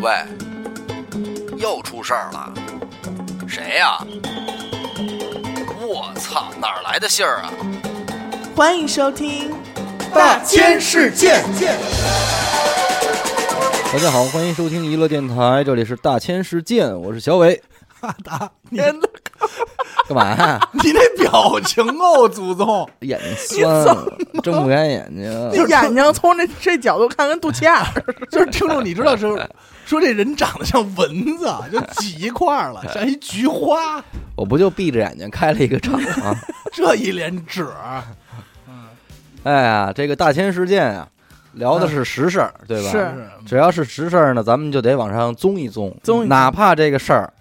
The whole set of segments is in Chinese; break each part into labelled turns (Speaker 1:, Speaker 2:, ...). Speaker 1: 喂，又出事儿了！谁呀、我操，哪儿来的信儿啊？
Speaker 2: 欢迎收听
Speaker 3: 大千世界，
Speaker 4: 大家好，欢迎收听娱乐电台，这里是大千世界，我是小伟。干嘛呀、
Speaker 3: 你那表情哦，祖宗！
Speaker 4: 眼睛酸了，睁不开眼睛
Speaker 2: 这。眼睛从这这角度看跟肚脐眼儿，
Speaker 3: 就是听众，你知道是说这人长得像蚊子，就挤一块儿了，像一菊花，
Speaker 4: 我不就闭着眼睛开了一个场吗？
Speaker 3: 这一脸褶儿，
Speaker 4: 哎呀，这个大千世界呀、聊的是实事儿，对吧？
Speaker 2: 是
Speaker 3: 是
Speaker 4: 只要是实事儿呢，咱们就得往上综一综，
Speaker 2: 综一综
Speaker 4: 哪怕这个事儿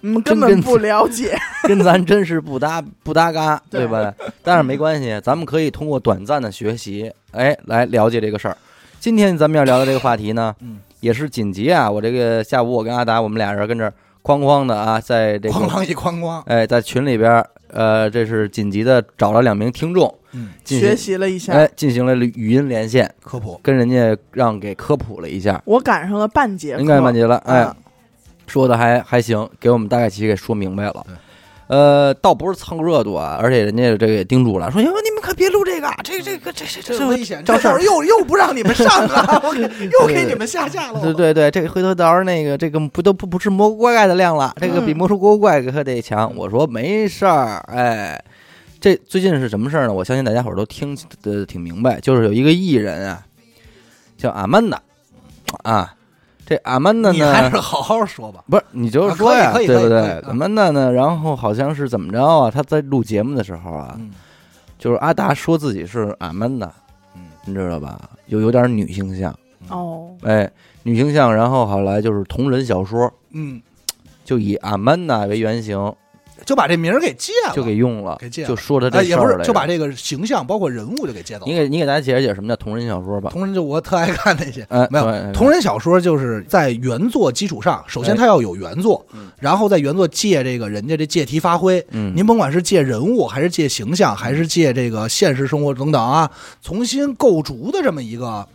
Speaker 2: 你们根
Speaker 4: 真
Speaker 2: 本
Speaker 4: 跟
Speaker 2: 不了解。
Speaker 4: 跟咱真是不搭不搭嘎，
Speaker 2: 对
Speaker 4: 对吧？但是没关系，咱们可以通过短暂的学习，哎，来了解这个事儿。今天咱们要聊的这个话题呢，
Speaker 3: 嗯
Speaker 4: 也是紧急啊！我这个下午我跟阿达，我们俩人跟这儿哐哐的啊，在这
Speaker 3: 哐
Speaker 4: 个
Speaker 3: 啷一哐哐，
Speaker 4: 哎，在群里边儿，呃，这是紧急的找了两名听众，
Speaker 3: 嗯，
Speaker 4: 进
Speaker 2: 学
Speaker 4: 行
Speaker 2: 习了一下，
Speaker 4: 哎进行了语音连线，
Speaker 3: 科普，
Speaker 4: 跟人家让给科普了一下，
Speaker 2: 我赶上了半节课，
Speaker 4: 应该满级了，哎，
Speaker 2: 嗯
Speaker 4: 说的还还行，给我们大概其实给说明白了
Speaker 3: 对。
Speaker 4: 呃，倒不是蹭热度啊，而且人家这个也叮嘱了，说哟，你们可别录这个，这这个这这这
Speaker 3: 这危险，
Speaker 4: 招
Speaker 3: 这
Speaker 4: 事儿
Speaker 3: 会儿又又不让你们上了，我给又给你们下架了，
Speaker 4: 对对对，这个回头到时候那个这个不都不不是蘑菇怪盖的量了，这个比
Speaker 2: 嗯
Speaker 4: 魔术锅怪可得强。我说没事儿，哎，这最近是什么事儿呢？我相信大家伙儿都听的挺明白，就是有一个艺人啊，叫阿曼达啊，这阿曼达呢，
Speaker 3: 你还是好好说吧，
Speaker 4: 不是，你就是
Speaker 3: 啊
Speaker 4: 说呀，
Speaker 3: 可以可以
Speaker 4: 对不
Speaker 3: 可以可
Speaker 4: 对
Speaker 3: 以？
Speaker 4: 怎么的呢？然后好像是怎么着啊？他在录节目的时候啊，
Speaker 3: 嗯
Speaker 4: 就是阿达说自己是俺们的，
Speaker 3: 嗯
Speaker 4: 你知道吧？有有点女性向，
Speaker 2: 哦，
Speaker 4: 哎，女性向。然后后来就是同人小说，
Speaker 3: 嗯，
Speaker 4: 就以俺们的为原型，
Speaker 3: 就把这名儿给戒了，
Speaker 4: 哎就给用了
Speaker 3: 给戒，了
Speaker 4: 就说的
Speaker 3: 哎
Speaker 4: 这事
Speaker 3: 也不
Speaker 4: 儿
Speaker 3: 是
Speaker 4: 来
Speaker 3: 就把
Speaker 4: 着。
Speaker 3: 这个形象包括人物就给戒走了
Speaker 4: 你。给你给大家解释解释什么叫同人小说吧。
Speaker 3: 同人就我特爱看那些，
Speaker 4: 哎，哎
Speaker 3: 没有
Speaker 4: 有
Speaker 3: 同人小说就是在原作基础上，首先它要有原作，然后在原作借这个人家这借题发挥。
Speaker 4: 嗯
Speaker 3: 您甭管是借人物，还是借形象，还是借这个现实生活等等啊，重新构筑的这么一个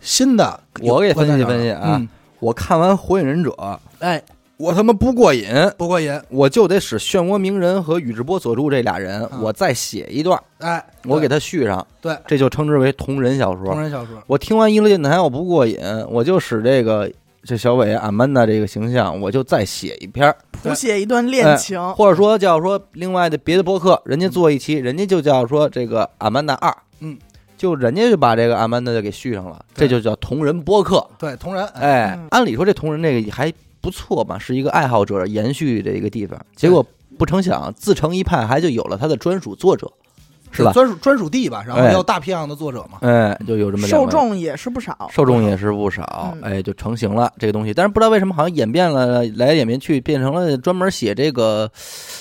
Speaker 3: 新的。
Speaker 4: 我给
Speaker 3: 有
Speaker 4: 分析分析啊
Speaker 3: 嗯
Speaker 4: 我看完《火影忍者》，
Speaker 3: 哎，
Speaker 4: 我他妈不过瘾，
Speaker 3: 不过瘾，
Speaker 4: 我就得使漩涡鸣人和宇智波佐助这俩人，
Speaker 3: 啊
Speaker 4: 我再写一段，
Speaker 3: 哎，
Speaker 4: 我给
Speaker 3: 他
Speaker 4: 他续上，
Speaker 3: 对
Speaker 4: 这就称之为同人小说
Speaker 3: 同。人小说，
Speaker 4: 我听完娱乐电台我不过瘾，我就使这个这小伟俺们的这个形象，我就再写一篇儿，
Speaker 2: 谱写一段恋情，
Speaker 4: 或者说叫说另外的别的博客，人家做一期，人家就叫说这个阿曼达二，
Speaker 3: 嗯，
Speaker 4: 就人家就把这个阿曼达就给续上了，这
Speaker 3: 对
Speaker 4: 就叫同人播客。
Speaker 3: 对同人，哎，
Speaker 4: 哎，
Speaker 2: 嗯
Speaker 4: 按理说这同人这个还不错嘛，是一个爱好者延续的一个地方，结果不成想自成一派，还就有了他的专属作者，是吧？
Speaker 3: 专属专属地吧，然后
Speaker 4: 哎
Speaker 3: 要大批量的作者嘛，
Speaker 4: 哎，就有这么两
Speaker 2: 受
Speaker 4: 位
Speaker 2: 众也是不少。
Speaker 4: 受众也是不少，
Speaker 2: 嗯
Speaker 4: 哎，就成型了这个东西。但是不知道为什么，好像演变了来演变去，变成了专门写这个，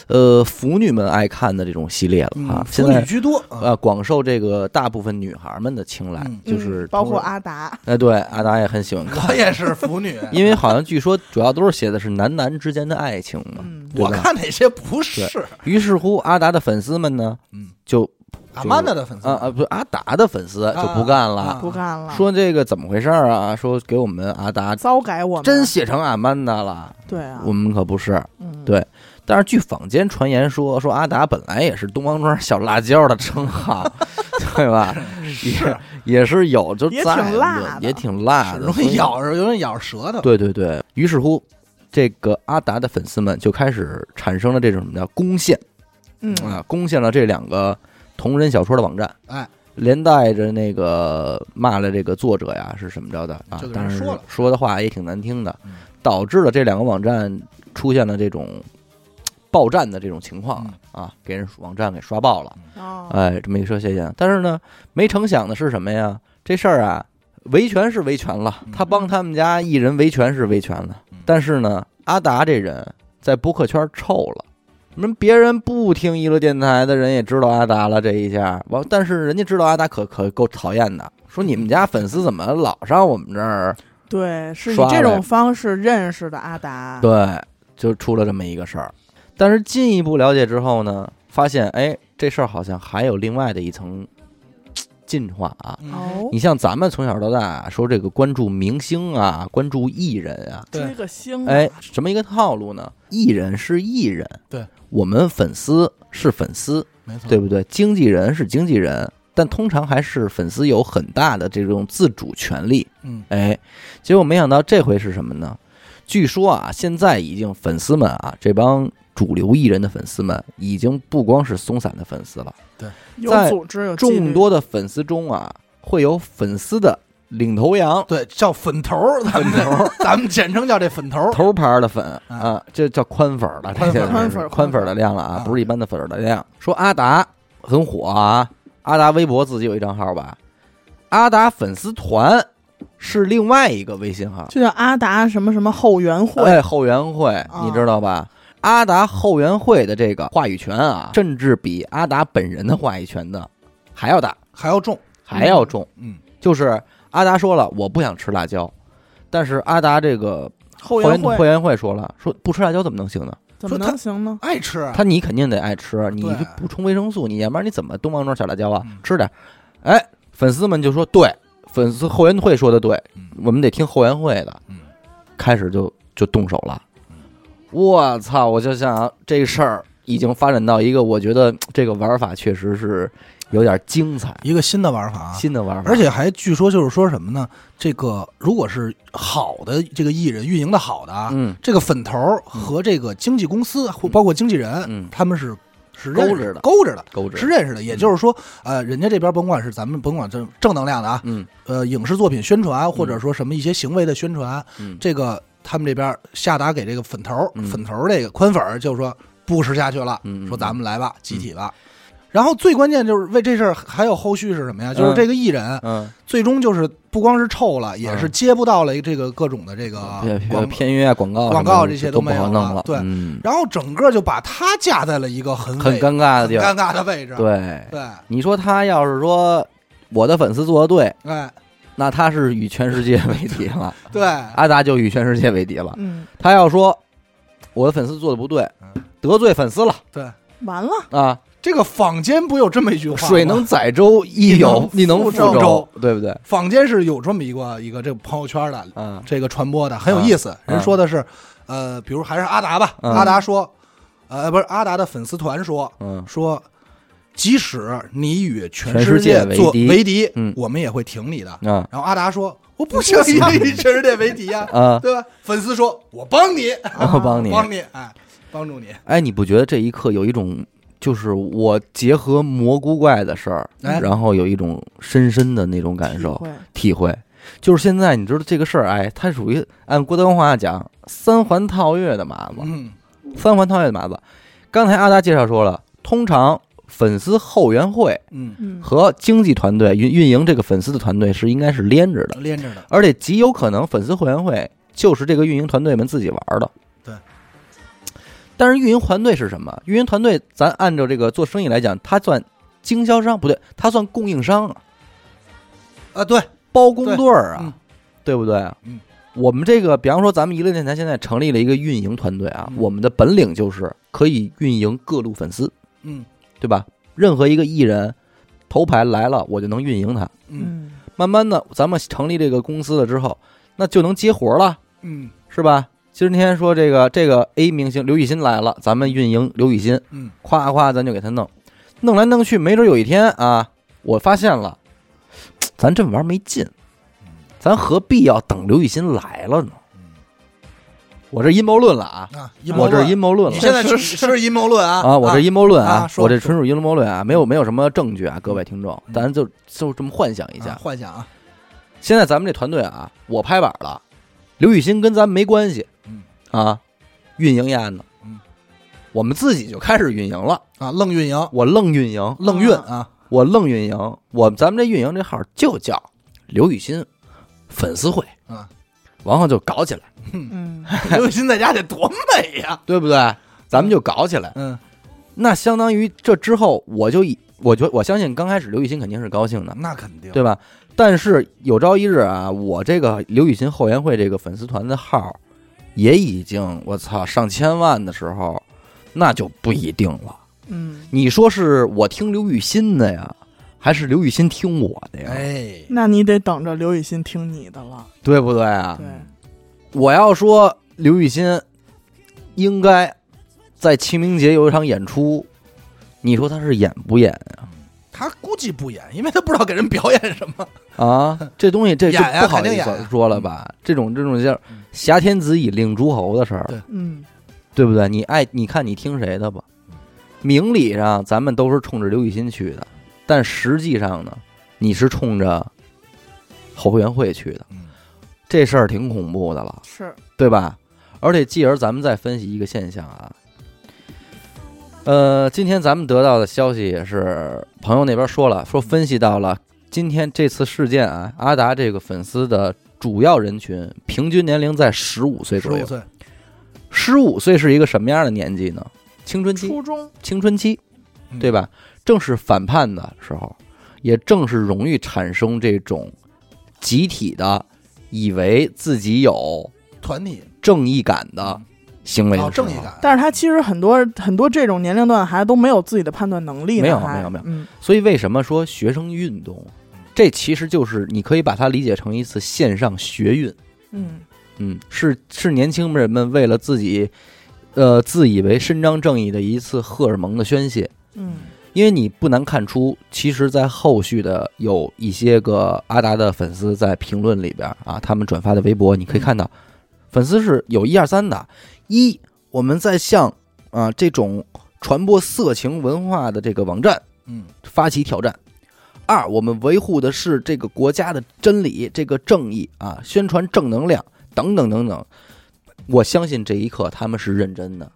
Speaker 4: 呃，腐女们爱看的这种系列了啊
Speaker 3: 嗯，。
Speaker 4: 现
Speaker 3: 腐女
Speaker 4: 在
Speaker 3: 居多，啊
Speaker 4: 呃，广受这个大部分女孩们的青睐
Speaker 3: 嗯，
Speaker 4: 就是
Speaker 2: 嗯包括
Speaker 4: 同人，
Speaker 2: 阿达，
Speaker 4: 哎，对，阿达也很喜欢 看，
Speaker 3: 我也是 腐女，
Speaker 4: 因为好像据说主要都是写的是男男之间的爱情嘛，
Speaker 2: 嗯，
Speaker 4: 对
Speaker 3: 我
Speaker 4: 吧？
Speaker 3: 看哪些不是，
Speaker 4: 于是乎，阿达的粉丝们呢，
Speaker 3: 嗯，
Speaker 4: 就
Speaker 3: 阿曼达的粉丝
Speaker 4: 啊啊，不是阿达的粉丝就不干了，
Speaker 3: 啊
Speaker 2: 不干了，
Speaker 4: 说这个怎么回事儿啊？说给我们阿达
Speaker 2: 糟改我们，
Speaker 4: 真写成阿曼达了。
Speaker 2: 对啊，
Speaker 4: 我们可不是。
Speaker 2: 嗯
Speaker 4: 对但是据坊间传言说，说阿达本来也是东方庄小辣椒的称号，对吧？也也是有，就
Speaker 2: 也
Speaker 4: 在
Speaker 2: 挺辣的
Speaker 4: 也挺辣
Speaker 3: 是
Speaker 4: 的，
Speaker 3: 容
Speaker 4: 啊所以
Speaker 3: 易。咬着，有人咬着舌 头。
Speaker 4: 对对对，于是乎，这个阿达的粉丝们就开始产生了这种什么叫攻陷
Speaker 2: 嗯，
Speaker 4: 啊，攻陷了这两个同人小说的网站，
Speaker 3: 哎，
Speaker 4: 连带着那个骂了这个作者呀是什么着的啊
Speaker 3: 就，给人
Speaker 4: 当然
Speaker 3: 说了
Speaker 4: 说的话也挺难听的
Speaker 3: 嗯，
Speaker 4: 导致了这两个网站出现了这种嘖爆站的这种情况啊
Speaker 3: 嗯
Speaker 4: 啊，给人网站给刷爆了，
Speaker 2: 哦，
Speaker 4: 哎，这么一说现象。但是呢，没成想的是什么呀？这事儿啊，维权是维权了，
Speaker 3: 嗯
Speaker 4: 他帮他们家艺人维权是维权了
Speaker 3: 嗯，
Speaker 4: 但是呢，阿达这人在播客圈臭了。人别人不听娱乐电台的人也知道阿达了，这一下完，但是人家知道阿达可可够讨厌的，说你们家粉丝怎么老上我们这儿？
Speaker 2: 对，是以
Speaker 4: 刷
Speaker 2: 这
Speaker 4: 呗
Speaker 2: 种方式认识的阿
Speaker 3: 啊
Speaker 2: 达，
Speaker 4: 对，就出了这么一个事儿。但是进一步了解之后呢，发现哎，这事儿好像还有另外的一层进化啊。
Speaker 3: 嗯，
Speaker 2: 哦，
Speaker 4: 你像咱们从小到大说这个关注明星啊，关注艺人啊，
Speaker 3: 对
Speaker 2: 追个星啊，
Speaker 4: 哎，什么一个套路呢？艺人是艺人，
Speaker 3: 对嗯
Speaker 4: 我们粉丝是粉丝，
Speaker 3: 没错，
Speaker 4: 对不对？经纪人是经纪人，但通常还是粉丝有很大的这种自主权利。
Speaker 3: 嗯，
Speaker 4: 哎，结果没想到这回是什么呢？据说啊，现在已经粉丝们啊，这帮主流艺人的粉丝们，已经不光是松散的粉丝了，
Speaker 2: 有
Speaker 4: 在
Speaker 2: 组织有纪律
Speaker 4: 众多的粉丝中啊，会有粉丝的领头羊。
Speaker 3: 对，叫粉头儿，咱们头，咱们简称叫这粉头儿，
Speaker 4: 头牌的粉啊，这叫宽粉了，这就是
Speaker 2: 宽
Speaker 3: 宽粉
Speaker 2: 粉
Speaker 4: 宽粉的量了
Speaker 3: 宽
Speaker 4: 啊，
Speaker 3: 粉
Speaker 4: 不是一般的粉儿的量。说阿达很火啊，阿达微博自己有一账号吧，阿达粉丝团是另外一个微信号，
Speaker 2: 就叫阿达什么什么后援会，
Speaker 4: 哎，后援会
Speaker 2: 啊，
Speaker 4: 你知道吧？阿达后援会的这个话语权啊，甚至比阿达本人的话语权呢还要大，
Speaker 3: 还要重，
Speaker 4: 还要重。
Speaker 3: 嗯，
Speaker 4: 就是阿达说了，我不想吃辣椒，但是阿达这个
Speaker 2: 后
Speaker 4: 后援
Speaker 2: 援会
Speaker 4: 后援会说了，说不吃辣椒怎么能行呢？
Speaker 2: 怎么
Speaker 3: 说他
Speaker 2: 能行呢？
Speaker 3: 爱吃，
Speaker 4: 他你肯定得爱吃，你
Speaker 3: 啊对
Speaker 4: 就补充维生素，你要不然你怎么东方庄小辣椒啊
Speaker 3: 嗯？
Speaker 4: 吃点儿。哎，粉丝们就说对，粉丝后援会说的对
Speaker 3: 嗯，
Speaker 4: 我们得听后援会的
Speaker 3: 嗯。
Speaker 4: 开始就就动手了。我操！我就想这事儿已经发展到一个，我觉得这个玩法确实是有点精彩，
Speaker 3: 一个新的玩法啊，
Speaker 4: 新的玩法，
Speaker 3: 而且还据说就是说什么呢？这个如果是好的这个艺人运营的好的啊，
Speaker 4: 嗯
Speaker 3: 这个粉头儿和这个经纪公司或包括经纪人，
Speaker 4: 嗯
Speaker 3: 他们是是
Speaker 4: 勾
Speaker 3: 认
Speaker 4: 着
Speaker 3: 识
Speaker 4: 的嗯
Speaker 3: 勾着的。
Speaker 4: 勾着
Speaker 3: 是，认识的，也就是说，呃，人家这边甭管是咱们甭管正正能量的啊，
Speaker 4: 嗯
Speaker 3: 呃，影视作品宣传或者说什么一些行为的宣传，
Speaker 4: 嗯，
Speaker 3: 这个他们这边下达给这个粉头儿
Speaker 4: 嗯
Speaker 3: 粉头儿这个宽粉儿就说不吃下去了，
Speaker 4: 嗯嗯
Speaker 3: 说咱们来吧，集体吧。然后最关键就是为这事儿还有后续是什么呀？
Speaker 4: 嗯
Speaker 3: 就是这个艺人
Speaker 4: 嗯，
Speaker 3: 最终就是不光是臭了，也是接不到了这个各种的这个
Speaker 4: 偏
Speaker 3: 广
Speaker 4: 偏片约啊广告
Speaker 3: 广
Speaker 4: 什么
Speaker 3: 告
Speaker 4: 的
Speaker 3: 这些
Speaker 4: 都
Speaker 3: 都
Speaker 4: 不
Speaker 3: 没有
Speaker 4: 好弄了
Speaker 3: 了，对
Speaker 4: 嗯
Speaker 3: 然后整个就把他架在了一个很
Speaker 4: 很
Speaker 3: 很
Speaker 4: 尴尬的地儿，
Speaker 3: 尴尬的位置。
Speaker 4: 对。
Speaker 3: 对，
Speaker 4: 你说他要是说我的粉丝做的对，
Speaker 3: 哎，
Speaker 4: 那他是与全世界为敌 了，
Speaker 3: 对，
Speaker 4: 阿达就与全世界为敌了。
Speaker 2: 嗯，
Speaker 4: 他要说我的粉丝做的不对
Speaker 3: 嗯，
Speaker 4: 得罪粉丝了
Speaker 3: 对，
Speaker 2: 完了，
Speaker 4: 啊！
Speaker 3: 这个坊间不有这么一句话吗？
Speaker 4: 水能载舟，亦有亦
Speaker 3: 亦能
Speaker 4: 能覆
Speaker 3: 覆
Speaker 4: 舟
Speaker 3: 舟，
Speaker 4: 对不对？
Speaker 3: 坊间是有这么一个一个这个朋友圈的
Speaker 4: 啊，
Speaker 3: 这个传播的很有意思。人说的是，呃，比如还是阿达吧，
Speaker 4: 嗯
Speaker 3: 阿达说，呃，不是阿达的粉丝团说
Speaker 4: 嗯，
Speaker 3: 说，即使你与全
Speaker 4: 全世
Speaker 3: 世
Speaker 4: 界为
Speaker 3: 做
Speaker 4: 敌
Speaker 3: 为敌
Speaker 4: 嗯，
Speaker 3: 我们也会挺你的。
Speaker 4: 啊
Speaker 3: 然后阿达说，我不想与全世界为敌呀，
Speaker 4: 啊，
Speaker 3: 对吧？粉丝说，我帮你，
Speaker 4: 我帮你。
Speaker 3: 帮你，哎，帮助你，
Speaker 4: 哎，你不觉得这一刻有一种？就是我结合蘑菇怪的事儿，
Speaker 3: 哎
Speaker 4: 然后有一种深深的那种感受
Speaker 2: 体，会
Speaker 4: 体会。就是现在，你知道这个事儿，哎，它属于按郭德纲话讲三环套月的麻子，
Speaker 3: 嗯，
Speaker 4: 三环套月的麻子。刚才阿达介绍说了，通常粉丝后援会
Speaker 3: 嗯，
Speaker 2: 嗯，
Speaker 4: 和经纪团队运运营这个粉丝的团队是应该是连着的，
Speaker 3: 连着的，
Speaker 4: 而且极有可能粉丝后援会就是这个运营团队们自己玩的。
Speaker 3: 对。
Speaker 4: 但是运营团队是什么？运营团队，咱按照这个做生意来讲，它算经销商不对，它算供应商啊。
Speaker 3: 啊，对，
Speaker 4: 包工队儿啊，
Speaker 3: 对嗯
Speaker 4: 对不对？
Speaker 3: 嗯，
Speaker 4: 我们这个，比方说咱们娱乐电台现在成立了一个运营团队啊，
Speaker 3: 嗯
Speaker 4: 我们的本领就是可以运营各路粉丝，
Speaker 3: 嗯
Speaker 4: 对吧？任何一个艺人头牌来了，我就能运营他。
Speaker 3: 嗯
Speaker 2: 嗯，
Speaker 4: 慢慢的，咱们成立这个公司了之后，那就能接活了，
Speaker 3: 嗯
Speaker 4: 是吧？今天说这个这个 A 明星刘雨欣来了，咱们运营刘雨欣，
Speaker 3: 嗯，
Speaker 4: 夸夸咱就给他弄，弄来弄去，没准有一天啊，我发现了，咱这么玩没劲，咱何必要等刘雨欣来了呢？我这阴谋论了啊，
Speaker 3: 啊，嗯阴谋
Speaker 4: 我这
Speaker 3: 论
Speaker 4: 阴谋论
Speaker 3: 你
Speaker 4: 了
Speaker 3: 现在是是阴谋论啊
Speaker 4: 啊，我这阴谋论
Speaker 3: 啊说
Speaker 4: 我这纯属阴谋论啊，没有没有什么证据啊，各位听众，
Speaker 3: 嗯
Speaker 4: 咱就就这么幻想一
Speaker 3: 啊
Speaker 4: 下。
Speaker 3: 幻想啊，
Speaker 4: 现在咱们这团队啊，我拍板了，刘雨欣跟咱没关系
Speaker 3: 嗯，
Speaker 4: 啊，运营呀呢
Speaker 3: 嗯，
Speaker 4: 我们自己就开始运营了，
Speaker 3: 啊，愣运营，
Speaker 4: 我愣运营，
Speaker 3: 愣运啊，
Speaker 4: 我愣运营，我咱们这运营这号就叫刘雨欣粉丝会
Speaker 3: 啊，
Speaker 4: 然后就搞起来，
Speaker 2: 嗯，
Speaker 3: 刘雨欣在家得多美呀！
Speaker 4: 对不对？咱们就搞起来。
Speaker 3: 嗯，
Speaker 4: 那相当于这之后，我就以我觉我相信刚开始刘雨欣肯定是高兴的，
Speaker 3: 啊那肯定，
Speaker 4: 对吧？但是有朝一日啊，我这个刘雨欣后援会这个粉丝团的号，也已经我操上千万的时候，那就不一定了。
Speaker 2: 嗯，
Speaker 4: 你说是我听刘雨欣的呀，还是刘雨欣听我的呀，
Speaker 3: 哎，
Speaker 2: 那你得等着刘雨欣听你的了。
Speaker 4: 对不对啊？
Speaker 2: 对，
Speaker 4: 我要说刘雨欣应该在清明节有一场演出，你说她是演不演
Speaker 3: 他估计不演，因为他不知道给人表演什么。
Speaker 4: 啊？这东西这就
Speaker 3: 演呀
Speaker 4: 不好
Speaker 3: 肯定
Speaker 4: 意
Speaker 3: 演
Speaker 4: 思
Speaker 3: 呀嗯
Speaker 4: 说了吧？这种这种叫挟天子以令诸侯的事儿
Speaker 3: 对，
Speaker 2: 嗯，
Speaker 4: 对不对？你爱你看你听谁的吧？明理上咱们都是冲着刘雨欣去的，但实际上呢，你是冲着后援会去的，
Speaker 3: 嗯，
Speaker 4: 这事儿挺恐怖的了。
Speaker 2: 是，
Speaker 4: 对吧？而且继而咱们再分析一个现象啊，呃，今天咱们得到的消息也是朋友那边说了，说分析到了今天这次事件啊，阿达这个粉丝的主要人群平均年龄在十五岁
Speaker 3: 十
Speaker 4: 左
Speaker 3: 五
Speaker 4: 右。
Speaker 3: 岁，
Speaker 4: 十五岁是一个什么样的年纪呢？青春期，
Speaker 2: 初中
Speaker 4: 青春期，
Speaker 3: 嗯
Speaker 4: 对吧？正是反叛的时候，也正是容易产生这种集体的以为自己有
Speaker 3: 团体
Speaker 4: 正义感的行为的时候、
Speaker 3: 哦，正义感。
Speaker 2: 但是他其实很多很多这种年龄段的孩子都没有自己的判断能力呢，
Speaker 4: 没有
Speaker 2: 还
Speaker 4: 没有没有
Speaker 2: 嗯
Speaker 4: 所以为什么说学生运动？
Speaker 3: 嗯
Speaker 4: 这其实就是你可以把它理解成一次线上学运。
Speaker 2: 嗯，
Speaker 4: 嗯，是是年轻人们为了自己，呃，自以为伸张正义的一次荷尔蒙的宣泄。
Speaker 2: 嗯，
Speaker 4: 因为你不难看出，其实，在后续的有一些个阿达的粉丝在评论里边啊，他们转发的微博，你可以看到，粉丝是有一二三的。一，我们在向啊、这种传播色情文化的这个网站
Speaker 3: 嗯，
Speaker 4: 发起挑战；二，我们维护的是这个国家的真理、这个正义啊，宣传正能量等等等等。我相信这一刻他们是认真的，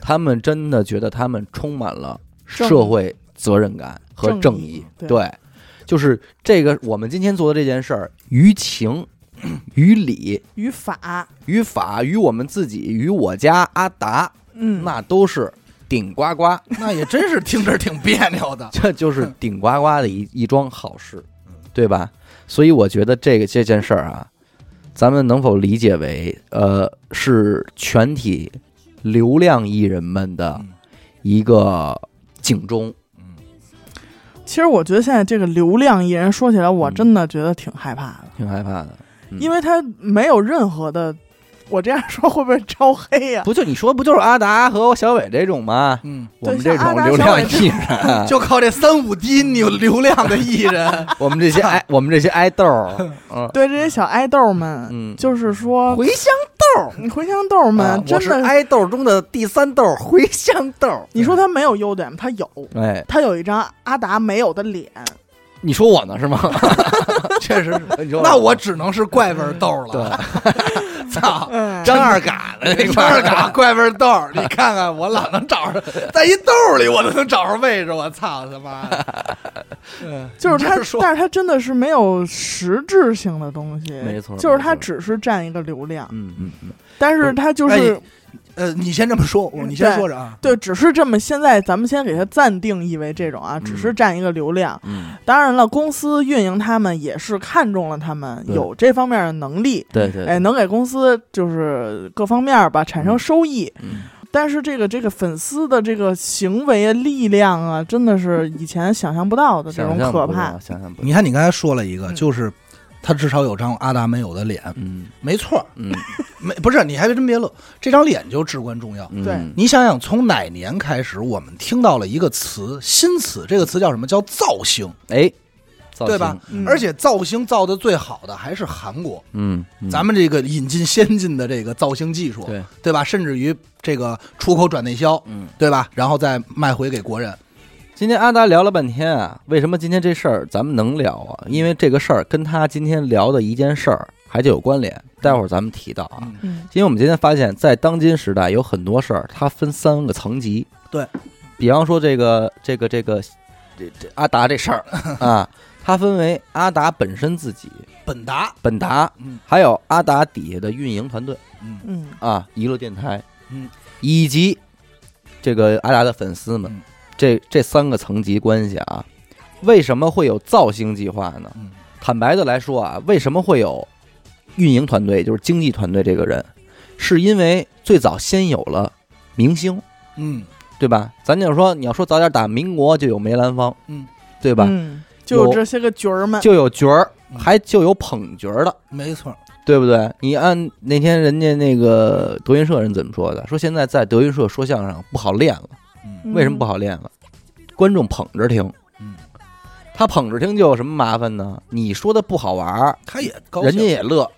Speaker 4: 他们真的觉得他们充满了
Speaker 2: 正义
Speaker 4: 社会责任感和
Speaker 2: 正义
Speaker 4: 正义。
Speaker 2: 对
Speaker 4: 对，就是这个我们今天做的这件事儿，于情、 于理、
Speaker 2: 语法，
Speaker 4: 于法、于我们自己、于我家阿达，
Speaker 2: 嗯，
Speaker 4: 那都是顶呱呱。。
Speaker 3: 那也真是听着挺别扭的
Speaker 4: 这 就是顶呱呱的一一桩好事，对吧？所以我觉得这个这件事儿啊，咱们能否理解为，呃，是全体流量艺人们的
Speaker 3: 嗯
Speaker 4: 一个警钟？
Speaker 2: 其实我觉得现在这个流量艺人说起来，我
Speaker 4: 嗯
Speaker 2: 真的觉得挺害怕的，
Speaker 4: 挺害怕的，嗯
Speaker 2: 因为他没有任何的，我这样说会不会招黑啊呀、
Speaker 4: 不就你说不就是阿达和小伟这种吗？
Speaker 3: 嗯，
Speaker 4: 我
Speaker 2: 对
Speaker 4: 们这
Speaker 2: 像
Speaker 4: 种
Speaker 2: 阿达
Speaker 4: 流量
Speaker 2: 小
Speaker 4: 艺人，
Speaker 3: 就靠这三五低流流量的艺人，
Speaker 4: 我们这些 爱我们这些爱豆儿， 嗯
Speaker 2: 对这些小爱豆们，
Speaker 4: 嗯，
Speaker 2: 就是说，
Speaker 4: 茴香
Speaker 2: 你茴香豆们、
Speaker 4: 啊我
Speaker 2: 真
Speaker 4: 是
Speaker 2: 的，
Speaker 4: 爱豆中的第三豆儿茴香豆儿。
Speaker 2: 你说他没有优点吗，他有，
Speaker 4: 哎，
Speaker 2: 他有一张阿达没有的脸，
Speaker 4: 你说我呢是吗？
Speaker 3: 确实是。
Speaker 4: 你说
Speaker 3: 那我只能是怪味儿豆了。 操！
Speaker 2: 嗯，
Speaker 3: 张二嘎的那张二嘎怪味儿豆儿， 你看看我老能找着，在一豆儿里我都能找着位置，我操他妈的！ 嗯
Speaker 2: 就是他
Speaker 3: 你这说，
Speaker 2: 但是他真的是没有实质性的东西，
Speaker 4: 没错
Speaker 2: 就是他
Speaker 4: 没错
Speaker 2: 只是占一个流量，
Speaker 4: 嗯嗯嗯，
Speaker 2: 但是他就
Speaker 3: 哎
Speaker 2: 是、
Speaker 3: 呃，你先这么说，我你先说着啊。
Speaker 2: 对，只是这么。现在咱们先给它暂定义为这种啊，只是占一个流量。
Speaker 4: 嗯，
Speaker 2: 当然了，公司运营他们也是看中了他们
Speaker 4: 对
Speaker 2: 有这方面的能力，
Speaker 4: 对对，
Speaker 2: 哎，能给公司就是各方面吧产生收益。
Speaker 4: 嗯
Speaker 2: 但是这个这个粉丝的这个行为啊、力量啊，真的是以前想象不到的这
Speaker 4: 想
Speaker 2: 种
Speaker 4: 象
Speaker 2: 可
Speaker 4: 不
Speaker 2: 怕
Speaker 4: 到，。想象不到，
Speaker 3: 你看，你刚才说了一个，
Speaker 2: 嗯
Speaker 3: 就是他至少有张阿达没有的脸，
Speaker 4: 嗯
Speaker 3: 没错儿，
Speaker 4: 嗯
Speaker 3: 没不是，你还真别乐，这张脸就至关重要。
Speaker 4: 嗯，
Speaker 2: 对
Speaker 3: 你想想，从哪年开始，我们听到了一个词，新词，这个词叫什么？叫造星，
Speaker 4: 哎，造
Speaker 3: 对吧
Speaker 4: 型？
Speaker 2: 嗯
Speaker 3: 而且造星造的最好的还是韩国，
Speaker 4: 嗯，嗯
Speaker 3: 咱们这个引进先进的这个造星技术，
Speaker 4: 对
Speaker 3: 对吧？甚至于这个出口转内销，
Speaker 4: 嗯，
Speaker 3: 对吧？然后再卖回给国人，
Speaker 4: 今天阿达聊了半天啊，为什么今天这事儿咱们能聊啊？因为这个事儿跟他今天聊的一件事儿还就有关联，待会儿咱们提到啊。
Speaker 3: 嗯
Speaker 2: 嗯，
Speaker 4: 因为我们今天发现，在当今时代有很多事儿，它分三个层级。
Speaker 3: 对，
Speaker 4: 比方说这个这个这个这这阿达这事 儿啊，它分为阿达本身自己
Speaker 3: 本达，
Speaker 4: 本达，
Speaker 3: 嗯
Speaker 4: 还有阿达底下的运营团队
Speaker 3: 嗯
Speaker 2: 嗯，
Speaker 4: 啊，娱乐电台，
Speaker 3: 嗯，
Speaker 4: 以及这个阿达的粉丝们，
Speaker 3: 嗯
Speaker 4: 这这三个层级关系啊，为什么会有造星计划呢？
Speaker 3: 嗯
Speaker 4: 坦白的来说啊，为什么会有运营团队，就是经济团队这个人，是因为最早先有了明星，
Speaker 3: 嗯
Speaker 4: 对吧？咱就说你要说早点打民国，就有梅兰芳，
Speaker 3: 嗯，
Speaker 4: 对
Speaker 2: 对
Speaker 4: 吧？
Speaker 2: 嗯，就有
Speaker 4: 有
Speaker 2: 这些个角儿们，
Speaker 4: 就有角儿，
Speaker 3: 嗯
Speaker 4: 还就有捧角儿的，
Speaker 3: 没错，
Speaker 4: 对不对？你按那天人家那个德云社人怎么说的？说现在在德云社说相声不好练了，
Speaker 3: 嗯
Speaker 2: 嗯
Speaker 4: 为什么不？好练了？观众捧着听，
Speaker 3: 嗯，
Speaker 4: 他捧着听就有什么麻烦呢？你说的不好玩儿，
Speaker 3: 他也高兴，
Speaker 4: 人家也乐，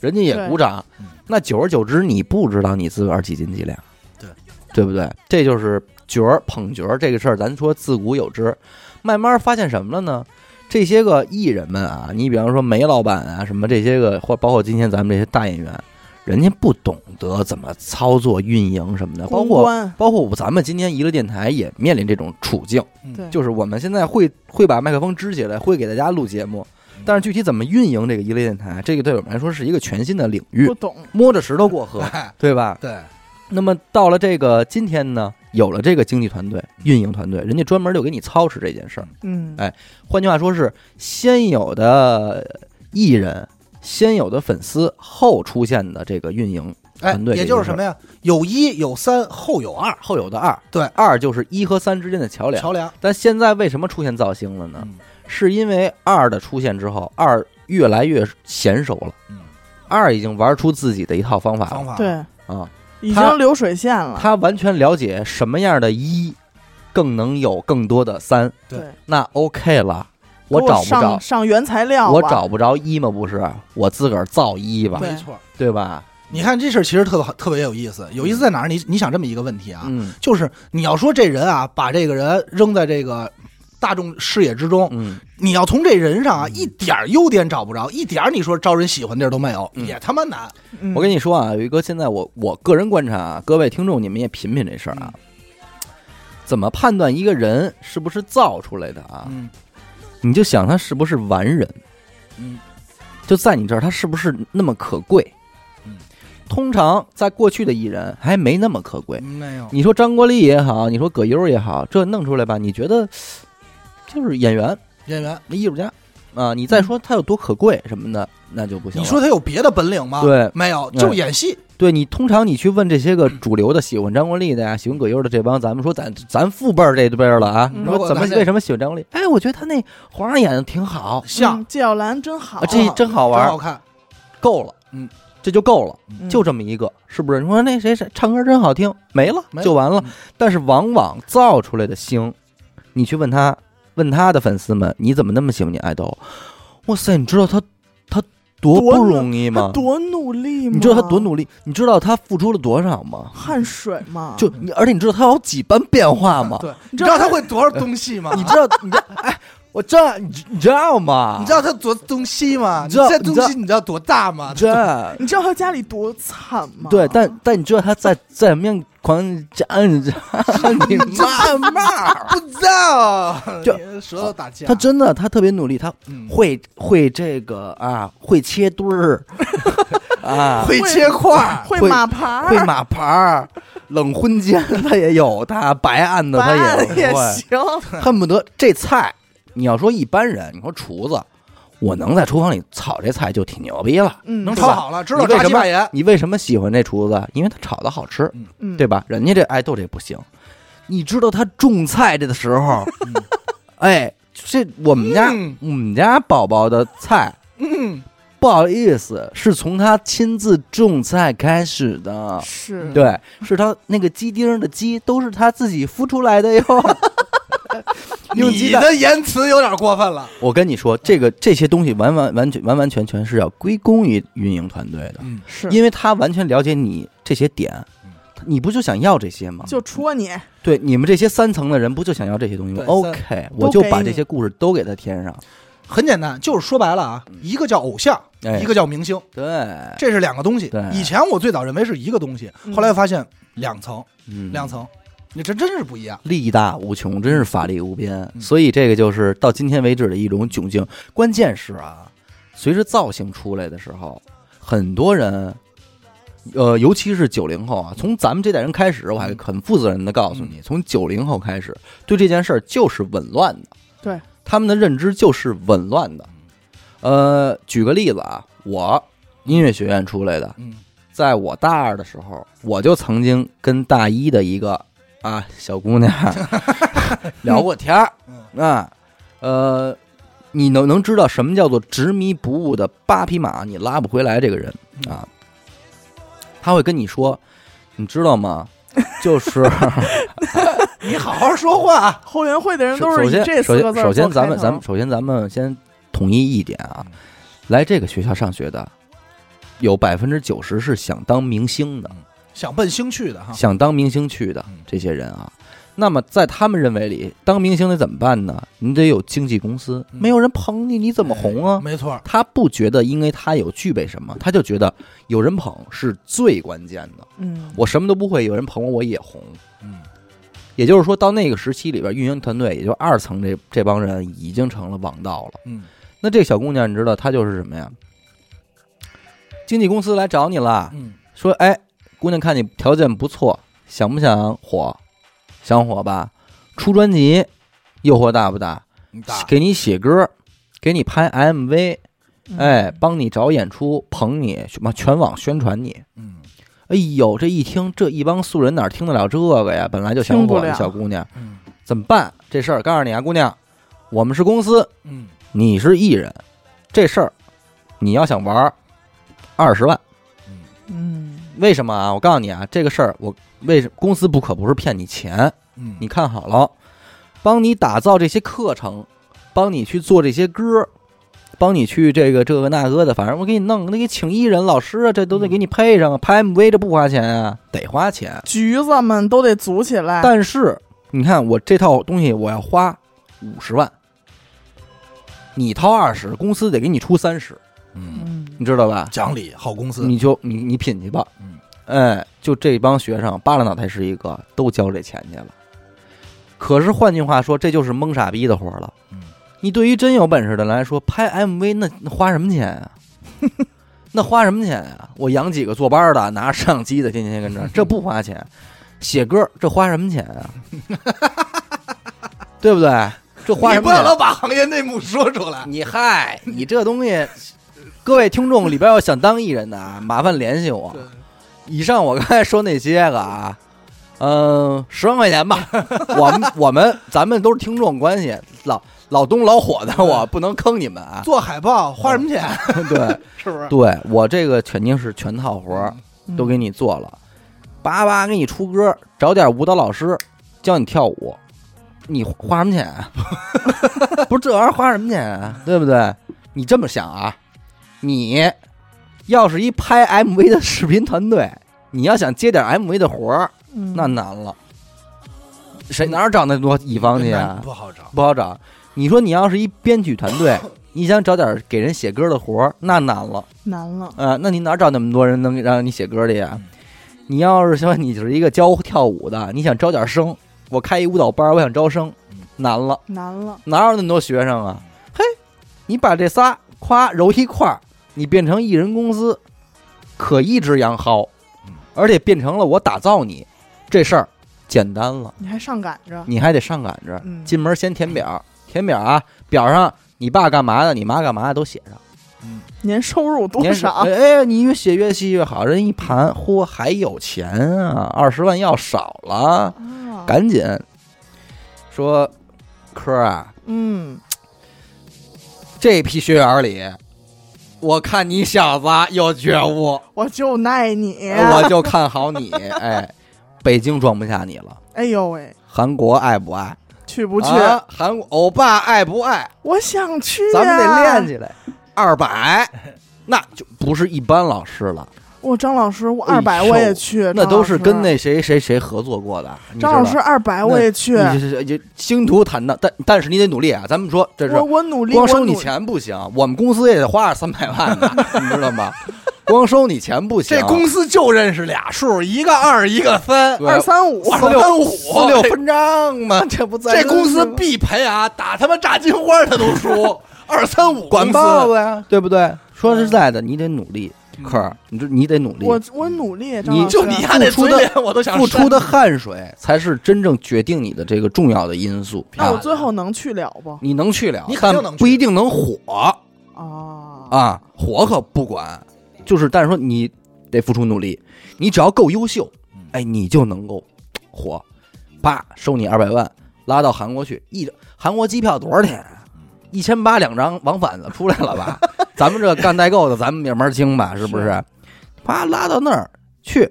Speaker 4: 人家也鼓掌
Speaker 3: 对嗯，
Speaker 4: 那久而久之，你不知道你自个儿几斤几两，
Speaker 3: 对
Speaker 4: 对不对？这就是角儿捧角儿这个事儿，咱说自古有之，慢慢发现什么了呢？这些个艺人们啊，你比方说梅老板啊，什么这些个，或包括今天咱们这些大演员，人家不懂得怎么操作运营什么的，包
Speaker 2: 公
Speaker 4: 括
Speaker 2: 关
Speaker 4: 包括咱们今天娱乐电台也面临这种处境。
Speaker 3: 嗯
Speaker 2: 对
Speaker 4: 就是我们现在会会把麦克风支起来，会给大家录节目，但是具体怎么运营这个一类电台，这个对我们来说是一个全新的领域
Speaker 2: 不，懂，
Speaker 4: 摸着石头过 河，
Speaker 3: 哎
Speaker 4: 对吧？
Speaker 3: 对，
Speaker 4: 那么到了这个今天呢，有了这个经济团队、运营团队，人家专门就给你操持这件事儿。
Speaker 2: 嗯
Speaker 4: 哎换句话说是，先有的艺人，先有的粉丝，后出现的这个运营，
Speaker 3: 哎
Speaker 4: 团队，
Speaker 3: 也就是什么呀？有一有三，后有二，
Speaker 4: 后有的二，
Speaker 3: 对
Speaker 4: 二就是一和三之间的桥梁。
Speaker 3: 桥梁。
Speaker 4: 但现在为什么出现造星了呢？
Speaker 3: 嗯
Speaker 4: 是因为二的出现之后，二越来越娴熟了，
Speaker 3: 嗯，
Speaker 4: 二已经玩出自己的一套方法
Speaker 3: 方
Speaker 4: 了
Speaker 3: 法，
Speaker 2: 对，
Speaker 4: 啊，
Speaker 2: 已
Speaker 4: 他
Speaker 2: 经流水线了，
Speaker 4: 他完全了解什么样的一更能有更多的三，
Speaker 3: 对
Speaker 2: 对
Speaker 4: 那 OK 了，我
Speaker 2: 给
Speaker 4: 找不着
Speaker 2: 上。上原材料啊吧，
Speaker 4: 我找不着一吗？不是，我自个儿造一吧，
Speaker 2: 对
Speaker 3: 没错。
Speaker 4: 对吧？
Speaker 3: 你看这事儿其实特别好特别有意思，有意思在哪儿？你你想这么一个问题啊，
Speaker 4: 嗯
Speaker 3: 就是你要说这人啊，把这个人扔在这个大众视野之中，
Speaker 4: 嗯，
Speaker 3: 你要从这人上啊一点儿优点找不着，一点儿你说招人喜欢地儿都没有，
Speaker 4: 嗯
Speaker 3: 也他妈难。
Speaker 2: 嗯，
Speaker 4: 我跟你说啊，宇哥，现在我我个人观察啊，各位听众你们也品品这事儿
Speaker 3: 嗯
Speaker 4: 啊，怎么判断一个人是不是造出来的啊？
Speaker 3: 嗯
Speaker 4: 你就想他是不是完人，
Speaker 3: 嗯，
Speaker 4: 就在你这儿，他是不是那么可贵？
Speaker 3: 嗯，
Speaker 4: 通常在过去的艺人还没那么可贵。
Speaker 3: 没有，
Speaker 4: 你说张国立也好，你说葛优也好，这弄出来吧，你觉得就是演员、
Speaker 3: 演员，
Speaker 4: 艺术家啊？你再说他有多可贵什么的，那就不行了。
Speaker 3: 你说他有别的本领吗？
Speaker 4: 对
Speaker 3: 没有，
Speaker 4: 嗯
Speaker 3: 就演戏。
Speaker 4: 对你通常你去问这些个主流的喜欢张国立的呀、喜欢葛优的这帮，咱们说咱咱父辈儿这辈儿了啊，
Speaker 2: 嗯
Speaker 4: 你说怎么
Speaker 3: 包括咱这
Speaker 4: 为什么喜欢张国立？哎，我觉得他那皇上演的挺好，
Speaker 3: 像
Speaker 2: 嗯纪晓岚真好
Speaker 4: 啊，，这真好玩儿
Speaker 3: 真
Speaker 4: 啊
Speaker 3: 好，看，
Speaker 4: 够了，
Speaker 3: 嗯，
Speaker 4: 这就够了。
Speaker 2: 嗯
Speaker 4: 就这么一个，是不是？你说那谁谁唱歌真好听，没了
Speaker 3: 没了
Speaker 4: 就完了
Speaker 3: 嗯。
Speaker 4: 但是往往造出来的星，你去问他，问他的粉丝们，你怎么那么喜欢你爱豆？哇塞，你知道他他多
Speaker 2: 多
Speaker 4: 不
Speaker 2: 努
Speaker 4: 容易
Speaker 2: 他
Speaker 4: 吗？
Speaker 2: 多努力吗？
Speaker 4: 你知道他多努力？你知道他付出了多少吗？
Speaker 2: 汗水嘛，
Speaker 4: 就你，而且你知道他有几般变化吗？
Speaker 3: 啊对，你
Speaker 2: 你
Speaker 3: 知
Speaker 2: 知
Speaker 3: 道
Speaker 2: 道
Speaker 3: 他会多少东西吗？
Speaker 4: 你知道，你知道，哎，我这你知你知道吗？
Speaker 3: 你知道他多东西吗？
Speaker 4: 你知道
Speaker 3: 这东西你知道多大吗？
Speaker 4: 这
Speaker 2: 你知道他家里多惨吗？
Speaker 4: 对，但但你知道他在在什么样狂加你妈妈？
Speaker 3: 不知道，
Speaker 4: 就
Speaker 3: 舌头打架。
Speaker 4: 他真的，他特别努力，他
Speaker 3: 嗯
Speaker 4: 会会这个啊，会切墩 儿啊，
Speaker 3: 会切块，
Speaker 2: 会
Speaker 4: 会
Speaker 2: 马牌，
Speaker 4: 会马牌儿，冷婚间他也有，他白案子他
Speaker 2: 白
Speaker 4: 也
Speaker 2: 也
Speaker 4: 会，
Speaker 2: 行，
Speaker 4: 恨不得这菜，你要说一般人，你说厨子，我能在厨房里炒这菜就挺牛逼了。
Speaker 2: 嗯，
Speaker 3: 能
Speaker 4: 炒
Speaker 3: 炒好了，知道
Speaker 4: 你为
Speaker 3: 炸
Speaker 4: 什
Speaker 3: 鸡
Speaker 4: 么
Speaker 3: 巴盐。
Speaker 4: 你为什么喜欢这厨子？因为他炒的好吃，
Speaker 2: 嗯
Speaker 4: 对吧？人家这爱豆这不行，你知道他种菜这的时 候，哎，这我们家、
Speaker 3: 嗯
Speaker 4: 我们家宝宝的菜。
Speaker 3: 嗯，
Speaker 4: 不好意思，是从他亲自种菜开始的。
Speaker 2: 是，
Speaker 4: 对，是他那个鸡丁儿的鸡都是他自己孵出来的 哟。用
Speaker 3: 你
Speaker 4: 鸡蛋，
Speaker 3: 的言辞有点过分了。
Speaker 4: 我跟你说，这个这些东西完完完全完完全全是要归功于运营团队的，
Speaker 3: 嗯，
Speaker 2: 是，
Speaker 4: 因为他完全了解你这些点
Speaker 3: 嗯，
Speaker 4: 你不就想要这些吗？
Speaker 2: 就戳你，
Speaker 4: 对，你们这些三层的人不就想要这些东西吗
Speaker 3: 对
Speaker 4: ？OK，我
Speaker 2: 都
Speaker 4: 就
Speaker 2: 给
Speaker 4: 把
Speaker 2: 你
Speaker 4: 这些故事都给他添上。
Speaker 3: 很简单，就是说白了啊，一个叫偶像，
Speaker 4: 哎
Speaker 3: 一个叫明星，
Speaker 4: 对，
Speaker 3: 这是两个东西
Speaker 4: 对。
Speaker 3: 以前我最早认为是一个东西，
Speaker 2: 嗯
Speaker 3: 后来发现两层，
Speaker 4: 嗯
Speaker 3: 两层，你这真是不一样。
Speaker 4: 力大无穷，真是法力无边。
Speaker 3: 嗯
Speaker 4: 所以这个就是到今天为止的一种窘境。关键是啊，随着造型出来的时候，很多人，呃，尤其是九零后啊，从咱们这代人开始，我还很负责任的告诉你，从九零后开始，对这件事儿就是紊乱的。
Speaker 2: 对，
Speaker 4: 他们的认知就是紊乱的。呃，举个例子啊，我音乐学院出来的，
Speaker 3: 嗯
Speaker 4: 在我大二的时候，我就曾经跟大一的一个 啊小姑娘聊过天儿
Speaker 3: 嗯
Speaker 4: 啊，呃，你能能知道什么叫做执迷不悟的八匹马，你拉不回来这个人
Speaker 2: 嗯
Speaker 4: 啊。他会跟你说，你知道 吗？就是
Speaker 3: 你好好说话，啊
Speaker 2: 后援会的人都
Speaker 4: 首首
Speaker 2: 是以这
Speaker 4: 先
Speaker 2: 四
Speaker 4: 首先
Speaker 2: 个字儿
Speaker 4: 首先
Speaker 2: 做
Speaker 4: 咱
Speaker 2: 开
Speaker 4: 们
Speaker 2: 头
Speaker 4: 咱们
Speaker 2: 嗯
Speaker 4: 首先咱们先统一一点啊，来这个学校上学的，有百分之九十是想当明星的，
Speaker 3: 想奔星去的哈，
Speaker 4: 想当明星去的
Speaker 3: 啊嗯
Speaker 4: 这些人啊。那么在他们认为里，当明星得怎么办呢？你得有经纪公司，
Speaker 3: 嗯哎
Speaker 4: 没有人捧你，你怎么红啊？
Speaker 3: 没错，
Speaker 4: 他不觉得，因为他有具备什么，他就觉得有人捧是最关键的。
Speaker 2: 嗯，
Speaker 4: 我什么都不会，有人捧我，我也红。
Speaker 3: 嗯，
Speaker 4: 也就是说，到那个时期里边，运营团队也就二层这这帮人已经成了王道了。
Speaker 3: 嗯
Speaker 4: 那这小姑娘，你知道她就是什么呀？经纪公司来找你了，
Speaker 3: 嗯
Speaker 4: 说：“哎，姑娘，看你条件不错，想不想火？想火吧？出专辑，诱惑大不大？
Speaker 3: 你打
Speaker 4: 给你写歌，给你拍 MV，
Speaker 2: 嗯
Speaker 4: 哎，，帮你找演出，捧你，什么全网宣传你。
Speaker 3: 嗯
Speaker 4: 哎呦，这一听，这一帮素人哪听得了这个呀？本来就想
Speaker 2: 听不
Speaker 4: 火
Speaker 2: 了
Speaker 4: 的小姑娘，
Speaker 3: 嗯
Speaker 4: 怎么办？这事儿告诉你啊，姑娘，我们是公司，
Speaker 3: 嗯，
Speaker 4: 你是艺人，这事儿你要想玩儿，二十万。
Speaker 2: 嗯，
Speaker 4: 为什么啊？我告诉你啊，这个事儿我为什公司不可不是骗你钱，
Speaker 3: 嗯
Speaker 4: 你看好了，帮你打造这些课程，帮你去做这些歌，帮你去这个这个那个的，反正我给你弄，那给请艺人老师啊，这都得给你配上啊，拍 MV 这不花钱啊，得花钱。
Speaker 2: 橘子们都得组起来，
Speaker 4: 但是你看我这套东西我要花五十万，你掏二十，公司得给你出三十，
Speaker 3: 嗯
Speaker 2: 嗯
Speaker 4: 你知道吧？
Speaker 3: 讲理，好公司，
Speaker 4: 你就你你品去吧，
Speaker 3: 嗯，
Speaker 4: 哎，就这帮学生扒拉脑袋是一个，都交这钱去了。可是换句话说，这就是蒙傻逼的活儿了。
Speaker 3: 嗯，
Speaker 4: 你对于真有本事的来说，拍 MV 那那花什么钱啊？ 那花什么钱啊？我养几个坐班儿的，拿着摄像机的，天天 跟这儿，这不花钱。写歌这花什么钱啊？对不对？这花
Speaker 3: 你
Speaker 4: 什
Speaker 3: 不
Speaker 4: 么钱啊
Speaker 3: 要？老把行业内幕说出来，
Speaker 4: 你嗨，你这东西，各位听众里边要想当艺人的啊，麻烦联系我。以上我刚才说那些个啊，嗯、十万块钱吧。 我们我们咱们都是听众关系，老老东老火的，我不能坑你们 啊。
Speaker 3: 做海报花什么钱？啊
Speaker 4: 对
Speaker 3: 是不是？
Speaker 4: 对，我这个肯定是全套活儿都给你做了，叭叭给你出歌，找点舞蹈老师教你跳舞，你花什么钱啊？ 不是这玩意儿花什么钱啊？对不对？你这么想啊？你要是一拍 MV 的视频团队，你要想接点 MV 的活儿，
Speaker 2: 嗯
Speaker 4: 那难了。谁哪儿找那么多乙方去啊？
Speaker 3: 不好找，
Speaker 4: 不好找。你说你要是一编曲团队，你想找点给人写歌的活儿，那难了。
Speaker 2: 难了，
Speaker 4: 啊，那你哪找那么多人能让你写歌的呀
Speaker 3: 嗯？
Speaker 4: 你要是说你是一个教跳舞的，你想招点生，我开一舞蹈班，我想招生
Speaker 3: 嗯，
Speaker 4: 难了，
Speaker 2: 难了，
Speaker 4: 哪有那么多学生啊？嘿，你把这仨夸揉一块儿，你变成艺人公司，可一只羊薅
Speaker 3: 嗯，
Speaker 4: 而且变成了我打造你，这事儿简单了，
Speaker 2: 你还上赶着，
Speaker 4: 你还得上赶着，
Speaker 2: 嗯
Speaker 4: 进门先填表，填表啊，表上你爸干嘛的，你妈干嘛的都写上。
Speaker 2: 年收入多
Speaker 4: 年
Speaker 2: 少？
Speaker 4: 哎，你越写越细越好。人一盘，嚯，还有钱啊！二十万要少了，
Speaker 2: 啊
Speaker 4: 赶紧说，科儿啊，
Speaker 2: 嗯，
Speaker 4: 这批学员里，我看你小子有觉悟，
Speaker 2: 我就耐你，
Speaker 4: 我就看好你。哎，北京装不下你了，
Speaker 2: 哎呦喂，
Speaker 4: 韩国爱不爱？
Speaker 2: 去不去？
Speaker 4: 啊韩国欧巴爱不爱？
Speaker 2: 我想去，
Speaker 4: 咱们得练。起来，二 百。那就不是一般老师了，
Speaker 2: 我张老师，我
Speaker 4: 哎呦
Speaker 2: 二百我也去，
Speaker 4: 那
Speaker 2: 张
Speaker 4: 都
Speaker 2: 老
Speaker 4: 是
Speaker 2: 师
Speaker 4: 跟那谁谁谁合作过的。你知
Speaker 2: 张
Speaker 4: 道
Speaker 2: 老师二百哎我也去，
Speaker 4: 你这这这星途坦荡，但但是你得努力啊！咱们说这是
Speaker 2: 我我努力，
Speaker 4: 光
Speaker 2: 我
Speaker 4: 收你
Speaker 2: 努力，
Speaker 4: 钱不行，我们公司也得花三百万呢，你知道吗？光收你钱不行，
Speaker 3: 这公司就认识俩数，一个二，一个三，
Speaker 4: 对
Speaker 2: 二三五，
Speaker 4: 四六
Speaker 3: 五
Speaker 4: 四六分账嘛，这不在
Speaker 3: 这公司必赔啊！打他妈炸金花他都输，二三五
Speaker 4: 管
Speaker 3: 爆
Speaker 4: 豹子呀，对不对？说实在的，你得努力，可儿，你这你得努力，
Speaker 2: 嗯我我努力，张
Speaker 4: 你
Speaker 2: 老师
Speaker 3: 就你丫那嘴脸，我都想
Speaker 4: 付出
Speaker 3: 扇
Speaker 4: 的汗水才是真正决定你的这个重要的因素
Speaker 2: 那我
Speaker 4: 啊！
Speaker 2: 最后能去了不？
Speaker 4: 你能去了，
Speaker 3: 你肯
Speaker 4: 但
Speaker 3: 定能去
Speaker 4: 不一定能火。
Speaker 2: 啊
Speaker 4: 啊，火可不管，就是但是说你得付出努力，你只要够优秀，哎，你就能够火，啪收你二百万，拉到韩国去，一韩国机票多少钱啊？一千八两张往返的出来了吧？ 咱们这干代购的，咱们也门儿清吧，是不是？啪，拉到那儿去，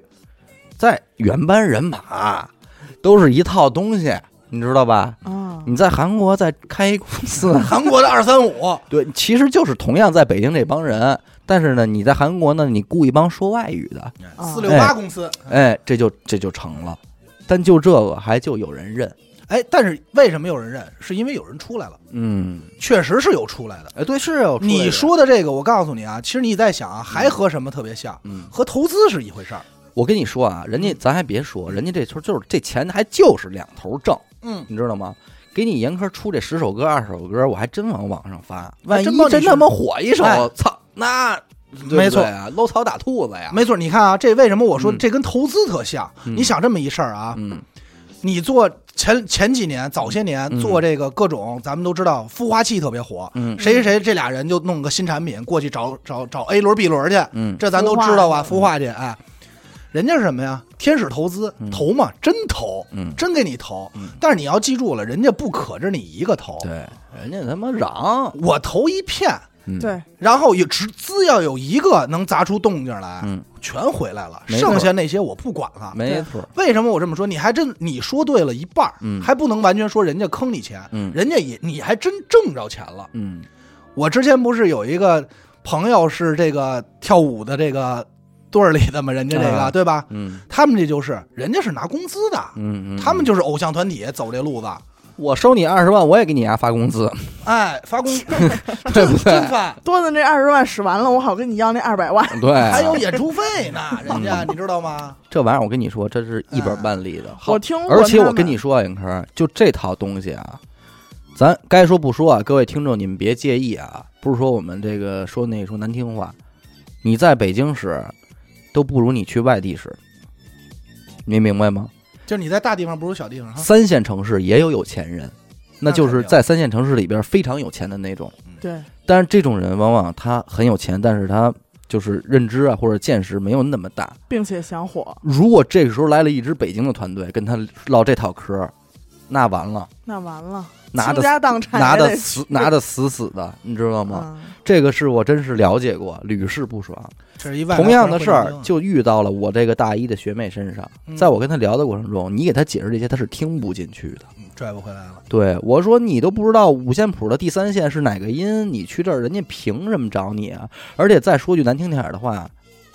Speaker 4: 在原班人马，都是一套东西，你知道吧？
Speaker 2: 啊，
Speaker 4: 你在韩国再开一公司，
Speaker 3: 韩国的二三五，
Speaker 4: 对，其实就是同样在北京这帮人，但是呢，你在韩国呢，你雇一帮说外语的，
Speaker 2: 啊
Speaker 3: 四六八公司。
Speaker 4: 哎，这就这就成了。但就这个还就有人认，
Speaker 3: 哎，但是为什么有人认？是因为有人出来了，
Speaker 4: 嗯，
Speaker 3: 确实是有出来的。
Speaker 4: 哎，对，是有
Speaker 3: 你，说的这个，我告诉你啊，其实你在想啊，还和什么特别像？
Speaker 4: 嗯，
Speaker 3: 和投资是一回事儿。
Speaker 4: 我跟你说啊，人
Speaker 3: 嗯
Speaker 4: 家咱还别说，人家这村就是这钱还就是两头挣，
Speaker 3: 嗯，
Speaker 4: 你知道吗？给你严科出这十首歌、二十首歌，我还真往网上发，万一
Speaker 3: 真帮你
Speaker 4: 真
Speaker 3: 是
Speaker 4: 他妈火一首
Speaker 3: 哎，
Speaker 4: 操、那对
Speaker 3: 没错
Speaker 4: 不对啊，搂草打兔子呀，
Speaker 3: 没错。你看啊，这为什么我说
Speaker 4: 嗯
Speaker 3: 这跟投资特像？
Speaker 4: 嗯
Speaker 3: 你想这么一事儿啊，
Speaker 4: 嗯
Speaker 3: 你做前前几年早些年
Speaker 4: 嗯
Speaker 3: 做这个各种，咱们都知道孵化器特别火，
Speaker 4: 嗯
Speaker 3: 谁谁谁这俩人就弄个新产品过去找找找 A 轮 B 轮去，
Speaker 4: 嗯，
Speaker 3: 这咱都知道吧？孵化去，哎，人家是什么呀？天使投资
Speaker 4: 嗯
Speaker 3: 投嘛，真投，
Speaker 4: 嗯
Speaker 3: 真给你投
Speaker 4: 嗯。
Speaker 3: 但是你要记住了，人家不可着你一个投，
Speaker 4: 对，人家他妈嚷，
Speaker 3: 我投一片，
Speaker 4: 嗯、，
Speaker 2: 对，
Speaker 3: 然后也只只要有一个能砸出动静来，
Speaker 4: 嗯
Speaker 3: 全回来了，
Speaker 4: 没错
Speaker 3: 剩下那些我不管了。
Speaker 4: 没错，
Speaker 3: 为什么我这么说？你还真你说对了一半儿，
Speaker 4: 嗯
Speaker 3: 还不能完全说人家坑你钱，
Speaker 4: 嗯
Speaker 3: 人家也你还真挣着钱了。
Speaker 4: 嗯
Speaker 3: 我之前不是有一个朋友是这个跳舞的这个队儿里的吗？人家这个、
Speaker 4: 啊
Speaker 3: 对吧？
Speaker 4: 嗯
Speaker 3: 他们这就是人家是拿工资的，
Speaker 4: 嗯嗯，
Speaker 3: 他们就是偶像团体走这路子，
Speaker 4: 我收你二十万，我也给你啊发工 资，
Speaker 3: 哎，发工
Speaker 4: 对不对
Speaker 3: 真？发，
Speaker 2: 多的那二十万使完了，我好跟你要那二百万。
Speaker 4: 对，啊
Speaker 3: 还有演出费呢， 人家你知道吗？
Speaker 4: 这玩意儿，我跟你说，这是一本万利的。好
Speaker 2: 我听过
Speaker 4: 而且
Speaker 2: 他
Speaker 4: 我跟
Speaker 2: 们
Speaker 4: 你说啊，严科，就这套东西啊，咱该说不说啊，各位听众你们别介意啊，不是说我们这个说那说难听话，你在北京使都不如你去外地使，你明白吗？
Speaker 3: 就是你在大地方不如小地方哈。
Speaker 4: 三线城市也有有钱人，啊那
Speaker 3: 那
Speaker 4: 就是
Speaker 3: 肯定
Speaker 4: 在三线城市里边非常有钱的那种。
Speaker 2: 对，
Speaker 4: 但是这种人往往他很有钱，但是他就是认知啊或者见识没有那么大。
Speaker 2: 并且想火，
Speaker 4: 如果这个时候来了一支北京的团队跟他唠这套嗑儿，那完了，
Speaker 2: 那完了，
Speaker 4: 拿
Speaker 2: 倾
Speaker 4: 的
Speaker 2: 家荡产
Speaker 4: 拿
Speaker 2: 也
Speaker 4: 的
Speaker 2: 得
Speaker 4: 死
Speaker 2: 去
Speaker 4: 拿的死死的，你知道吗？
Speaker 2: 嗯
Speaker 4: 这个是我真是了解过，屡试不爽。
Speaker 3: 这是一外来
Speaker 4: 同样的事儿
Speaker 3: 回声
Speaker 4: 就遇到了我这个大一的学妹身上，
Speaker 3: 嗯
Speaker 4: 在我跟她聊的过程中，你给她解释这些，她是听不进去的。
Speaker 3: 嗯拽不回来了。
Speaker 4: 对我说：“你都不知道五线谱的第三线是哪个音，你去这儿人家凭什么找你啊？而且再说句难听点儿的话，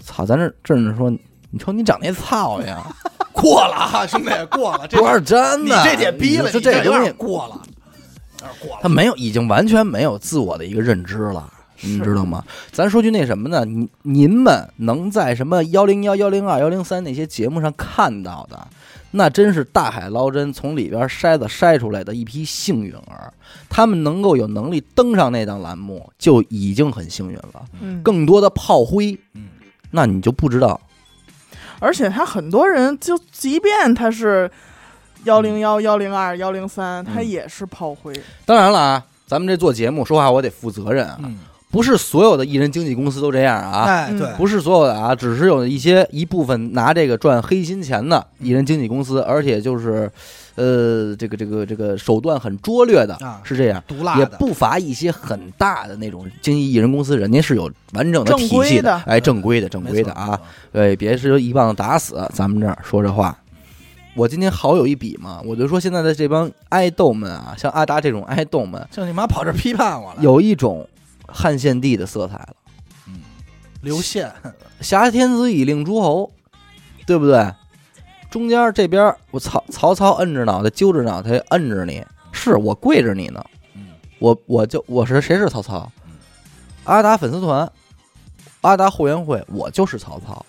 Speaker 4: 操，咱这这是说，你瞅你长那操样，
Speaker 3: 过了啊，兄弟，过 了，这
Speaker 4: 不是真
Speaker 3: 你
Speaker 4: 的，
Speaker 3: 这点逼了，
Speaker 4: 这
Speaker 3: 你这
Speaker 4: 这
Speaker 3: 有
Speaker 4: 东西
Speaker 3: 点过了，有点过
Speaker 4: 他
Speaker 3: 了。
Speaker 4: 没有，已经完全没有自我的一个认知了，你知道吗？咱说句那什么呢？您您们能在什么幺零幺、幺零二、幺零三那些节目上看到的，那真是大海捞针，从里边筛子筛出来的一批幸运儿。他们能够有能力登上那档栏目，就已经很幸运了。
Speaker 2: 嗯，
Speaker 4: 更多的炮灰，
Speaker 3: 嗯，
Speaker 4: 那你就不知道
Speaker 2: 而且他很多人就即便他
Speaker 4: 嗯
Speaker 2: 是幺零幺、幺零二、幺零三，他也是炮灰。
Speaker 4: 当然了啊，咱们这做节目说话我得负责任啊，
Speaker 3: 嗯，
Speaker 4: 不是所有的艺人经纪公司都这样啊。
Speaker 3: 哎，
Speaker 2: 嗯
Speaker 3: 对，
Speaker 4: 不是所有的啊，只是有一些一部分拿这个赚黑心钱的
Speaker 3: 嗯
Speaker 4: 艺人经纪公司，而且就是，呃，这个这个这个手段很拙劣的，
Speaker 3: 啊
Speaker 4: 是这样，
Speaker 3: 毒辣
Speaker 4: 也
Speaker 3: 的，
Speaker 4: 不乏一些很大的那种经纪艺人公司，人家是有完整的体
Speaker 2: 正
Speaker 4: 系
Speaker 2: 规的
Speaker 4: 哎，正规的正
Speaker 3: 没
Speaker 4: 规的
Speaker 3: 错
Speaker 4: 啊，，对，别是一棒子打死，咱们这儿说这话。我今天好有一比嘛，我就说现在的这帮爱豆们啊，像阿达这种爱豆们，
Speaker 3: 就你妈跑这批判我了，
Speaker 4: 有一种汉献帝的色彩了。
Speaker 3: 刘宪，
Speaker 4: 挟天子以令诸侯，对不对？中间这边我曹曹操摁着脑袋揪着脑袋摁着你，是我跪着你呢，
Speaker 3: 嗯
Speaker 4: 我我就我是谁是曹操
Speaker 3: 嗯？
Speaker 4: 阿达粉丝团，阿达后援会，我就是曹操，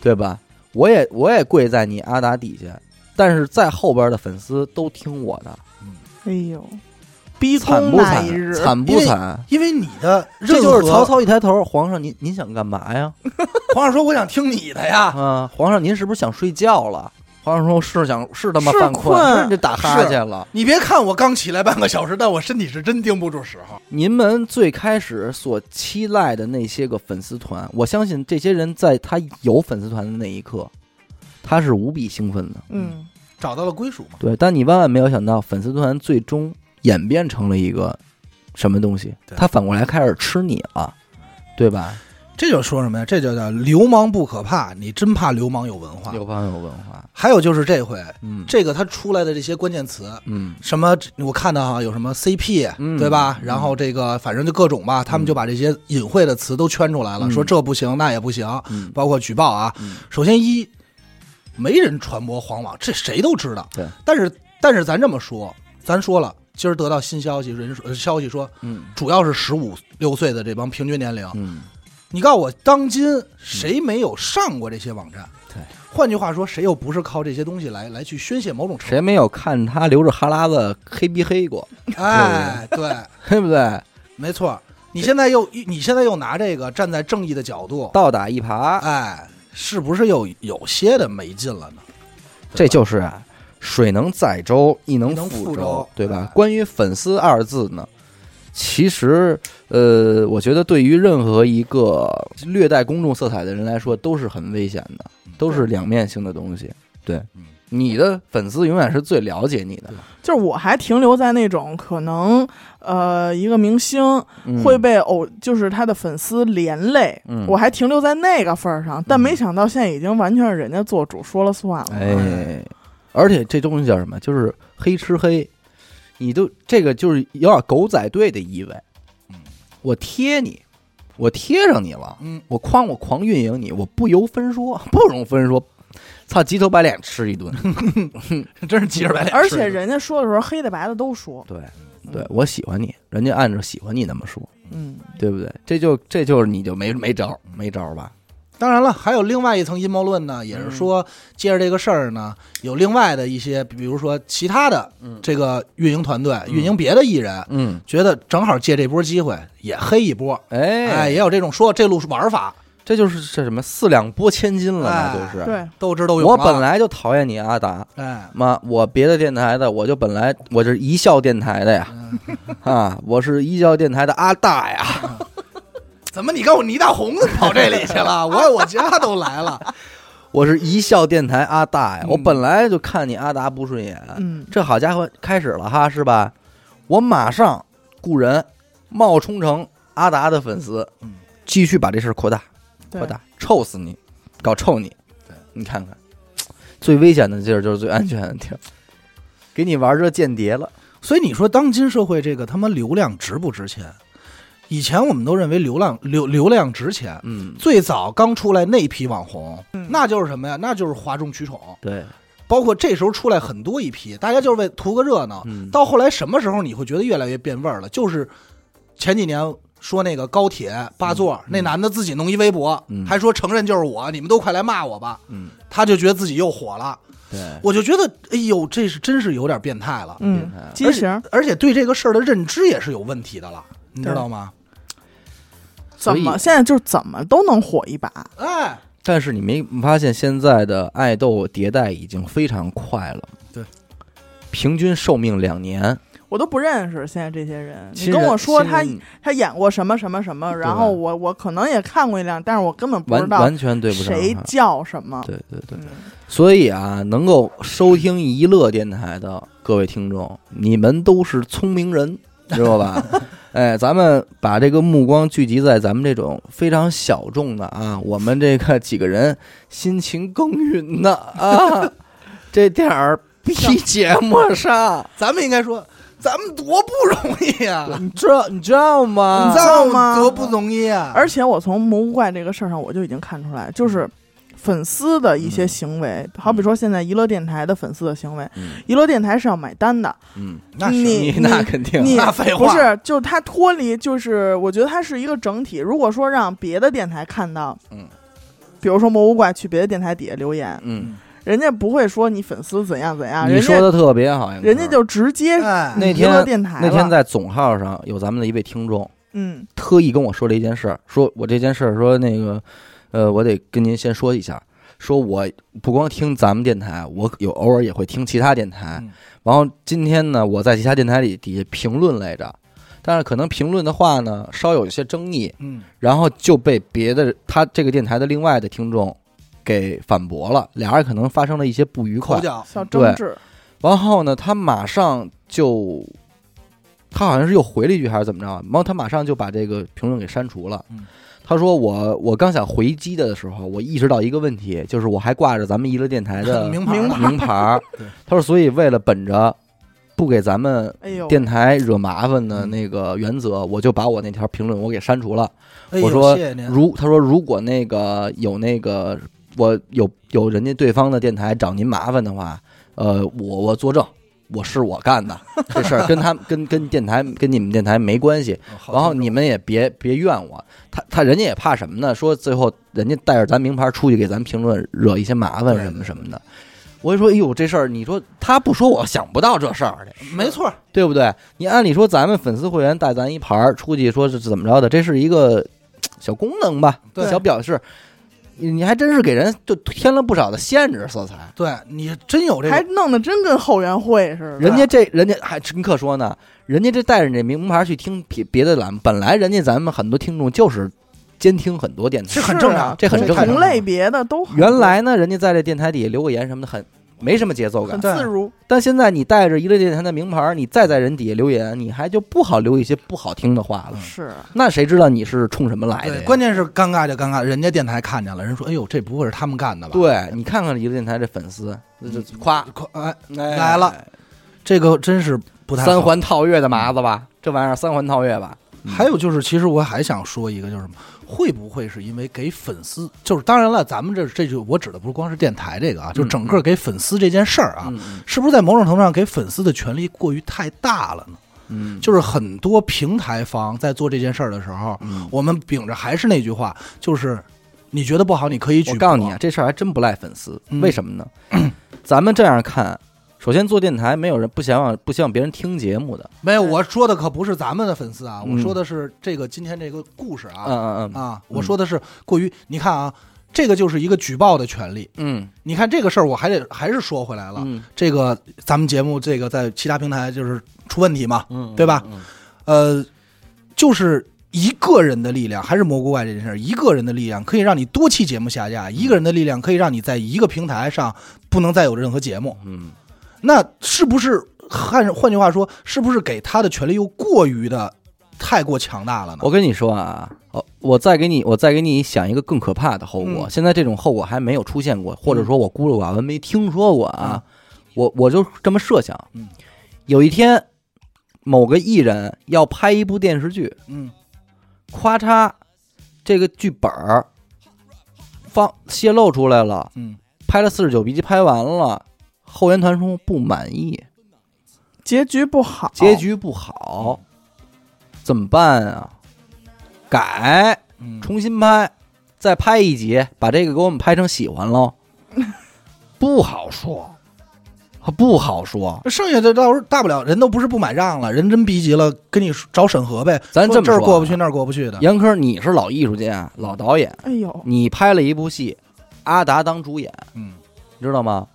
Speaker 4: 对吧？我也我也跪在你阿达底下，但是在后边的粉丝都听我的，
Speaker 2: 哎呦，逼
Speaker 4: 惨啊
Speaker 2: 宫
Speaker 4: 不
Speaker 2: 那一
Speaker 4: 惨？
Speaker 2: 日，
Speaker 4: 惨不惨？
Speaker 3: 因为你的任
Speaker 4: 这
Speaker 3: 何
Speaker 4: 就是曹。操一抬头，皇上您您想干嘛呀？
Speaker 3: 皇上说：“我想听你 的呀。
Speaker 4: 啊，皇上您是不是想睡觉了？皇上说是想是他妈
Speaker 2: 是
Speaker 4: 犯
Speaker 2: 困
Speaker 4: 是这打哈欠了。
Speaker 3: 你别看我刚起来半个小时，但我身体是真盯不住时候。
Speaker 4: 您们最开始所期待的那些个粉丝团，我相信这些人在他有粉丝团的那一刻，他是无比兴奋的。
Speaker 2: 嗯，
Speaker 3: 找到了归属嘛？
Speaker 4: 对，但你万万没有想到，粉丝团最终演变成了一个什么东西，
Speaker 3: 对
Speaker 4: 他反过来开始吃你了，对吧？
Speaker 3: 这就说什么呀？这就叫流氓不可怕，你真怕流氓有文化。
Speaker 4: 有朋有文化，
Speaker 3: 还有就是这回
Speaker 4: 啊嗯
Speaker 3: 这个他出来的这些关键词，
Speaker 4: 嗯
Speaker 3: 什么我看到哈有什么 CP，、
Speaker 4: 嗯
Speaker 3: 对吧？然后这个反正就各种吧，他们就把这些隐晦的词都圈出来了，
Speaker 4: 嗯
Speaker 3: 说这不行那也不行，
Speaker 4: 嗯，
Speaker 3: 包括举报啊。
Speaker 4: 嗯
Speaker 3: 首先一，没人传播黄网，这谁都知道。
Speaker 4: 对，
Speaker 3: 但是但是咱这么说，咱说了，今儿得到新消息，人说呃消息说，
Speaker 4: 嗯
Speaker 3: 主要是十五六岁的这帮平均年龄，
Speaker 4: 嗯，
Speaker 3: 你告诉我，当今谁没有上过这些网站？
Speaker 4: 对，
Speaker 3: 换句话说，谁又不是靠这些东西来来去宣泄某种
Speaker 4: 谁
Speaker 3: 程
Speaker 4: 没有看他流着哈喇子黑逼黑过，
Speaker 3: 度？哎，对，
Speaker 4: 对不对？
Speaker 3: 没错。你现在又你现在又拿这个站在正义的角度，
Speaker 4: 倒打一耙，
Speaker 3: 哎，是不是又有些的没劲了呢？
Speaker 4: 这就是啊，水能载舟，亦能
Speaker 3: 能覆
Speaker 4: 覆
Speaker 3: 舟
Speaker 4: 对吧
Speaker 3: 哎？
Speaker 4: 关于“粉丝”二字呢，其实呃，我觉得对于任何一个略带公众色彩的人来说，都是很危险的，都是两面性的东西。对
Speaker 3: 嗯，
Speaker 4: 你的粉丝永远是最了解你的，
Speaker 2: 就是我还停留在那种可能，呃，一个明星
Speaker 4: 嗯
Speaker 2: 会被偶，就是他的粉丝连累，
Speaker 4: 嗯
Speaker 2: 我还停留在那个份儿上，但没想到现在已经完全是人家做主说了算
Speaker 3: 哦
Speaker 2: 了。
Speaker 4: 哎，而且这东西叫什么？就是黑吃黑，你都这个就是有点狗仔队的意味
Speaker 3: 嗯。
Speaker 4: 我贴你，我贴上你了，
Speaker 3: 嗯，
Speaker 4: 我狂我狂运营你，我不由分说， 不容分说，操，急头白脸吃一 顿。
Speaker 3: 真是急着白脸。
Speaker 2: 而且人家说的时候，黑的白的都说，
Speaker 4: 对，对我喜欢你，人家按照喜欢你那么说，
Speaker 2: 嗯，
Speaker 4: 对不对？这就这就是你就没没招儿没招儿吧？
Speaker 3: 当然了，还有另外一层阴谋论呢，
Speaker 4: 嗯
Speaker 3: 也是说借着这个事儿呢，有另外的一些，比如说其他的这个运营团队、运营别的艺人，
Speaker 4: 嗯，
Speaker 3: 觉得正好借这波机会也黑一波。哎，
Speaker 4: 哎，
Speaker 3: 也有这种说这路玩法，
Speaker 4: 这就是这什么四两拨千斤了，那就
Speaker 3: 哎
Speaker 4: 是。
Speaker 2: 对，
Speaker 3: 斗智斗勇啊。
Speaker 4: 我本来就讨厌你阿达，
Speaker 3: 哎，
Speaker 4: 妈，我别的电台的，我就本来我是一校电台的呀，啊，我是一校电台的阿大呀，
Speaker 3: 怎么你跟我倪大红跑这里去 了？我我家都来了，
Speaker 4: 我是一校电台阿大呀，
Speaker 3: 嗯
Speaker 4: 我本来就看你阿达不顺眼，
Speaker 2: 嗯，
Speaker 4: 这好家伙开始了哈，是吧？我马上雇人冒充成阿达的粉丝
Speaker 3: 嗯，
Speaker 4: 继续把这事儿扩大
Speaker 2: 对
Speaker 4: 扩，大，臭死你，搞臭你
Speaker 3: 对，
Speaker 4: 你看看，最危险的地儿就是最安全的地儿，给你玩这间谍了，
Speaker 3: 所以你说当今社会这个他妈流量值不值钱？以前我们都认为流量流流量值钱，
Speaker 4: 嗯，
Speaker 3: 最早刚出来那批网红，
Speaker 2: 嗯
Speaker 3: 那就是什么呀？那就是哗众取宠。
Speaker 4: 对，
Speaker 3: 包括这时候出来很多一批，大家就是为图个热闹。
Speaker 4: 嗯，
Speaker 3: 到后来什么时候你会觉得越来越变味儿了？就是前几年说那个高铁霸座、那男的自己弄一微博，
Speaker 4: 嗯
Speaker 3: 还说承认就是我，你们都快来骂我吧。
Speaker 4: 嗯，
Speaker 3: 他就觉得自己又火了，
Speaker 4: 对。
Speaker 3: 我就觉得哎呦，这是真是有点变态了。
Speaker 2: 嗯
Speaker 4: 变态啊，
Speaker 2: 畸形
Speaker 3: 而且对这个事儿的认知也是有问题的了，你知道吗？
Speaker 4: 所
Speaker 2: 怎
Speaker 4: 以
Speaker 2: 么现在就是怎么都能火一把，
Speaker 3: 哎，
Speaker 4: 但是你没发现现在的爱豆迭代已经非常快了吗？
Speaker 3: 对，
Speaker 4: 平均寿命两年。
Speaker 2: 我都不认识现在这些人。你
Speaker 4: 新
Speaker 2: 跟
Speaker 4: 人
Speaker 2: 我说
Speaker 4: 新
Speaker 2: 他
Speaker 4: 人
Speaker 2: 他演过什么什么什么，然后我我可能也看过一辆，但是我根本不知
Speaker 4: 完
Speaker 2: 道
Speaker 4: 完全对不上啊
Speaker 2: 谁
Speaker 4: 号
Speaker 2: 叫什么。
Speaker 4: 对对对，
Speaker 2: 嗯
Speaker 4: 所以啊，能够收听娱乐电台的各位听众，你们都是聪明 人，知道吧？哎，咱们把这个目光聚集在咱们这种非常小众的啊，我们这个几个人辛勤耕耘的啊， 这点儿逼节目上。
Speaker 3: 咱们应该说，咱们多不容易 啊！
Speaker 4: 你知道你知道吗？
Speaker 3: 你知道吗？多不容易啊！
Speaker 2: 而且我从蘑菇怪这个事儿上，我就已经看出来，
Speaker 4: 嗯
Speaker 2: 就是粉丝的一些行为，好比说现在娱乐电台的粉丝的行为，
Speaker 4: 嗯
Speaker 2: 娱乐电台是要买单的，
Speaker 4: 嗯，
Speaker 3: 那是
Speaker 2: 你
Speaker 4: 你 那肯定啊
Speaker 2: 你
Speaker 3: 那废话
Speaker 2: 不是，就是它脱离，就是我觉得它是一个整体。如果说让别的电台看到，
Speaker 4: 嗯，
Speaker 2: 比如说蘑菇怪去别的电台底下留言，
Speaker 4: 嗯，
Speaker 2: 人家不会说你粉丝怎样怎样，
Speaker 4: 你
Speaker 2: 啊人
Speaker 4: 说
Speaker 2: 家
Speaker 4: 的嗯特别好，
Speaker 2: 人家就直接
Speaker 3: 哎，
Speaker 4: 那
Speaker 2: 娱乐
Speaker 4: 天
Speaker 2: 电台
Speaker 4: 那天
Speaker 2: 了
Speaker 4: 在总号上有咱们的一位听众
Speaker 2: 嗯
Speaker 4: 特意跟我说了一件事儿，说我这件事儿，说那个呃，我得跟您先说一下。说我不光听咱们电台，我有偶尔也会听其他电台。
Speaker 3: 嗯
Speaker 4: 然后今天呢，我在其他电台里底下评论来着，但是可能评论的话呢，稍有一些争议，
Speaker 3: 嗯，
Speaker 4: 然后就被别的他这个电台的另外的听众给反驳了，俩人可能发生了一些不愉快
Speaker 3: 口。角
Speaker 2: 小争执，
Speaker 4: 然后呢，他马上就他好像是又回了一句还是怎么着，然后他马上就把这个评论给删除了
Speaker 3: 嗯。
Speaker 4: 他说我我刚想回击的时候，我意识到一个问题，就是我还挂着咱们娱乐电台的
Speaker 3: 名牌
Speaker 4: 牌
Speaker 3: 儿
Speaker 4: 名牌儿
Speaker 3: 对。
Speaker 4: 他说，所以为了本着不给咱们
Speaker 2: 哎呦，
Speaker 4: 电台惹麻烦
Speaker 3: 嗯
Speaker 4: 的那个原则，我就把我那条评论我给删除了。
Speaker 3: 哎
Speaker 4: 我
Speaker 3: 呦
Speaker 4: 说
Speaker 3: 谢谢您，
Speaker 4: 如他说，如果那个有那个我有有人家对方的电台找您麻烦的话，呃，我我作证，我是我干 的这事儿，跟他们跟跟电台跟你们电台没关系。
Speaker 3: 哦好
Speaker 4: 然后
Speaker 3: 听众
Speaker 4: 你们也别别怨我，他他人家也怕什么呢？说最后人家带着咱名牌出去给咱评论，惹一些麻烦
Speaker 3: 对
Speaker 4: 什么
Speaker 3: 对
Speaker 4: 什么的。我就说，哎呦，这事儿，你说他不说，我想不到这事儿去。
Speaker 3: 没错儿，
Speaker 4: 对不对？你按理说咱们粉丝会员带咱一盘儿出去，说是怎么着的，这是一个嘖小功能吧，
Speaker 3: 对
Speaker 4: 小表示。你你还真是给人就添了不少的限制色彩。
Speaker 3: 对你真有这
Speaker 2: 还
Speaker 3: 个，
Speaker 2: 弄得真跟后援会似的。
Speaker 4: 人家这人家还真可说呢，人家这带着这名牌去听别别的栏目，本来人家咱们很多听众就是监听很多电台
Speaker 3: 这，很正
Speaker 2: 是
Speaker 3: 常
Speaker 2: 啊，
Speaker 4: 这很正常
Speaker 2: 同类别的都很
Speaker 4: 原来呢人家在这电台底下留个言什么的很没什么节奏感
Speaker 2: 很，
Speaker 3: 对
Speaker 2: 自如，
Speaker 4: 但现在你带着一类电台的名牌儿，你再在人底下留言，你还就不好留一些不好听的话了。
Speaker 2: 是
Speaker 4: 那谁知道你是冲什么来的
Speaker 3: 对，
Speaker 4: 呀？
Speaker 3: 关键是尴尬就尴尬，人家电台看见了，人说：“哎呦，这不会是他们干的吧？”，
Speaker 4: 对你看看娱乐电台这粉丝，这这夸
Speaker 3: 哎，
Speaker 4: 来
Speaker 3: 了，这个真是不太好
Speaker 4: 三环套月的麻子吧，这玩意儿三环套月吧，
Speaker 3: 还有就是，其实我还想说一个，就是什么会不会是因为给粉丝，就是当然了，咱们这这就我指的不是光是电台这个啊，就整个给粉丝这件事儿啊，
Speaker 4: 嗯
Speaker 3: 是不是在某种程度上给粉丝的权利过于太大了呢？
Speaker 4: 嗯，
Speaker 3: 就是很多平台方在做这件事儿的时候，
Speaker 4: 嗯
Speaker 3: 我们秉着还是那句话，就是你觉得不好，你可以举
Speaker 4: 我
Speaker 3: 报。
Speaker 4: 告诉你啊，，这事儿还真不赖粉丝，
Speaker 3: 嗯
Speaker 4: 为什 么呢？咱们这样看，首先做电台没有人不想让不希望别人听节目的，
Speaker 3: 没有，我说的可不是咱们的粉丝啊，
Speaker 4: 嗯
Speaker 3: 我说的是这个今天这个故事啊、
Speaker 4: 嗯嗯嗯
Speaker 3: 啊，我说的是过于，你看啊，这个就是一个举报的权利。
Speaker 4: 嗯
Speaker 3: 你看这个事儿，我还得还是说回来了，
Speaker 4: 嗯
Speaker 3: 这个咱们节目这个在其他平台就是出问题嘛，
Speaker 4: 嗯
Speaker 3: 对吧？呃，就是一个人的力量，还是蘑菇怪这件事儿，一个人的力量可以让你多期节目下架，一个人的力量可以让你在一个平台上不能再有任何节目，
Speaker 4: 嗯
Speaker 3: 那是不是换换句话说，是不是给他的权利又过于的太过强大了呢
Speaker 4: 我？跟你说啊，哦，我再给你，我再给你想一个更可怕的后果。
Speaker 3: 嗯
Speaker 4: 现在这种后果还没有出现过，或者说我孤陋寡闻没听说过啊。我我就这么设想，
Speaker 3: 嗯
Speaker 4: 有一天某个艺人要拍一部电视剧，
Speaker 3: 嗯，
Speaker 4: 咔嚓，这个剧本儿放泄露出来了，
Speaker 3: 嗯，
Speaker 4: 拍了四十九集，拍完了，后援团说不满意，
Speaker 2: 结局不好，
Speaker 4: 结局不好，怎么办啊？改。
Speaker 3: 嗯
Speaker 4: 重新拍，再拍一集，把这个给我们拍成喜欢喽，不好说，不好说。
Speaker 3: 剩下的到时候大不了人都不是不买账了，人真逼急了，跟你说找审核呗。
Speaker 4: 咱这
Speaker 3: 说
Speaker 4: 么
Speaker 3: 这
Speaker 4: 说
Speaker 3: 儿
Speaker 4: 啊
Speaker 3: 过不去那儿过不去的，
Speaker 4: 严科，你是老艺术家、老导演，
Speaker 2: 哎
Speaker 3: 哦
Speaker 2: 呦，
Speaker 4: 你拍了一部戏，阿达当主演，
Speaker 3: 嗯
Speaker 4: 你知道吗？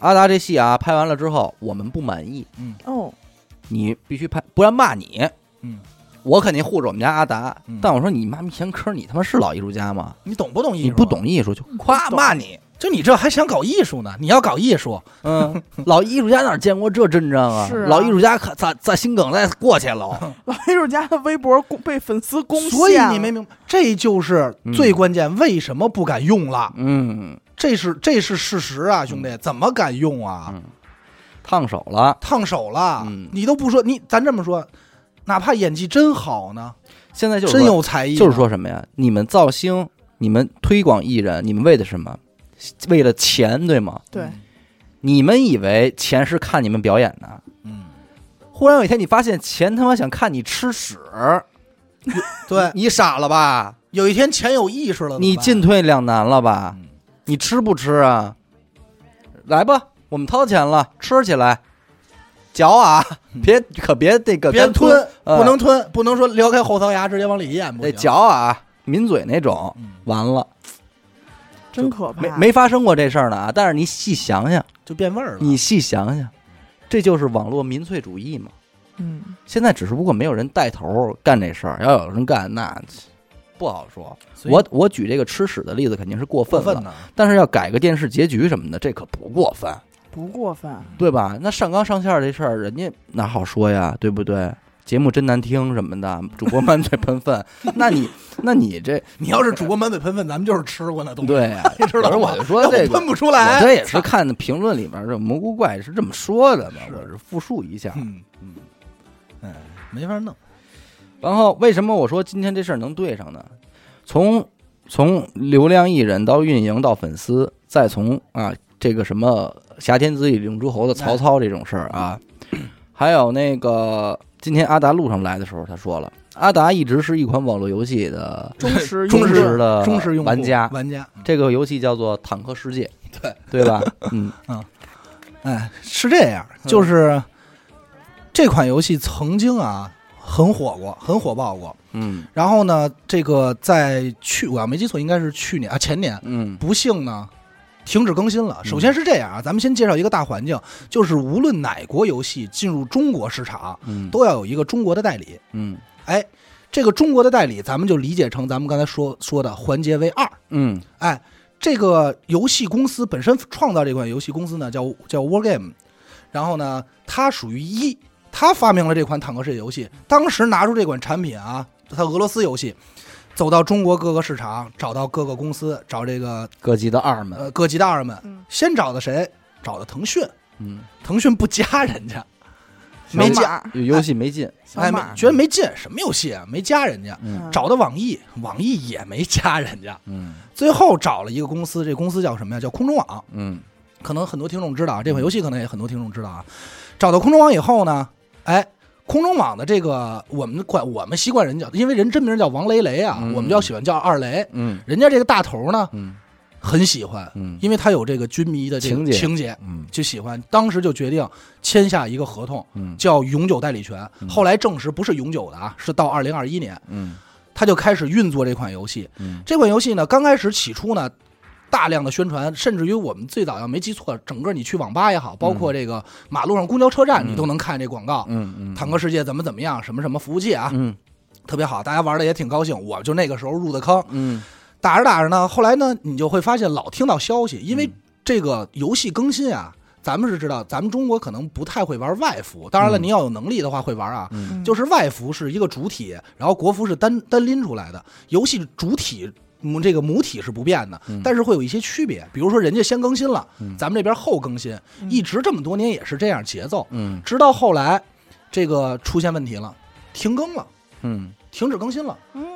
Speaker 4: 阿达这戏啊，拍完了之后我们不满意，
Speaker 2: 哦，
Speaker 4: 你必须拍，不然骂你。
Speaker 3: 嗯，
Speaker 4: 我肯定护着我们家阿达
Speaker 3: 嗯，
Speaker 4: 但我说你妈咪严科，你他妈是老艺术家吗？
Speaker 3: 你懂不懂艺术？啊
Speaker 4: 你不，懂艺术啊就夸
Speaker 2: 嗯不懂
Speaker 4: 骂你，
Speaker 3: 就你这还想搞艺术呢？你要搞艺术，
Speaker 4: 嗯，老艺术家哪见过这阵仗啊？
Speaker 2: 是啊
Speaker 4: 老艺术家可咋咋心梗再过去 了？
Speaker 2: 老艺术家的微博公被粉丝攻陷了，
Speaker 3: 所以你没明白，这就是最关键，为什么不敢用了？
Speaker 4: 嗯，
Speaker 3: 这是这是事实啊，兄弟，怎么敢用啊？
Speaker 4: 嗯烫手了。
Speaker 3: 烫手了，
Speaker 4: 嗯
Speaker 3: 你都不说，你咱这么说，哪怕演技真好呢，
Speaker 4: 现在就是
Speaker 3: 真
Speaker 4: 说
Speaker 3: 有才艺，
Speaker 4: 就是，说什么呀？你们造星，你们推广艺人，你们为的什么？为了钱，对吗？
Speaker 2: 对，
Speaker 4: 你们以为钱是看你们表演的，
Speaker 3: 嗯，
Speaker 4: 忽然有一天你发现钱他妈想看你吃屎，
Speaker 3: 对，
Speaker 4: 你傻了吧？
Speaker 3: 有一天钱有意识了，
Speaker 4: 你进
Speaker 3: 退，
Speaker 4: 退两难了吧？
Speaker 3: 嗯
Speaker 4: 你吃不吃啊？来吧，我们掏钱了，吃起来，嚼啊，别可别那个
Speaker 3: 嗯别
Speaker 4: 干
Speaker 3: 吞，
Speaker 4: 呃
Speaker 3: 不能吞，不能说撩开后槽牙直接往里咽，不
Speaker 4: 得
Speaker 3: 行，
Speaker 4: 嚼啊，抿嘴那种。
Speaker 3: 嗯
Speaker 4: 完了，
Speaker 2: 真可怕，
Speaker 4: 没没发生过这事儿呢啊！但是你细想想，
Speaker 3: 就变味儿了，
Speaker 4: 你细想想，这就是网络民粹主义嘛。
Speaker 2: 嗯，
Speaker 4: 现在只是不过没有人带头干这事儿，要有人干那不好说。
Speaker 3: 所以
Speaker 4: 我我举这个吃屎的例子肯定是过分
Speaker 3: 过
Speaker 4: 了，
Speaker 3: 分嗯呢，
Speaker 4: 但是要改个电视结局什么的，这可不过分。
Speaker 2: 不过分，
Speaker 4: 对吧？那上纲上线儿这事儿，人家哪好说呀，对不对？节目真难听什么的，主播满嘴喷 粪，那你那你这
Speaker 3: 你要是主播满嘴喷粪，咱们就是吃过那东西，
Speaker 4: 对呀、啊，
Speaker 3: 你知道
Speaker 4: 可是
Speaker 3: 吗？
Speaker 4: 我就说
Speaker 3: 要不
Speaker 4: 这个
Speaker 3: 喷不出
Speaker 4: 我
Speaker 3: 来，
Speaker 4: 这也是看评论里边这蘑菇怪是这么说的嘛，
Speaker 3: 是
Speaker 4: 我是复述一下。
Speaker 3: 嗯嗯，哎，没法弄，
Speaker 4: 然后为什么我说今天这事儿能对上呢？从从流量艺人到运营到粉丝，再从啊这个什么挟天子以令诸侯的曹操这种事儿 啊，还有那个今天阿达路上来的时候他说了，阿达一直是一款网络游戏的
Speaker 2: 忠实
Speaker 3: 忠
Speaker 2: 用户
Speaker 4: 实的
Speaker 3: 忠实用户
Speaker 4: 呃玩家
Speaker 3: 玩家，嗯
Speaker 4: 这个游戏叫做《坦克世界》，对对 吧？嗯，
Speaker 3: 哎，是这样，就是这款游戏曾经啊很火过，很火爆过。
Speaker 4: 嗯
Speaker 3: 然后呢，这个在去我要没记错，应该是去年啊前年，
Speaker 4: 嗯
Speaker 3: 不幸呢停止更新了。首先是这样啊，咱们先介绍一个大环境，就是无论哪国游戏进入中国市场，
Speaker 4: 嗯
Speaker 3: 都要有一个中国的代理。
Speaker 4: 嗯
Speaker 3: 哎，这个中国的代理，咱们就理解成咱们刚才说说的环节为二。
Speaker 4: 嗯
Speaker 3: 哎，这个游戏公司本身创造这款游戏公司呢，叫叫 Wargame，然后呢，它属于一，它发明了这款坦克世界游戏，当时拿出这款产品啊，它俄罗斯游戏，走到中国各个市场，找到各个公司，找这个
Speaker 4: 各级的二们，
Speaker 3: 呃各级大二们，
Speaker 2: 嗯
Speaker 3: 先找的谁？找的腾讯，
Speaker 4: 嗯，
Speaker 3: 腾讯不加人家，没
Speaker 2: 小
Speaker 3: 加，
Speaker 2: 马，
Speaker 4: 有游戏没进，
Speaker 2: 小
Speaker 3: 哎，没
Speaker 2: 马，
Speaker 3: 觉得没劲，什么游戏啊，没加人家。
Speaker 4: 嗯
Speaker 2: 嗯
Speaker 3: 找的网易，网易也没加人家，
Speaker 4: 嗯
Speaker 3: 最后找了一个公司，这公司叫什么呀？叫空中网。
Speaker 4: 嗯
Speaker 3: 可能很多听众知道啊，这款游戏可能也很多听众知道啊。找到空中网以后呢，哎，空中网的这个我们管我们习惯人叫，因为人真名叫王雷雷啊，
Speaker 4: 嗯
Speaker 3: 我们就要喜欢叫二雷。
Speaker 4: 嗯
Speaker 3: 人家这个大头呢
Speaker 4: 嗯
Speaker 3: 很喜欢，
Speaker 4: 嗯
Speaker 3: 因为他有这个军迷的这个
Speaker 4: 情节
Speaker 3: 情节，
Speaker 4: 嗯
Speaker 3: 就喜欢。当时就决定签下一个合同，
Speaker 4: 嗯
Speaker 3: 叫永久代理权。
Speaker 4: 嗯
Speaker 3: 后来证实不是永久的啊，是到二零二一年，
Speaker 4: 嗯
Speaker 3: 他就开始运作这款游戏。
Speaker 4: 嗯
Speaker 3: 这款游戏呢，刚开始起初呢，大量的宣传，甚至于我们最早要没记错，整个你去网吧也好，包括这个马路上公交车站，
Speaker 4: 嗯
Speaker 3: 你都能看这广告。
Speaker 4: 嗯
Speaker 3: 坦克世界怎么怎么样，什么什么服务器啊，
Speaker 4: 嗯
Speaker 3: 特别好，大家玩的也挺高兴。我就那个时候入的坑，
Speaker 4: 嗯
Speaker 3: 打着打着呢，后来呢，你就会发现老听到消息，因为
Speaker 4: 嗯
Speaker 3: 这个游戏更新啊，咱们是知道，咱们中国可能不太会玩外服，当然了，
Speaker 4: 嗯
Speaker 3: 您要有能力的话会玩啊，
Speaker 4: 嗯
Speaker 2: 嗯
Speaker 3: 就是外服是一个主体，然后国服是单单拎出来的。游戏主体母这个母体是不变的，
Speaker 4: 嗯
Speaker 3: 但是会有一些区别，比如说人家先更新了，
Speaker 4: 嗯
Speaker 3: 咱们这边后更新，
Speaker 2: 嗯
Speaker 3: 一直这么多年也是这样节奏，
Speaker 4: 嗯
Speaker 3: 直到后来这个出现问题了，停更了，
Speaker 4: 嗯
Speaker 3: 停止更新了。
Speaker 2: 嗯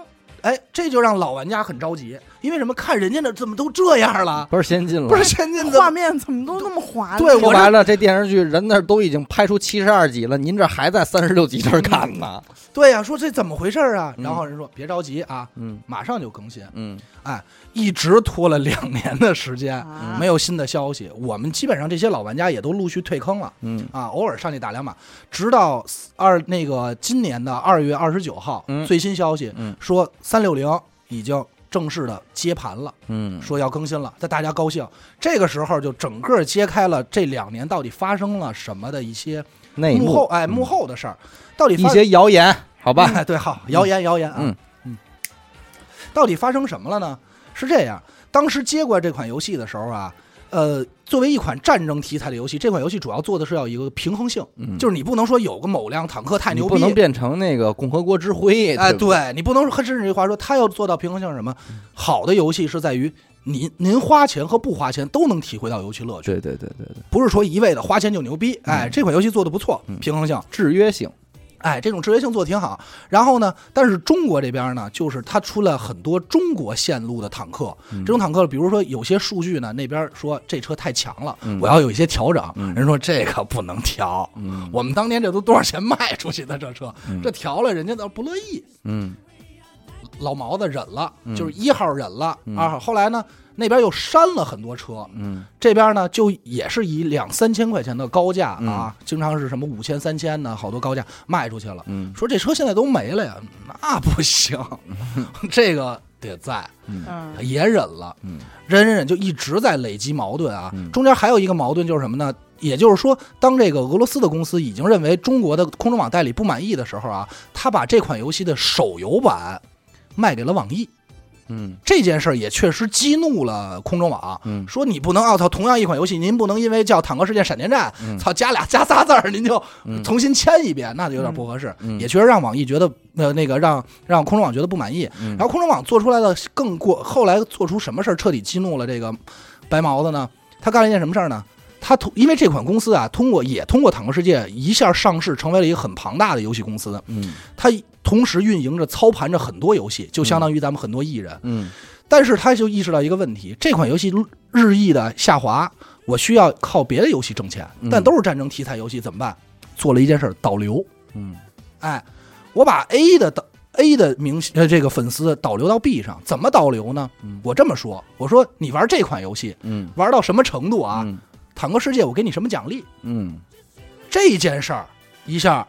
Speaker 3: 哎，这就让老玩家很着急，因为什么？看人家那怎么都这样了，
Speaker 4: 不是先进了，
Speaker 3: 不是现在
Speaker 2: 画
Speaker 3: 的
Speaker 2: 面怎么都那么华丽？
Speaker 3: 对
Speaker 4: 说
Speaker 3: 我
Speaker 4: 白了，这电视剧人那都已经拍出七十二集了，您这还在三十六集这儿看呢？
Speaker 3: 对呀、说这怎么回事啊？
Speaker 4: 嗯
Speaker 3: 然后人说别着急啊，
Speaker 4: 嗯
Speaker 3: 马上就更新，
Speaker 4: 嗯
Speaker 3: 一直拖了两年的时间。
Speaker 2: 啊
Speaker 3: 没有新的消息，我们基本上这些老玩家也都陆续退坑了
Speaker 4: 嗯
Speaker 3: 啊，偶尔上去打两把，直到二那个今年的二月二十九号、
Speaker 4: 嗯
Speaker 3: 最新消息、
Speaker 4: 嗯
Speaker 3: 说三六零已经正式的接盘了，
Speaker 4: 嗯
Speaker 3: 说要更新了，那大家高兴。这个时候就整个揭开了这两年到底发生了什么的一些
Speaker 4: 内嗯
Speaker 3: 幕后哎幕后的事儿，到底
Speaker 4: 一
Speaker 3: 发
Speaker 4: 些谣言，好吧？
Speaker 3: 哎，对，好，谣言，谣言啊，
Speaker 4: 嗯
Speaker 3: 嗯到底发生什么了呢？是这样，当时接过来这款游戏的时候啊，呃，作为一款战争题材的游戏，这款游戏主要做的是要有一个平衡性，
Speaker 4: 嗯
Speaker 3: 就是你不能说有个某辆坦克太
Speaker 4: 你
Speaker 3: 牛
Speaker 4: 不
Speaker 3: 逼
Speaker 4: 能，变成那个共和国之辉，
Speaker 3: 哎，
Speaker 4: 对不对，
Speaker 3: 对你不能说，甚至于话说，它要做到平衡性是什么？好的游戏是在于您您花钱和不花钱都能体会到游戏乐趣，
Speaker 4: 对对对对对，
Speaker 3: 不是说一味的花钱就牛逼，哎，
Speaker 4: 嗯
Speaker 3: 这款游戏做的不错
Speaker 4: 嗯，
Speaker 3: 平衡性。
Speaker 4: 制约性，
Speaker 3: 哎，这种制约性做的挺好。然后呢，但是中国这边呢，就是它出了很多中国线路的坦克，
Speaker 4: 嗯
Speaker 3: 这种坦克，比如说有些数据呢，那边说这车太强了，
Speaker 4: 嗯
Speaker 3: 我要有一些调整，
Speaker 4: 嗯
Speaker 3: 人说这个不能调。
Speaker 4: 嗯
Speaker 3: 我们当年这都多少钱卖出去的这车，
Speaker 4: 嗯
Speaker 3: 这调了人家倒不乐意，
Speaker 4: 嗯
Speaker 3: 老毛子忍了，
Speaker 4: 嗯
Speaker 3: 就是一号忍了，
Speaker 4: 嗯
Speaker 3: 二号后来呢，那边又删了很多车，
Speaker 4: 嗯
Speaker 3: 这边呢就也是以两三千块钱的高价
Speaker 4: 嗯
Speaker 3: 啊，经常是什么五千三千的，好多高价卖出去了。
Speaker 4: 嗯
Speaker 3: 说这车现在都没了呀，那 不行，这个得在，
Speaker 2: 嗯
Speaker 3: 也忍了，
Speaker 4: 嗯
Speaker 3: 忍忍忍就一直在累积矛盾啊。
Speaker 4: 嗯
Speaker 3: 中间还有一个矛盾就是什么呢？也就是说，当这个俄罗斯的公司已经认为中国的空中网代理不满意的时候啊，他把这款游戏的手游版卖给了网易，
Speaker 4: 嗯
Speaker 3: 这件事儿也确实激怒了空中网，
Speaker 4: 嗯
Speaker 3: 说你不能哦，操，同样一款游戏，您不能因为叫《坦克世界闪电战》
Speaker 4: 嗯
Speaker 3: 操加俩加仨字儿，您就
Speaker 4: 嗯
Speaker 3: 重新签一遍，那就有点不合适，
Speaker 4: 嗯
Speaker 3: 也确实让网易觉得呃那个让让空中网觉得不满意。
Speaker 4: 嗯
Speaker 3: 然后空中网做出来的更过，后来做出什么事儿彻底激怒了这个白毛子呢？他干了一件什么事儿呢？他通因为这款公司啊，通过也通过《坦克世界》一下上市，成为了一个很庞大的游戏公司。
Speaker 4: 嗯
Speaker 3: 它同时运营着、操盘着很多游戏，就相当于咱们很多艺人。
Speaker 4: 嗯
Speaker 3: 但是他就意识到一个问题：这款游戏日益的下滑，我需要靠别的游戏挣钱
Speaker 4: 嗯，
Speaker 3: 但都是战争题材游戏，怎么办？做了一件事儿，导流。
Speaker 4: 嗯
Speaker 3: 哎，我把 A 的导 A 的明星呃这个粉丝导流到 B 上，怎么导流呢
Speaker 4: 嗯？
Speaker 3: 我这么说，我说你玩这款游戏
Speaker 4: 嗯
Speaker 3: 玩到什么程度啊？
Speaker 4: 嗯
Speaker 3: 坦克世界我给你什么奖励？
Speaker 4: 嗯
Speaker 3: 这件事儿一下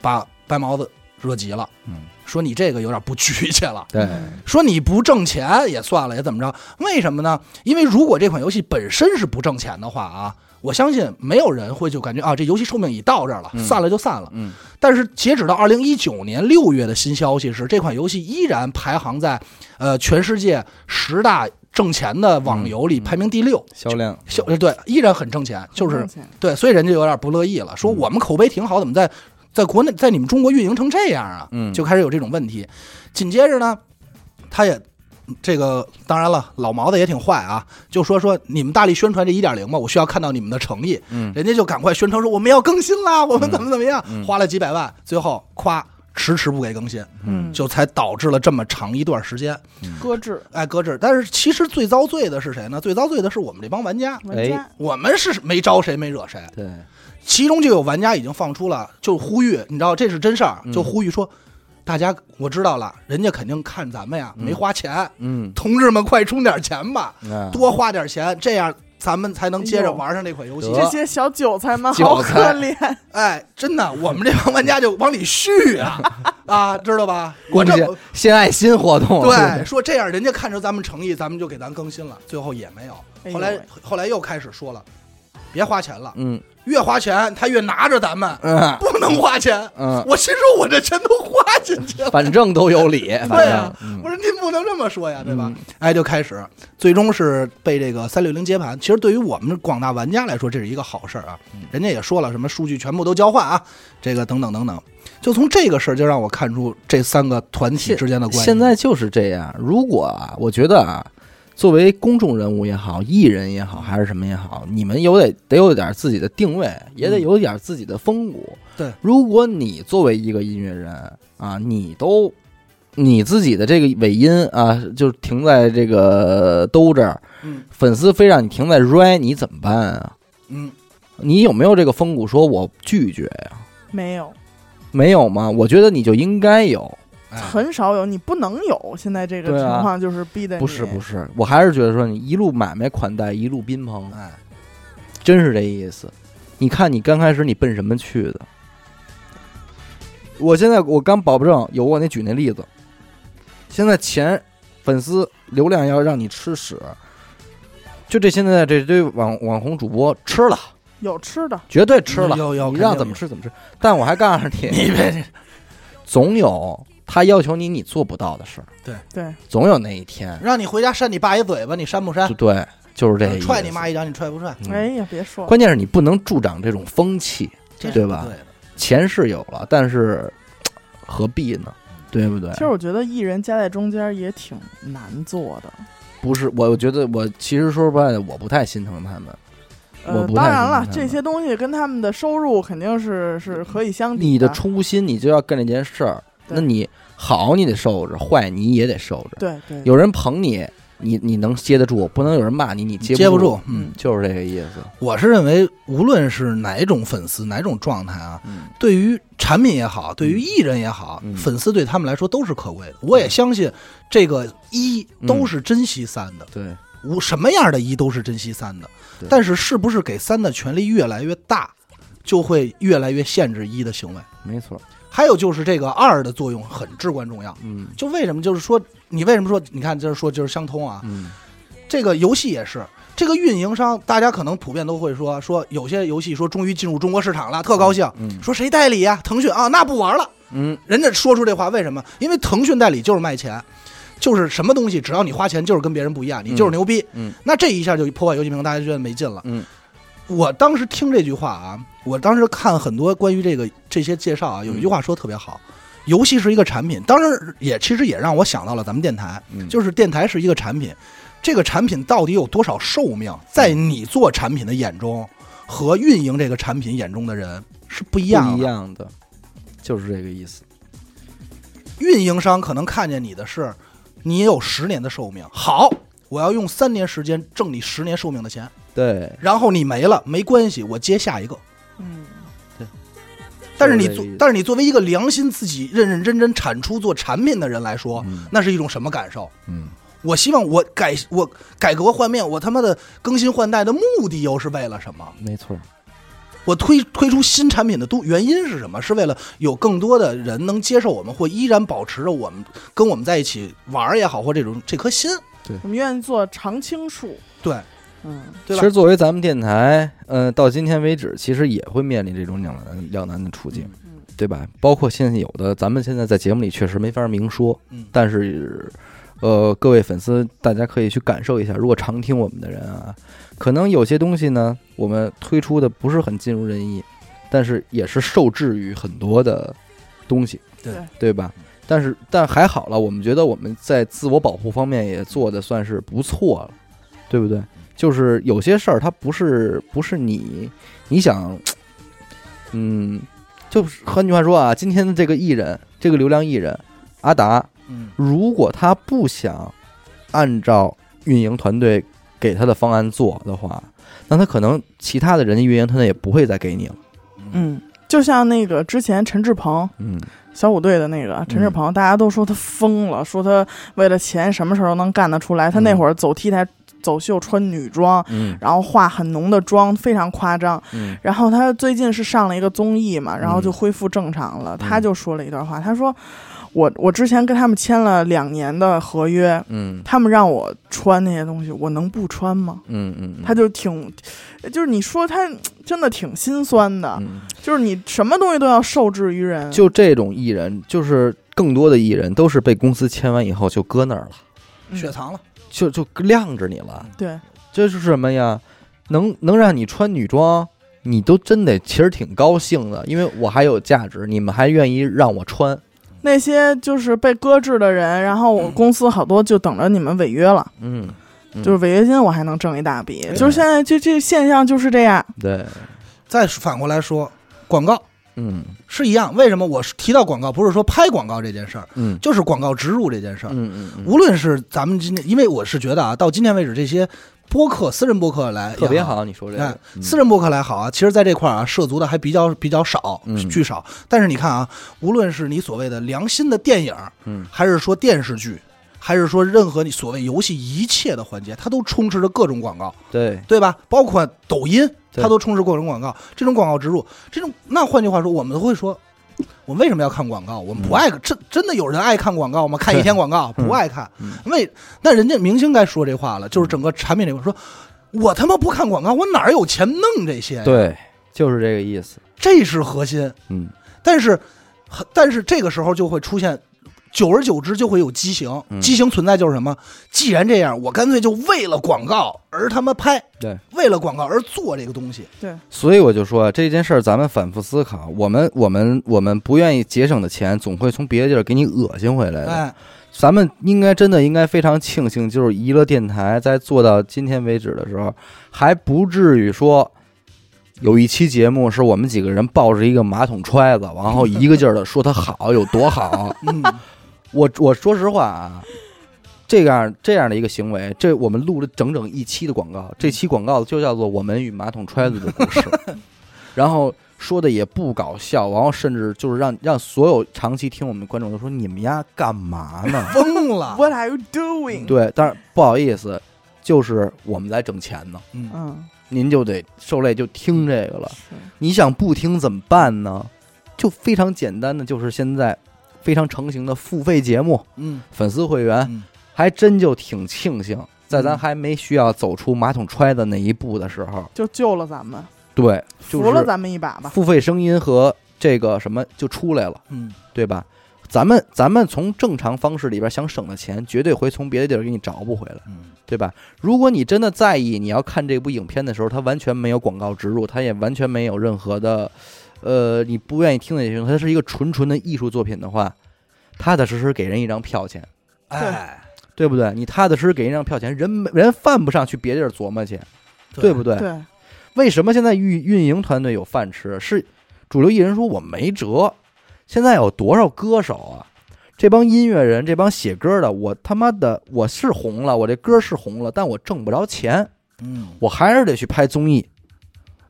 Speaker 3: 把白毛子惹急了，
Speaker 4: 嗯，
Speaker 3: 说你这个有点不局气了。
Speaker 4: 对，
Speaker 2: 嗯
Speaker 3: 说你不挣钱也算了，也怎么着？为什么呢？因为如果这款游戏本身是不挣钱的话啊，我相信没有人会就感觉啊，这游戏寿命已到这儿了，
Speaker 4: 嗯
Speaker 3: 散了就散了。
Speaker 4: 嗯
Speaker 3: 但是截止到二零一九年六月的新消息是，这款游戏依然排行在呃全世界十大挣钱的网游里
Speaker 4: 嗯嗯
Speaker 3: 排名第六，
Speaker 4: 销量
Speaker 3: 小对，依然很挣钱，就是对，所以人家有点不乐意了，说
Speaker 4: 嗯
Speaker 3: 我们口碑挺好，怎么在在国内在你们中国运营成这样啊？
Speaker 4: 嗯
Speaker 3: 就开始有这种问题。紧接着呢，他也这个当然了，老毛子也挺坏啊，就说说你们大力宣传这一点零吧，我需要看到你们的诚意。
Speaker 4: 嗯
Speaker 3: 人家就赶快宣传说我们要更新啦，我们怎么怎么样，
Speaker 4: 嗯
Speaker 3: 花了几百万，最后夸迟迟不给更新，
Speaker 2: 嗯，
Speaker 3: 就才导致了这么长一段时间
Speaker 2: 搁置
Speaker 3: 哎搁置。但是其实最遭罪的是谁呢？最遭罪的是我们这帮玩家。
Speaker 2: 玩家，
Speaker 3: 我们是没招谁，没惹谁，
Speaker 4: 对，
Speaker 3: 其中就有玩家已经放出了，就呼吁，你知道这是真事儿，
Speaker 2: 嗯
Speaker 3: 就呼吁说，大家我知道了，人家肯定看咱们呀没花钱，
Speaker 4: 嗯
Speaker 3: 同志们快充点钱吧，
Speaker 2: 啊
Speaker 4: 那
Speaker 3: 多花点钱，这样咱们才能接
Speaker 2: 哎
Speaker 3: 着
Speaker 2: 呦
Speaker 3: 玩上这款游戏
Speaker 4: 得。
Speaker 2: 这些小韭菜们
Speaker 4: 韭
Speaker 2: 好
Speaker 4: 菜
Speaker 2: 可怜，
Speaker 3: 哎，真的，我们这帮玩家就往里续 啊啊，知道吧？我
Speaker 4: 关
Speaker 3: 这
Speaker 4: 键献爱心活动，
Speaker 3: 对，说这样人家看出咱们诚意，咱们就给咱更新了，最后也没有。后
Speaker 2: 哎呦
Speaker 3: 来
Speaker 2: 喂
Speaker 3: 后来又开始说了，别花钱了，
Speaker 4: 嗯
Speaker 3: 越花钱他越拿着咱们，
Speaker 4: 嗯
Speaker 3: 不能花钱。
Speaker 4: 嗯，
Speaker 3: 我心说，我这钱都花进去了。
Speaker 4: 反正都有理，反
Speaker 3: 对啊
Speaker 4: 正嗯
Speaker 3: 我说您不能这么说呀，对吧？哎，就开始，最终是被这个三六零接盘。其实对于我们广大玩家来说，这是一个好事儿啊。人家也说了，什么数据全部都交换啊，这个等等等等。就从这个事儿，就让我看出这三个团体之间的关系。
Speaker 4: 现在就是这样。如果啊，我觉得啊，作为公众人物也好，艺人也好，还是什么也好，你们有得得有点自己的定位，也
Speaker 3: 嗯
Speaker 4: 得有点自己的风骨。
Speaker 3: 对
Speaker 4: 如果你作为一个音乐人啊，你都你自己的这个尾音啊，就停在这个兜这儿，
Speaker 3: 嗯
Speaker 4: 粉丝非让你停在 r 你怎么办啊？
Speaker 3: 嗯，
Speaker 4: 你有没有这个风骨？说我拒绝呀、
Speaker 2: 没有，
Speaker 4: 没有吗？我觉得你就应该有。
Speaker 3: 哎
Speaker 2: 很少有，你不能有现在这个
Speaker 4: 对啊
Speaker 2: 情况，就是逼的
Speaker 4: 不是不
Speaker 2: 是，
Speaker 4: 是，我还是觉得说你一路买卖款待，一路宾朋，啊
Speaker 3: 哎，
Speaker 4: 真是这意思。你看你刚开始你奔什么去的？我现在我刚保证有我那举那例子，现在钱、粉丝、流量要让你吃屎，就这现在这堆网网红主播吃了，
Speaker 2: 有吃的，
Speaker 4: 绝对吃了，
Speaker 3: 嗯有有
Speaker 4: 你
Speaker 3: 肯
Speaker 4: 让
Speaker 3: 定
Speaker 4: 怎么
Speaker 3: 有
Speaker 4: 吃怎么吃。但我还告诉 你，你别，总有他要求你你做不到的事儿，
Speaker 2: 对，
Speaker 4: 总有那一天。
Speaker 3: 让你回家扇你爸一嘴巴，你扇不 扇
Speaker 4: 就？对，就是这意思。
Speaker 3: 踹你妈一脚，你踹不踹？
Speaker 4: 嗯
Speaker 2: 哎呀，别说了，
Speaker 4: 关键是你不能助长这种风气，
Speaker 3: 这是
Speaker 4: 对
Speaker 3: 不
Speaker 4: 吧
Speaker 3: 对的
Speaker 4: 钱是有了，但是嘖何必呢？对不对
Speaker 2: 其？实我觉得艺人夹在中间也挺难做的，
Speaker 4: 不是，我我觉得我其实说实话，我不太心疼他们。我
Speaker 2: 呃，
Speaker 4: 不太
Speaker 2: 当然了
Speaker 4: 明白，嗯
Speaker 2: 这些东西跟他们的收入肯定是是可以相抵
Speaker 4: 你的初心，你就要干这件事儿，
Speaker 2: 嗯对
Speaker 4: 那你好你得受着，坏你也得受着。
Speaker 2: 对对，
Speaker 4: 有人捧你，你你能接得住；不能有人骂你，你接
Speaker 3: 接
Speaker 4: 不
Speaker 3: 不住。嗯
Speaker 2: 嗯，
Speaker 4: 就是这个意思。
Speaker 3: 我是认为，无论是哪种粉丝，哪种状态啊，
Speaker 4: 嗯
Speaker 3: 对于产品也好，对于艺人也好，
Speaker 4: 嗯
Speaker 3: 粉丝对他们来说都是可贵的。我也相信这个一
Speaker 4: 嗯
Speaker 3: 都是珍惜三的，
Speaker 4: 对，
Speaker 3: 无、什么样的一都是珍惜三的
Speaker 4: 对。
Speaker 3: 但是是不是给三的权利越来越大，就会越来越限制一的行为？
Speaker 4: 没错。
Speaker 3: 还有就是这个二的作用很至关重要。
Speaker 4: 嗯
Speaker 3: 就为什么就是说，你为什么说你看就是说就是相通啊？
Speaker 4: 嗯
Speaker 3: 这个游戏也是，这个运营商大家可能普遍都会说说有些游戏说终于进入中国市场了，特高兴。
Speaker 4: 嗯
Speaker 3: 说谁代理呀、腾讯啊，那不玩了。
Speaker 4: 嗯
Speaker 3: 人家说出这话为什么？因为腾讯代理就是卖钱，就是什么东西，只要你花钱，就是跟别人不一样，你就是
Speaker 4: 嗯
Speaker 3: 牛逼。
Speaker 4: 嗯
Speaker 3: 那这一下就破坏游戏平衡，大家就觉得没劲了。
Speaker 4: 嗯，
Speaker 3: 我当时听这句话啊，我当时看很多关于这个这些介绍
Speaker 4: 嗯
Speaker 3: 啊，有一句话说的特别好，游戏是一个产品，当然也其实也让我想到了咱们电台，
Speaker 4: 嗯
Speaker 3: 就是电台是一个产品，这个产品到底有多少寿命，在你做产品的眼中和运营这个产品眼中的人是不
Speaker 4: 不
Speaker 3: 一样
Speaker 4: 一
Speaker 3: 的。
Speaker 4: 样的，就是这个意思。
Speaker 3: 运营商可能看见你的是，你有十年的寿命，好，我要用三年时间挣你十年寿命的钱，
Speaker 4: 对，
Speaker 3: 然后你没了没关系，我接下一个。
Speaker 2: 嗯，
Speaker 3: 但是你
Speaker 4: 就是这
Speaker 3: 作
Speaker 4: 意思，
Speaker 3: 但是你作为一个良心自己认认真真产出做产品的人来说，
Speaker 4: 嗯
Speaker 3: 那是一种什么感受？
Speaker 4: 嗯，
Speaker 3: 我希望我改我改革换面，我他妈的更新换代的目的又是为了什么？
Speaker 4: 没错儿，
Speaker 3: 我推推出新产品的都原因是什么？是为了有更多的人能接受我们，或依然保持着我们跟我们在一起玩儿也好，或这种这颗心，
Speaker 2: 我们愿意做常青树，
Speaker 3: 对
Speaker 2: 嗯，
Speaker 3: 对
Speaker 4: 其
Speaker 3: 吧
Speaker 4: 实作为咱们电台，呃，到今天为止，其实也会面临这种两难两难的处境，
Speaker 2: 嗯
Speaker 4: 对吧？包括现在有的，咱们现在在节目里确实没法明说，
Speaker 3: 嗯，
Speaker 4: 但是，呃，各位粉丝，大家可以去感受一下。如果常听我们的人啊，可能有些东西呢，我们推出的不是很尽如人意，但是也是受制于很多的东西，
Speaker 3: 对
Speaker 4: 对吧？但是但还好了，我们觉得我们在自我保护方面也做的算是不错了，对不对？就是有些事儿它不是不是你你想，嗯，就是换句话说啊，今天的这个艺人，这个流量艺人阿达，
Speaker 3: 嗯
Speaker 4: 如果他不想按照运营团队给他的方案做的话，那他可能其他的人家运营团队也不会再给你了。
Speaker 2: 嗯，就像那个之前陈志鹏
Speaker 4: 嗯，
Speaker 2: 小虎队的那个陈志鹏，大家都说他疯了，说他为了钱什么事儿都能干得出来。他
Speaker 4: 嗯
Speaker 2: 那会儿走 T 台走秀穿女装，
Speaker 4: 嗯
Speaker 2: 然后化很浓的妆，非常夸张。
Speaker 4: 嗯
Speaker 2: 然后他最近是上了一个综艺嘛，然后就恢复正常了。他
Speaker 4: 嗯
Speaker 2: 就说了一段话，他说：“我我之前跟他们签了两年的合约，
Speaker 4: 嗯
Speaker 2: 他们让我穿那些东西，我能不穿吗？”
Speaker 4: 嗯嗯，
Speaker 2: 他就挺，就是你说他真的挺心酸的，
Speaker 4: 嗯
Speaker 2: 就是你什么东西都要受制于人。
Speaker 4: 就这种艺人，就是更多的艺人都是被公司签完以后就搁那儿了，
Speaker 2: 嗯
Speaker 3: 雪藏了，
Speaker 4: 就就晾着你了。
Speaker 2: 对，
Speaker 4: 这是什么呀？能能让你穿女装，你都真得其实挺高兴的，因为我还有价值，你们还愿意让我穿。
Speaker 2: 那些就是被搁置的人，然后我公司好多就等着你们违约了，
Speaker 4: 嗯，嗯
Speaker 2: 就是违约金我还能挣一大笔。就是现在这这现象就是这样，
Speaker 4: 对，
Speaker 3: 再反过来说，广告
Speaker 4: 嗯
Speaker 3: 是一样。为什么我提到广告，不是说拍广告这件事儿，
Speaker 4: 嗯
Speaker 3: 就是广告植入这件事儿。
Speaker 4: 嗯嗯嗯，
Speaker 3: 无论是咱们今天，因为我是觉得啊，到今天为止，这些播客、私人播客来也
Speaker 4: 特别，好，你说这
Speaker 3: 哎
Speaker 4: 个，嗯
Speaker 3: 私人播客来好啊。其实，在这块儿啊，涉足的还比较比较少
Speaker 4: 嗯，
Speaker 3: 巨少。但是你看啊，无论是你所谓的良心的电影，
Speaker 4: 嗯，
Speaker 3: 还是说电视剧，还是说任何你所谓游戏一切的环节，它都充斥着各种广告，
Speaker 4: 对，
Speaker 3: 对吧？包括抖音，
Speaker 4: 对
Speaker 3: 它都充斥各种广告。这种广告植入，这种那换句话说，我们会说。我们为什么要看广告？我们不爱看，真真的有人爱看广告吗？看一天广告
Speaker 4: 嗯
Speaker 3: 不爱看，
Speaker 4: 嗯
Speaker 3: 为那人家明星该说这话了，就是整个产品里面说，我他妈不看广告，我哪儿有钱弄这些？，
Speaker 4: 对，就是这个意思。
Speaker 3: 这是核心。
Speaker 4: 嗯
Speaker 3: 但是，但是这个时候就会出现，久而久之就会有畸形。
Speaker 4: 嗯
Speaker 3: 畸形存在就是什么？既然这样，我干脆就为了广告而他妈拍，
Speaker 4: 对，
Speaker 3: 为了广告而做这个东西。
Speaker 2: 对，
Speaker 4: 所以我就说啊，这件事儿咱们反复思考，我们我们我们不愿意节省的钱，总会从别的地儿给你恶心回来的。
Speaker 3: 哎，
Speaker 4: 咱们应该真的应该非常庆幸，就是娱乐电台在做到今天为止的时候，还不至于说有一期节目是我们几个人抱着一个马桶揣子，然后一个劲儿的说它好有多好，
Speaker 3: 嗯，？
Speaker 4: 我我说实话啊，这样这样的一个行为，这我们录了整整一期的广告，这期广告就叫做《我们与马桶揣子的故事》， 然后说的也不搞笑，然后甚至就是让让所有长期听我们的观众都说你们呀干嘛呢
Speaker 3: 疯 了。
Speaker 2: What are you doing？
Speaker 4: 对，但是不好意思，就是我们在挣钱呢，
Speaker 3: 嗯，
Speaker 2: 嗯，
Speaker 4: 您就得受累，就听这个了。
Speaker 2: 是
Speaker 4: 你想不听怎么办呢？就非常简单的，就是现在非常成型的付费节目，
Speaker 3: 嗯，
Speaker 4: 粉丝会员，
Speaker 3: 嗯
Speaker 4: 还真就挺庆幸，在咱
Speaker 3: 嗯
Speaker 4: 还没需要走出马桶揣子那一步的时候，
Speaker 2: 就救了咱们，
Speaker 4: 对，就
Speaker 2: 扶了
Speaker 4: 是
Speaker 2: 咱们一把吧。
Speaker 4: 付费声音和这个什么就出来了，
Speaker 3: 嗯，
Speaker 4: 对吧？咱们咱们从正常方式里边想省的钱，绝对会从别的地儿给你找不回来，
Speaker 3: 嗯
Speaker 4: 对吧？如果你真的在意，你要看这部影片的时候，它完全没有广告植入，它也完全没有任何的，呃，你不愿意听的也行，它是一个纯纯的艺术作品的话，踏踏实实给人一张票钱，
Speaker 3: 哎，
Speaker 4: 对不对？你踏踏实实给人一张票钱，人没人犯不上去别地儿琢磨去，对不对？
Speaker 2: 对，
Speaker 4: 为什么现在运运营团队有饭吃？是主流艺人说我没辙。现在有多少歌手啊？这帮音乐人，这帮写歌的，我他妈的我是红了，我这歌是红了，但我挣不着钱，
Speaker 3: 嗯，
Speaker 4: 我还是得去拍综艺，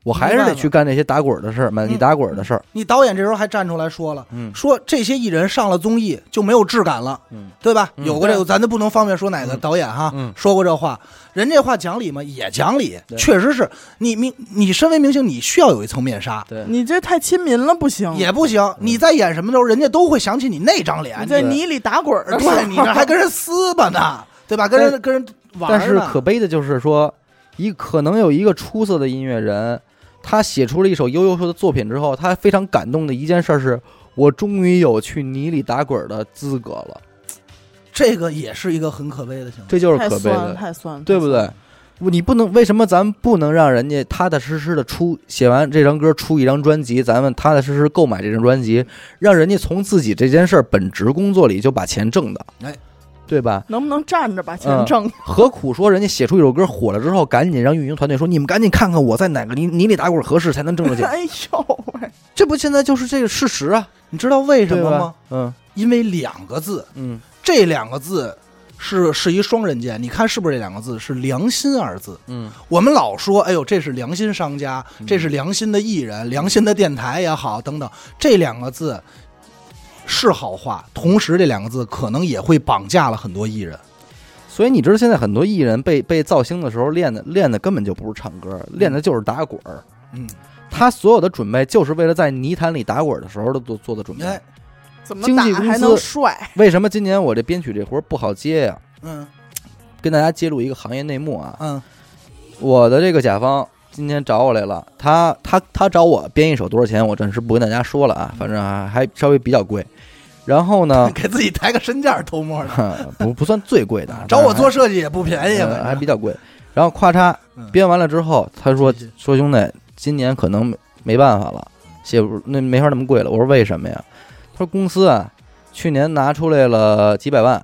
Speaker 4: 我还是得去干那些打滚的事儿，满地打滚的事儿。
Speaker 3: 你导演这时候还站出来说了，
Speaker 4: 嗯
Speaker 3: 说这些艺人上了综艺就没有质感了，
Speaker 4: 嗯
Speaker 3: 对吧？
Speaker 4: 嗯
Speaker 3: 有过这个，咱就不能方便说哪个
Speaker 4: 嗯
Speaker 3: 导演哈，
Speaker 4: 嗯
Speaker 3: 说过这话，人这话讲理吗？也讲理，
Speaker 4: 对
Speaker 3: 确实是你明，你身为明星，你需要有一层面纱，
Speaker 4: 对
Speaker 2: 你这太亲民了，不
Speaker 4: 嗯
Speaker 2: 行。
Speaker 3: 也不行。你在演什么的时候，人家都会想起你那张
Speaker 2: 你
Speaker 3: 脸，
Speaker 2: 在
Speaker 4: 对
Speaker 2: 泥里打滚儿的时候
Speaker 3: 对你这还跟人撕吧呢，对吧？跟人跟人玩儿
Speaker 4: 但
Speaker 3: 呢
Speaker 4: 是可悲的就是说，一可能有一个出色的音乐人，他写出了一首优优秀的作品之后，他非常感动的一件事儿是，我终于有去泥里打滚的资格了，
Speaker 3: 这个也是一个很可悲的行为。
Speaker 4: 这就是
Speaker 2: 太
Speaker 4: 可悲
Speaker 2: 酸了，
Speaker 4: 的，
Speaker 2: 太酸了，
Speaker 4: 对不对？我你不能为什么咱们不能让人家踏踏实实的出写完这张歌出一张专辑，咱们踏踏实实购买这张专辑，让人家从自己这件事儿本职工作里就把钱挣的，
Speaker 3: 哎，
Speaker 4: 对吧？
Speaker 2: 能不能站着把钱
Speaker 4: 嗯
Speaker 2: 挣？
Speaker 4: 何苦说人家写出一首歌火了之后，赶紧让运营团队说你们赶紧看看我在哪个泥泥里打滚合适才能挣着钱？
Speaker 2: 哎呦喂，
Speaker 4: 这不现在就是这个事实啊，
Speaker 3: 你知道为什
Speaker 4: 对
Speaker 3: 么吗
Speaker 4: 吧？？嗯
Speaker 3: 因为两个字，
Speaker 4: 嗯，
Speaker 3: 这两个字是是一双刃剑。你看是不是这两个字是良心二字？
Speaker 4: 嗯，
Speaker 3: 我们老说，哎呦，这是良心商家，这是良心的艺人，良心的电台也好，等等，这两个字是好话，同时这两个字可能也会绑架了很多艺人。
Speaker 4: 所以你知道现在很多艺人被被造星的时候练的练的根本就不是唱歌，练的就是打滚儿。
Speaker 3: 嗯，
Speaker 4: 他所有的准备就是为了在泥潭里打滚的时候都做做的准备
Speaker 3: 哎。，
Speaker 2: 怎么
Speaker 4: 经
Speaker 2: 打
Speaker 4: 纪公
Speaker 2: 还
Speaker 4: 司
Speaker 2: 能帅？
Speaker 4: 为什么今年我这编曲这活儿不好接呀、
Speaker 3: 嗯
Speaker 4: 跟大家揭露一个行业内幕啊，
Speaker 3: 嗯，
Speaker 4: 我的这个甲方今天找我来了，他他他找我编一首多少钱，我暂时不跟大家说了啊，反正还还稍微比较贵。然后呢
Speaker 3: 给自己抬个身价，偷摸的，
Speaker 4: 不不算最贵的，
Speaker 3: 找我做设计也不便宜
Speaker 4: 呃
Speaker 3: 吧？
Speaker 4: 还比较贵。然后咔嚓
Speaker 3: 哎嗯
Speaker 4: 编完了之后，他说
Speaker 3: 谢谢
Speaker 4: 说兄弟，今年可能没没办法了，写不那没法那么贵了。我说为什么呀？他说公司啊，去年拿出来了几百万，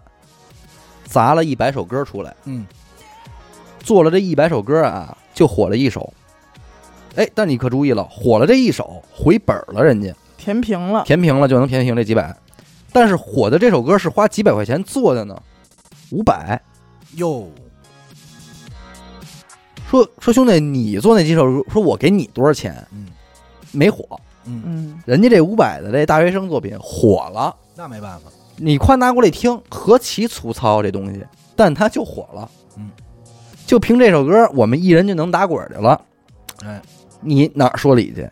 Speaker 4: 砸了一百首歌出来。
Speaker 3: 嗯，
Speaker 4: 做了这一百首歌啊，就火了一首。哎，但你可注意了，火了这一首回本儿了，人家
Speaker 2: 填平 了，
Speaker 4: 填平了就能填平这几百。但是火的这首歌是花几百块钱做的呢，五百。
Speaker 3: 哟，
Speaker 4: 说说兄弟，你做那几首歌，说我给你多少钱？
Speaker 3: 嗯
Speaker 4: 没火，
Speaker 3: 嗯，
Speaker 2: 嗯，
Speaker 4: 人家这五百的这大学生作品火了，
Speaker 3: 那没办法，
Speaker 4: 你快拿过来听，何其粗糙这东西，但它就火了。
Speaker 3: 嗯，
Speaker 4: 就凭这首歌，我们一人就能打滚儿去了。
Speaker 3: 哎，
Speaker 4: 你哪儿说理去？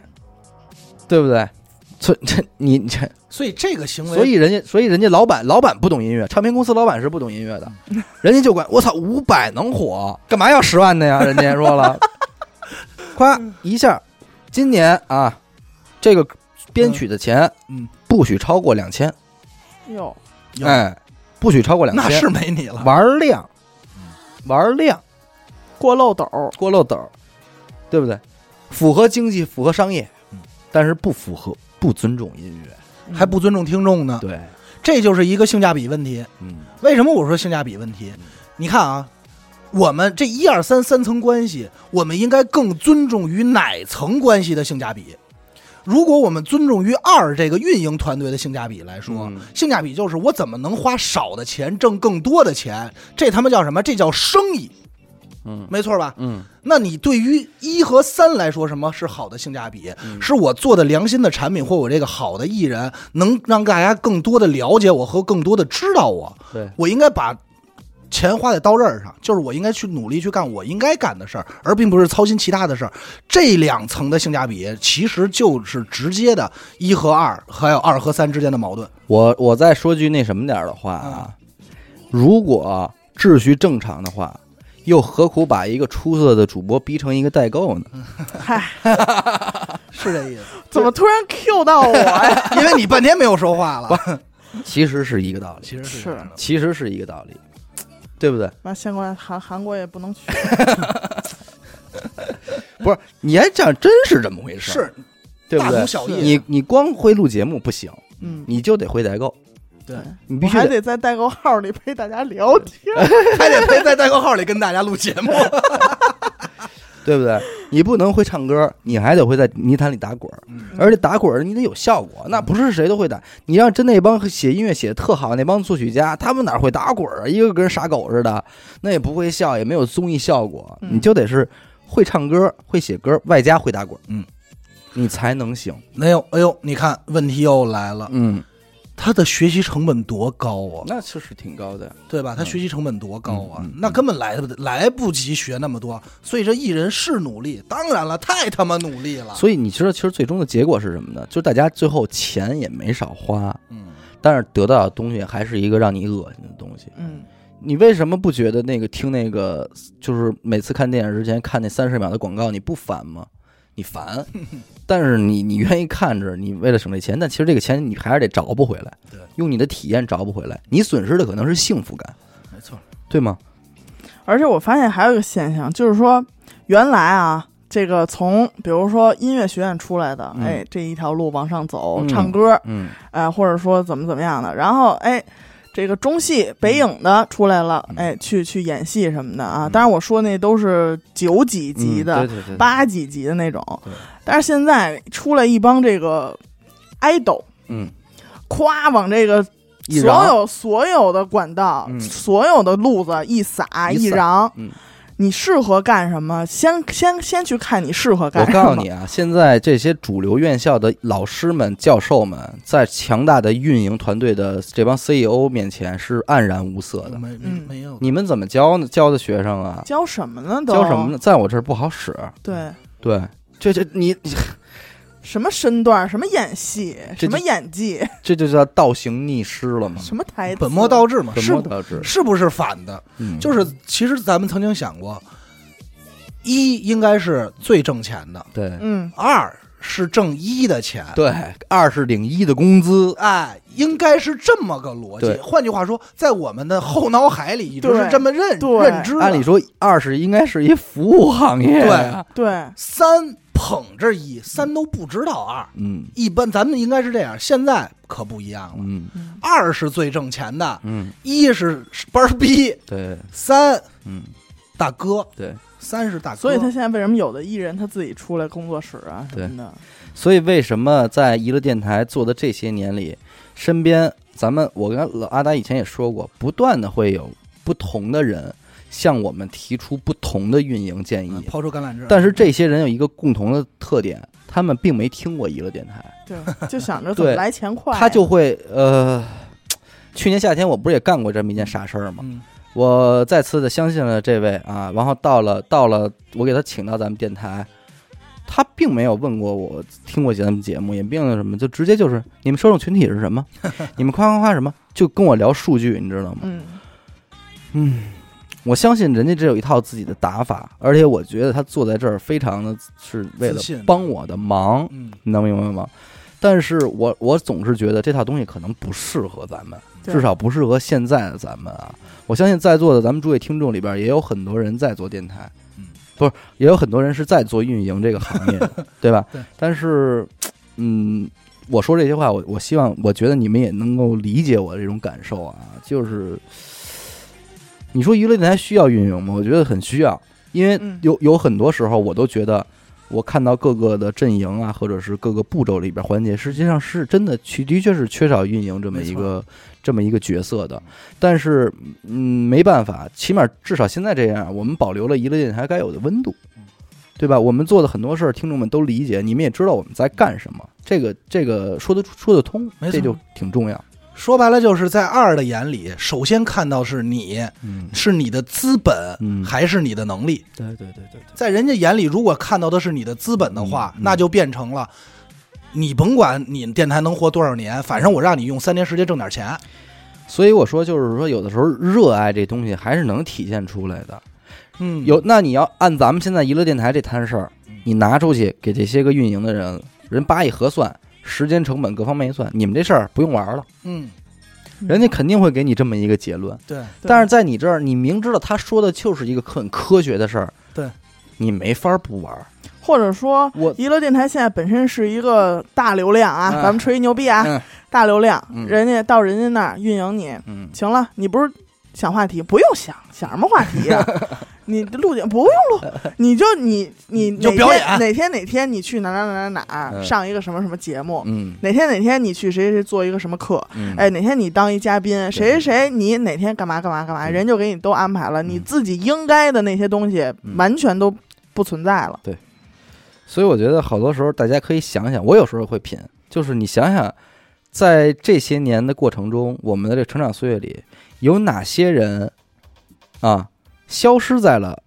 Speaker 4: 对不对？所以这你这，
Speaker 3: 所以这个行为，
Speaker 4: 所以人家，所以人家老板，老板不懂音乐，唱片公司老板是不懂音乐的，
Speaker 3: 嗯
Speaker 4: 人家就管我操，五百能火，干嘛要十万的呀？人家说 了，夸
Speaker 3: 嗯
Speaker 4: 一下，今年啊，这个编曲的钱，
Speaker 3: 嗯，
Speaker 4: 不许超过两千，
Speaker 2: 哟，
Speaker 3: 哟
Speaker 4: 哎，不许超过两千，
Speaker 3: 那是嗯没你了，
Speaker 4: 玩量，玩量，
Speaker 2: 过漏斗儿，
Speaker 4: 过漏斗儿，对不对？符合经济，符合商业
Speaker 3: 嗯，
Speaker 4: 但是不符合，不尊重音乐。
Speaker 2: 嗯
Speaker 3: 还不尊重听众呢，
Speaker 4: 对，
Speaker 3: 这就是一个性价比问题。
Speaker 4: 嗯
Speaker 3: 为什么我说性价比问题？你看啊，我们这一二三三层关系，我们应该更尊重于哪层关系的性价比？如果我们尊重于二这个运营团队的性价比来说，
Speaker 4: 嗯
Speaker 3: 性价比就是我怎么能花少的钱挣更多的钱？这他妈叫什么？这叫生意，
Speaker 4: 嗯
Speaker 3: 没错吧？
Speaker 4: 嗯，
Speaker 3: 那你对于一和三来说，什么是好的性价比？是我做的良心的产品，或我这个好的艺人，能让大家更多的了解我和更多的知道我。
Speaker 4: 对，
Speaker 3: 我应该把钱花在刀刃上，就是我应该去努力去干我应该干的事儿，而并不是操心其他的事儿。这两层的性价比其实就是直接的一和二，还有二和三之间的矛盾。
Speaker 4: 我我再说句那什么点儿的话啊，如果秩序正常的话，又何苦把一个出色的主播逼成一个代购呢？
Speaker 2: 嗨，
Speaker 3: 是这意思，
Speaker 2: 怎么突然 Q 到我呀？
Speaker 3: 因为你半天没有说话了。
Speaker 4: 其实是一个道理，
Speaker 3: 嗯其实
Speaker 2: 是
Speaker 3: 这样的
Speaker 4: 其实是一个道理，对不对？
Speaker 2: 那现在韩韩国也不能去，
Speaker 4: 不是，你还讲真是这么回事，，
Speaker 3: 是
Speaker 4: 对不
Speaker 3: 大
Speaker 4: 对
Speaker 3: 同？小异。啊
Speaker 4: 你你光会录节目不行，
Speaker 2: 嗯，
Speaker 4: 你就得会代购，
Speaker 3: 对，
Speaker 4: 你必
Speaker 2: 我
Speaker 4: 须
Speaker 2: 还得在代购号里陪大家聊天。
Speaker 3: 还得陪在代购号里跟大家录节目。
Speaker 4: 对不对？你不能会唱歌，你还得会在泥潭里打滚儿，
Speaker 3: 嗯
Speaker 4: 而且打滚儿你得有效果，那不是谁都会打。你让真那帮写音乐写的特好那帮作曲家，他们哪会打滚儿啊？一个跟傻狗似的，那也不会笑，也没有综艺效果。
Speaker 2: 嗯
Speaker 4: 你就得是会唱歌、会写歌，外加会打滚，
Speaker 3: 嗯，
Speaker 4: 你才能行。
Speaker 3: 没有，哎呦，你看问题又来了，
Speaker 4: 嗯，
Speaker 3: 他的学习成本多高啊，
Speaker 4: 那就是挺高的。
Speaker 3: 对吧？他学习成本多高啊，
Speaker 4: 嗯嗯嗯
Speaker 3: 那根本来不来不及学那么多。所以这艺人是努力，当然了，太他妈努力了。
Speaker 4: 所以你知道，其实最终的结果是什么呢？就是大家最后钱也没少花，
Speaker 3: 嗯，
Speaker 4: 但是得到的东西还是一个让你恶心的东西。
Speaker 2: 嗯，
Speaker 4: 你为什么不觉得那个听那个就是每次看电影之前看那三十秒的广告你不烦吗？你 烦，但是你你愿意看着，你为了省这钱，但其实这个钱你还是得找不回来，
Speaker 3: 对
Speaker 4: 用你的体验找不回来，你损失的可能是幸福感，
Speaker 3: 没错，
Speaker 4: 对吗？
Speaker 2: 而且我发现还有一个现象，就是说原来啊。这个从比如说音乐学院出来的，
Speaker 4: 嗯
Speaker 2: 哎，这一条路往上走，
Speaker 4: 嗯
Speaker 2: 唱歌，
Speaker 4: 嗯
Speaker 2: 哎、或者说怎么怎么样的。然后哎，这个中戏、北影的出来了，哎，去去演戏什么的啊。
Speaker 4: 嗯
Speaker 2: 当然我说那都是九几级的、
Speaker 4: 对对
Speaker 2: 八几级的那种
Speaker 4: 对。
Speaker 2: 但是现在出来一帮这个 idol，
Speaker 4: 嗯，
Speaker 2: 夸往这个
Speaker 4: 一
Speaker 2: 所
Speaker 4: 嚷
Speaker 2: 有所有的管道、
Speaker 4: 嗯
Speaker 2: 所有的路子一撒
Speaker 4: 一撒
Speaker 2: 嚷，
Speaker 4: 嗯
Speaker 2: 你适合干什么？先先先去看你适合干
Speaker 4: 我
Speaker 2: 什么。
Speaker 4: 告诉你，啊，现在这些主流院校的老师们、教授们，在强大的运营团队的这帮 CEO 面前是黯然无色的。
Speaker 3: 没没
Speaker 2: 嗯
Speaker 3: 没有。
Speaker 4: 你们怎么教呢？教的学生啊，
Speaker 2: 教什么呢都？
Speaker 4: 教什么呢？在我这儿不好使。
Speaker 2: 对，
Speaker 4: 对，这这你你
Speaker 2: 什么身段，什么演戏，
Speaker 4: 这
Speaker 2: 什
Speaker 4: 就
Speaker 2: 么演技，
Speaker 4: 这就叫倒行逆施了嘛？
Speaker 2: 什么台词，
Speaker 3: 本末倒置嘛，
Speaker 4: 本
Speaker 3: 是
Speaker 4: 末
Speaker 3: 不
Speaker 4: 倒置，
Speaker 3: 是不是反的？
Speaker 4: 嗯
Speaker 3: 就是其实咱们曾经想过，一应该是最挣钱的，
Speaker 4: 对
Speaker 2: 嗯，
Speaker 3: 二是挣一的钱，
Speaker 4: 对，二是领一的工资，
Speaker 3: 哎，应该是这么个逻辑。
Speaker 4: 对
Speaker 3: 换句话说，在我们的后脑海里一直
Speaker 2: 对
Speaker 3: 是这么认
Speaker 2: 对
Speaker 3: 认知的。
Speaker 4: 按理说二是应该是一服务行业，啊
Speaker 3: 对，
Speaker 2: 对，
Speaker 3: 三捧着一，三都不知道二。
Speaker 4: 嗯
Speaker 3: 一般咱们应该是这样，现在可不一样了。
Speaker 4: 嗯
Speaker 3: 二是最挣钱的，
Speaker 4: 嗯，
Speaker 3: 一是班儿逼，
Speaker 4: 对，
Speaker 3: 三
Speaker 4: 嗯
Speaker 3: 大哥，
Speaker 4: 对，
Speaker 3: 三是大哥。
Speaker 2: 所以他现在为什么有的艺人他自己出来工作室啊什么的？
Speaker 4: 所以为什么在娱乐电台做的这些年里，身边咱们我跟老阿达以前也说过，不断的会有不同的人向我们提出不同的运营建议，
Speaker 3: 嗯抛出橄榄枝，
Speaker 4: 但是这些人有一个共同的特点，他们并没听过娱乐电台，
Speaker 2: 对，就想着 怎么
Speaker 4: 对
Speaker 2: 来钱快啊。
Speaker 4: 他就会呃，去年夏天我不是也干过这么一件傻事儿吗？
Speaker 3: 嗯，
Speaker 4: 我再次的相信了这位啊，然后到了到了，我给他请到咱们电台，他并没有问过我听过咱们节目，也并没有什么，就直接就是你们受众群体是什么， 你们夸夸夸什么，就跟我聊数据，你知道吗？
Speaker 2: 嗯
Speaker 4: 嗯，我相信人家这有一套自己的打法，而且我觉得他坐在这儿非常的是为了
Speaker 3: 自信
Speaker 4: 帮我的忙，
Speaker 3: 嗯，
Speaker 4: 你能明白吗？但是我我总是觉得这套东西可能不适合咱们，
Speaker 2: 对
Speaker 4: 至少不适合现在的咱们啊。我相信在座的咱们诸位听众里边，也有很多人在做电台，
Speaker 3: 嗯，
Speaker 4: 不是，也有很多人是在做运营这个行业 的，对吧？
Speaker 3: 对
Speaker 4: 但是，嗯，我说这些话，我我希望，我觉得你们也能够理解我这种感受啊，就是，你说娱乐电台需要运营吗？我觉得很需要，因为
Speaker 2: 嗯
Speaker 4: 有有很多时候我都觉得。我看到各个的阵营啊，或者是各个步骤里边环节，实际上是真的去，的确是缺少运营这么一个这么一个角色的。但是，嗯，没办法，起码至少现在这样，我们保留了娱乐电台该有的温度，对吧？我们做的很多事儿，听众们都理解，你们也知道我们在干什么。这个这个说得出说得通，
Speaker 3: 没错
Speaker 4: 这就挺重要。
Speaker 3: 说白了就是在二的眼里，首先看到是你
Speaker 4: 嗯
Speaker 3: 是你的资本、
Speaker 4: 嗯
Speaker 3: 还是你的能力。
Speaker 4: 对对对对对，
Speaker 3: 在人家眼里，如果看到的是你的资本的话，
Speaker 4: 嗯嗯
Speaker 3: 那就变成了。你甭管你电台能活多少年，反正我让你用三年时间挣点钱。
Speaker 4: 所以我说就是说，有的时候热爱这东西还是能体现出来的。
Speaker 3: 嗯
Speaker 4: 有，那你要按咱们现在娱乐电台这摊事儿，你拿出去给这些个运营的人，人扒一核算，时间成本各方面一算，你们这事儿不用玩了，
Speaker 3: 嗯，
Speaker 4: 人家肯定会给你这么一个结论。
Speaker 3: 对
Speaker 2: 对
Speaker 4: 但是在你这儿，你明知道他说的就是一个很科学的事儿，
Speaker 3: 对，
Speaker 4: 你没法不玩儿。
Speaker 2: 或者说，
Speaker 4: 我
Speaker 2: 娱乐电台现在本身是一个大流量啊，
Speaker 4: 嗯
Speaker 2: 咱们吹牛逼啊，
Speaker 4: 嗯
Speaker 2: 大流量，
Speaker 4: 嗯
Speaker 2: 人家到人家那儿运营你，
Speaker 4: 嗯，
Speaker 2: 行了，你不是想话题，不用想，想什么话题 呀、你录节不用录，你就你你
Speaker 3: 你就
Speaker 2: 哪
Speaker 3: 表
Speaker 2: 天
Speaker 3: 演
Speaker 2: 哪天哪天你去哪哪哪哪哪儿
Speaker 4: 嗯
Speaker 2: 上一个什么什么节目，
Speaker 4: 嗯
Speaker 2: 哪天哪天你去谁谁谁做一个什么课，
Speaker 4: 嗯，
Speaker 2: 哎，哪天你当一嘉宾，谁谁谁，你哪天干嘛干嘛干嘛，
Speaker 4: 嗯
Speaker 2: 人就给你都安排了，你自己应该的那些东西
Speaker 4: 嗯
Speaker 2: 完全都不存在了。
Speaker 4: 所以我觉得好多时候大家可以想想，我有时候会品，就是你想想，在这些年的过程中，我们的这成长岁月里，有哪些人啊消失在了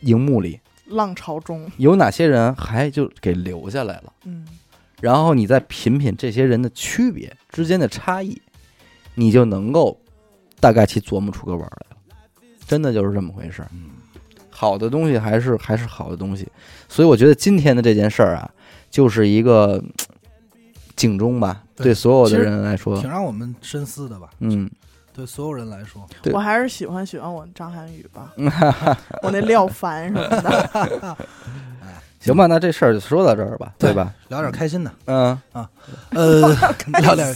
Speaker 4: 荧幕里，
Speaker 2: 浪潮中，
Speaker 4: 有哪些人还就给留下来了。
Speaker 2: 嗯，
Speaker 4: 然后你再品品这些人的区别之间的差异，你就能够大概去琢磨出个玩儿来了。真的就是这么回事儿。
Speaker 3: 嗯
Speaker 4: 好的东西还是还是好的东西，所以我觉得今天的这件事儿啊，就是一个嘖警钟吧，
Speaker 3: 对
Speaker 4: 对所有
Speaker 3: 其
Speaker 4: 的
Speaker 3: 实
Speaker 4: 人来说
Speaker 3: 挺，让我们深思的吧？
Speaker 4: 嗯，
Speaker 3: 对所有人来说，
Speaker 4: 对
Speaker 2: 我还是喜欢喜欢我张涵予 吧，我那廖凡什么的，
Speaker 4: 行吧，那这事儿就说到这儿吧，对吧？
Speaker 3: 聊点开心的，
Speaker 4: 嗯
Speaker 3: 呃， 聊点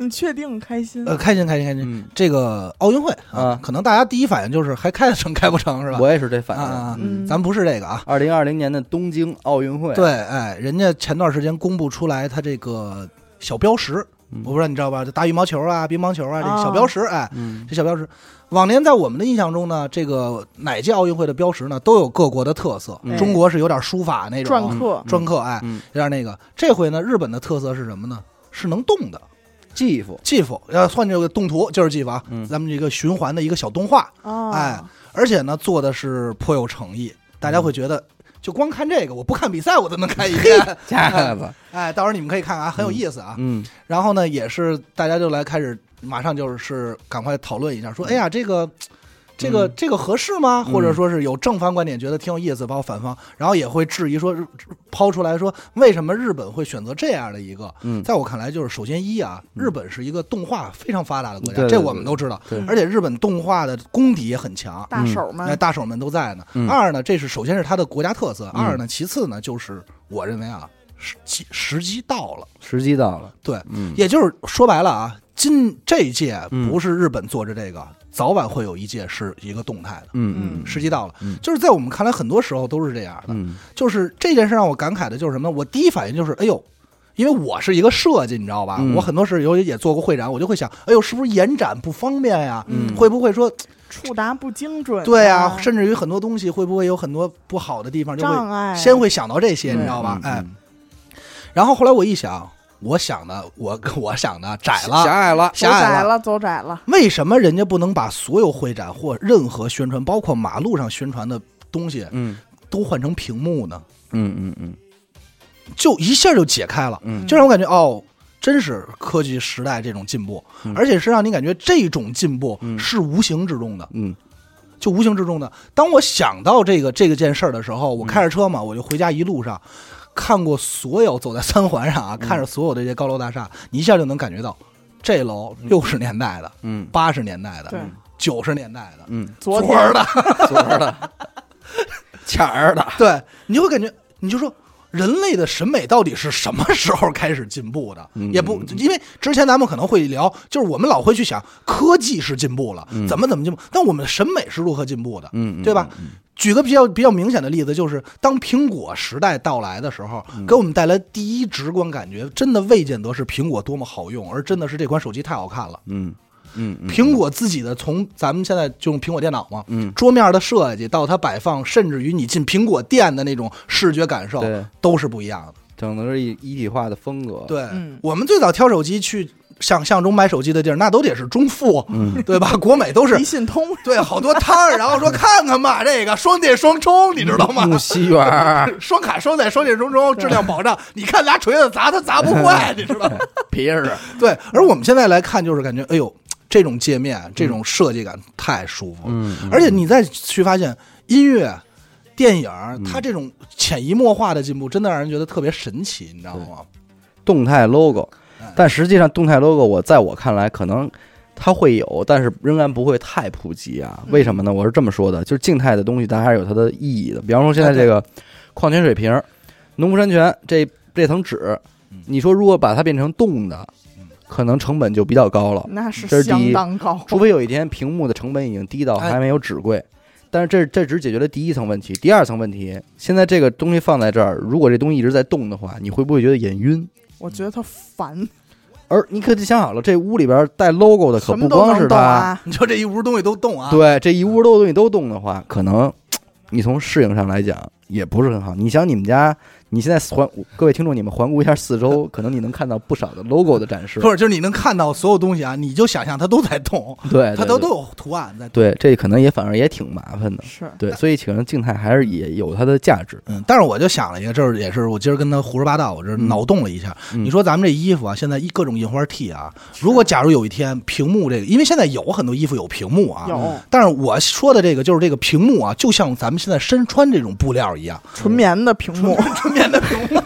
Speaker 2: 你确定开心？
Speaker 3: 呃开心开心开心。
Speaker 4: 嗯，
Speaker 3: 这个奥运会
Speaker 4: 啊
Speaker 3: 可能大家第一反应就是 还开得成开不成是吧？
Speaker 4: 我也是这
Speaker 3: 啊
Speaker 4: 反
Speaker 3: 啊，
Speaker 4: 应。
Speaker 3: 啊
Speaker 2: 嗯
Speaker 3: 咱不是这个啊。
Speaker 4: 二零二零年的东京奥运会，
Speaker 3: 对，哎，人家前段时间公布出来他这个小标识，
Speaker 4: 嗯
Speaker 3: 我不知道你知道吧？就打羽毛球啊、乒乓球啊，这
Speaker 2: 啊
Speaker 3: 小标识，哎，
Speaker 4: 嗯，
Speaker 3: 这小标识，往年在我们的印象中呢，这个哪届奥运会的标识呢，都有各国的特色。
Speaker 4: 嗯
Speaker 3: 中国是有点书法那种
Speaker 2: 篆
Speaker 3: 啊
Speaker 2: 刻，
Speaker 3: 篆刻，哎，
Speaker 4: 嗯
Speaker 3: 有点那个。这回呢，日本的特色是什么呢？是能动的
Speaker 4: 继父，
Speaker 3: GIF，要换这个动图就是 GIF 啊，
Speaker 4: 嗯
Speaker 3: 咱们这个循环的一个小动画，
Speaker 2: 啊，
Speaker 3: 哎，而且呢做的是颇有诚意，大
Speaker 4: 嗯
Speaker 3: 家会觉得。就光看这个，我不看比赛我都能看一遍。
Speaker 4: 家子，
Speaker 3: 哎，到时候你们可以看看啊，很有意思啊。
Speaker 4: 嗯
Speaker 3: 然后呢，也是大家就来开始，马上就是赶快讨论一下，说，哎呀，这个。这个这个合适吗？
Speaker 4: 嗯
Speaker 3: 或者说是有正方观点觉得挺有意思，包括反方，然后也会质疑说，抛出来说为什么日本会选择这样的一个？
Speaker 4: 嗯，
Speaker 3: 在我看来，就是首先一啊，
Speaker 4: 嗯
Speaker 3: 日本是一个动画非常发达的国家，
Speaker 4: 对对
Speaker 3: 这
Speaker 4: 对嗯
Speaker 3: 我们都知道，
Speaker 4: 对
Speaker 3: 而且日本动画的功底也很强，
Speaker 2: 大手嘛
Speaker 3: 那，大手们都在呢。
Speaker 4: 嗯
Speaker 3: 二呢，这是首先是它的国家特色，
Speaker 4: 嗯
Speaker 3: 二呢，其次呢，就是我认为啊，时机时机到了。
Speaker 4: 时机到了，
Speaker 3: 对
Speaker 4: 嗯，
Speaker 3: 也就是说白了啊，今这一届
Speaker 4: 嗯
Speaker 3: 不是日本做着这个，早晚会有一届是一个动态的。
Speaker 4: 嗯嗯
Speaker 3: 时机到了，
Speaker 4: 嗯
Speaker 3: 就是在我们看来，很多时候都是这样的。
Speaker 4: 嗯
Speaker 3: 就是这件事让我感慨的就是什么呢？我第一反应就是，哎呦，因为我是一个设计，你知道吧？
Speaker 4: 嗯
Speaker 3: 我很多时候也做过会展，我就会想，哎呦，是不是延展不方便呀？
Speaker 4: 嗯
Speaker 3: 会不会说
Speaker 2: 触达不精准，
Speaker 3: 对
Speaker 2: 啊，
Speaker 3: 甚至于很多东西会不会有很多不好的地方，就会
Speaker 2: 障碍，
Speaker 3: 先会想到这些，
Speaker 2: 对
Speaker 3: 你知道吧？
Speaker 4: 嗯
Speaker 3: 哎，
Speaker 4: 嗯
Speaker 3: 然后后来我一想，我想的我 我想的窄
Speaker 4: 狭
Speaker 3: 了，
Speaker 4: 隘了，
Speaker 2: 走
Speaker 3: 哎狭
Speaker 2: 窄
Speaker 3: 隘。
Speaker 2: 了，走窄了，
Speaker 3: 为什么人家不能把所有会展或任何宣传，包括马路上宣传的东西，
Speaker 4: 嗯
Speaker 3: 都换成屏幕呢？
Speaker 4: 嗯嗯嗯
Speaker 3: 就一下就解开了，
Speaker 4: 嗯
Speaker 3: 就让我感觉哦，真是科技时代这种进步，
Speaker 4: 嗯
Speaker 3: 而且是让你感觉这种进步
Speaker 4: 嗯
Speaker 3: 是无形之中的，
Speaker 4: 嗯
Speaker 3: 就无形之中的。当我想到这个这个件事儿的时候，我开着车嘛，我就回家一路上看过所有走在三环上啊，看着所有的这些高楼大厦，你一下就能感觉到，这楼六十年代的、
Speaker 4: 嗯
Speaker 3: 八十年代的
Speaker 2: 对、
Speaker 3: 九十年代的、
Speaker 4: 嗯，
Speaker 2: 昨
Speaker 3: 昨儿
Speaker 2: 天
Speaker 3: 的，
Speaker 4: 昨儿的，前儿的，
Speaker 3: 对你就会感觉，你就说。人类的审美到底是什么时候开始进步的？
Speaker 4: 嗯
Speaker 3: 也不，因为之前咱们可能会聊，就是我们老会去想科技是进步了，
Speaker 4: 嗯
Speaker 3: 怎么怎么进步，但我们的审美是如何进步的？
Speaker 4: 嗯，嗯
Speaker 3: 对吧？举个比较比较明显的例子，就是当苹果时代到来的时候，
Speaker 4: 嗯
Speaker 3: 给我们带来第一直观感觉，真的未见得是苹果多么好用，而真的是这款手机太好看了。
Speaker 4: 嗯嗯嗯，
Speaker 3: 苹果自己的从咱们现在就用苹果电脑嘛，
Speaker 4: 嗯
Speaker 3: 桌面的设计到它摆放，甚至于你进苹果店的那种视觉感受，
Speaker 4: 对，嗯
Speaker 3: 都是不一样的。
Speaker 4: 整的是一一体化的风格，，
Speaker 3: 对、
Speaker 2: 嗯
Speaker 3: 我们最早挑手机去想象中买手机的地儿，那都得是中富，
Speaker 4: 嗯
Speaker 3: 对吧？国美都是
Speaker 2: 一信通，
Speaker 3: 对好多摊儿，然后说看看吧，这个双电双充，你知道吗？
Speaker 4: 木樨园儿
Speaker 3: 双卡双待双电双充，质量保障。你看拿锤子砸它 砸不坏，你知道吗？
Speaker 4: 皮实，
Speaker 3: 对。而我们现在来看，就是感觉，哎呦，这种界面、这种设计感太舒服了。
Speaker 4: 嗯
Speaker 3: 而且你再去发现音乐、电影儿，它这种潜移默化的进步，真的让人觉得特别神奇，你知道吗？
Speaker 4: 动态 logo。但实际上，动态 logo 我在我看来，可能它会有，但是仍然不会太普及啊。
Speaker 3: 嗯
Speaker 4: 为什么呢？我是这么说的，就是静态的东西，它还是有它的意义的。比方说现在这个
Speaker 3: 嗯
Speaker 4: 矿泉水瓶、农夫山泉这这层纸
Speaker 3: 嗯，
Speaker 4: 你说如果把它变成动的
Speaker 3: 嗯，
Speaker 4: 可能成本就比较高了。
Speaker 2: 那是
Speaker 4: 这是第一
Speaker 2: 相当高。
Speaker 4: 除非有一天屏幕的成本已经低到
Speaker 3: 哎
Speaker 4: 还没有纸贵。但是这这只解决了第一层问题，第二层问题，现在这个东西放在这儿，如果这东西一直在动的话，你会不会觉得眼晕？
Speaker 2: 我觉得他烦，
Speaker 4: 而你可得想好了，这屋里边带 logo 的可
Speaker 2: 什
Speaker 4: 不
Speaker 2: 么都
Speaker 4: 光
Speaker 2: 能
Speaker 4: 是
Speaker 2: 动
Speaker 4: 它，
Speaker 2: 啊。
Speaker 3: 你说这一屋东西都动啊？，
Speaker 4: 对，这一屋都东西都动的话，可能你从适应上来讲也不是很好。你想你们家，你现在环各位听众，你们环顾一下四 周，可能你能看到不少的 logo 的展示，
Speaker 3: 不是，就是你能看到所有东西啊，你就想象它都在动，啊
Speaker 4: 对，
Speaker 3: 它
Speaker 4: 对
Speaker 3: 都
Speaker 4: 对
Speaker 3: 都有图案在动。
Speaker 4: 对，这可能也反而也挺麻烦的，
Speaker 2: 是，
Speaker 4: 对，所以可能静态还是也有它的价值。
Speaker 3: 嗯，但是我就想了一个，这儿也是我今儿跟他胡说八道，我这
Speaker 4: 嗯
Speaker 3: 脑洞了一下。
Speaker 4: 嗯
Speaker 3: 你说咱们这衣服啊，现在一各种印花 T 啊，如果假如有一天屏幕这个，因为现在有很多衣服有屏幕啊，
Speaker 2: 有
Speaker 3: 但是我说的这个就是这个屏幕啊，就像咱们现在身穿这种布料一样，
Speaker 2: 纯棉的屏幕，
Speaker 3: 纯棉的屏幕，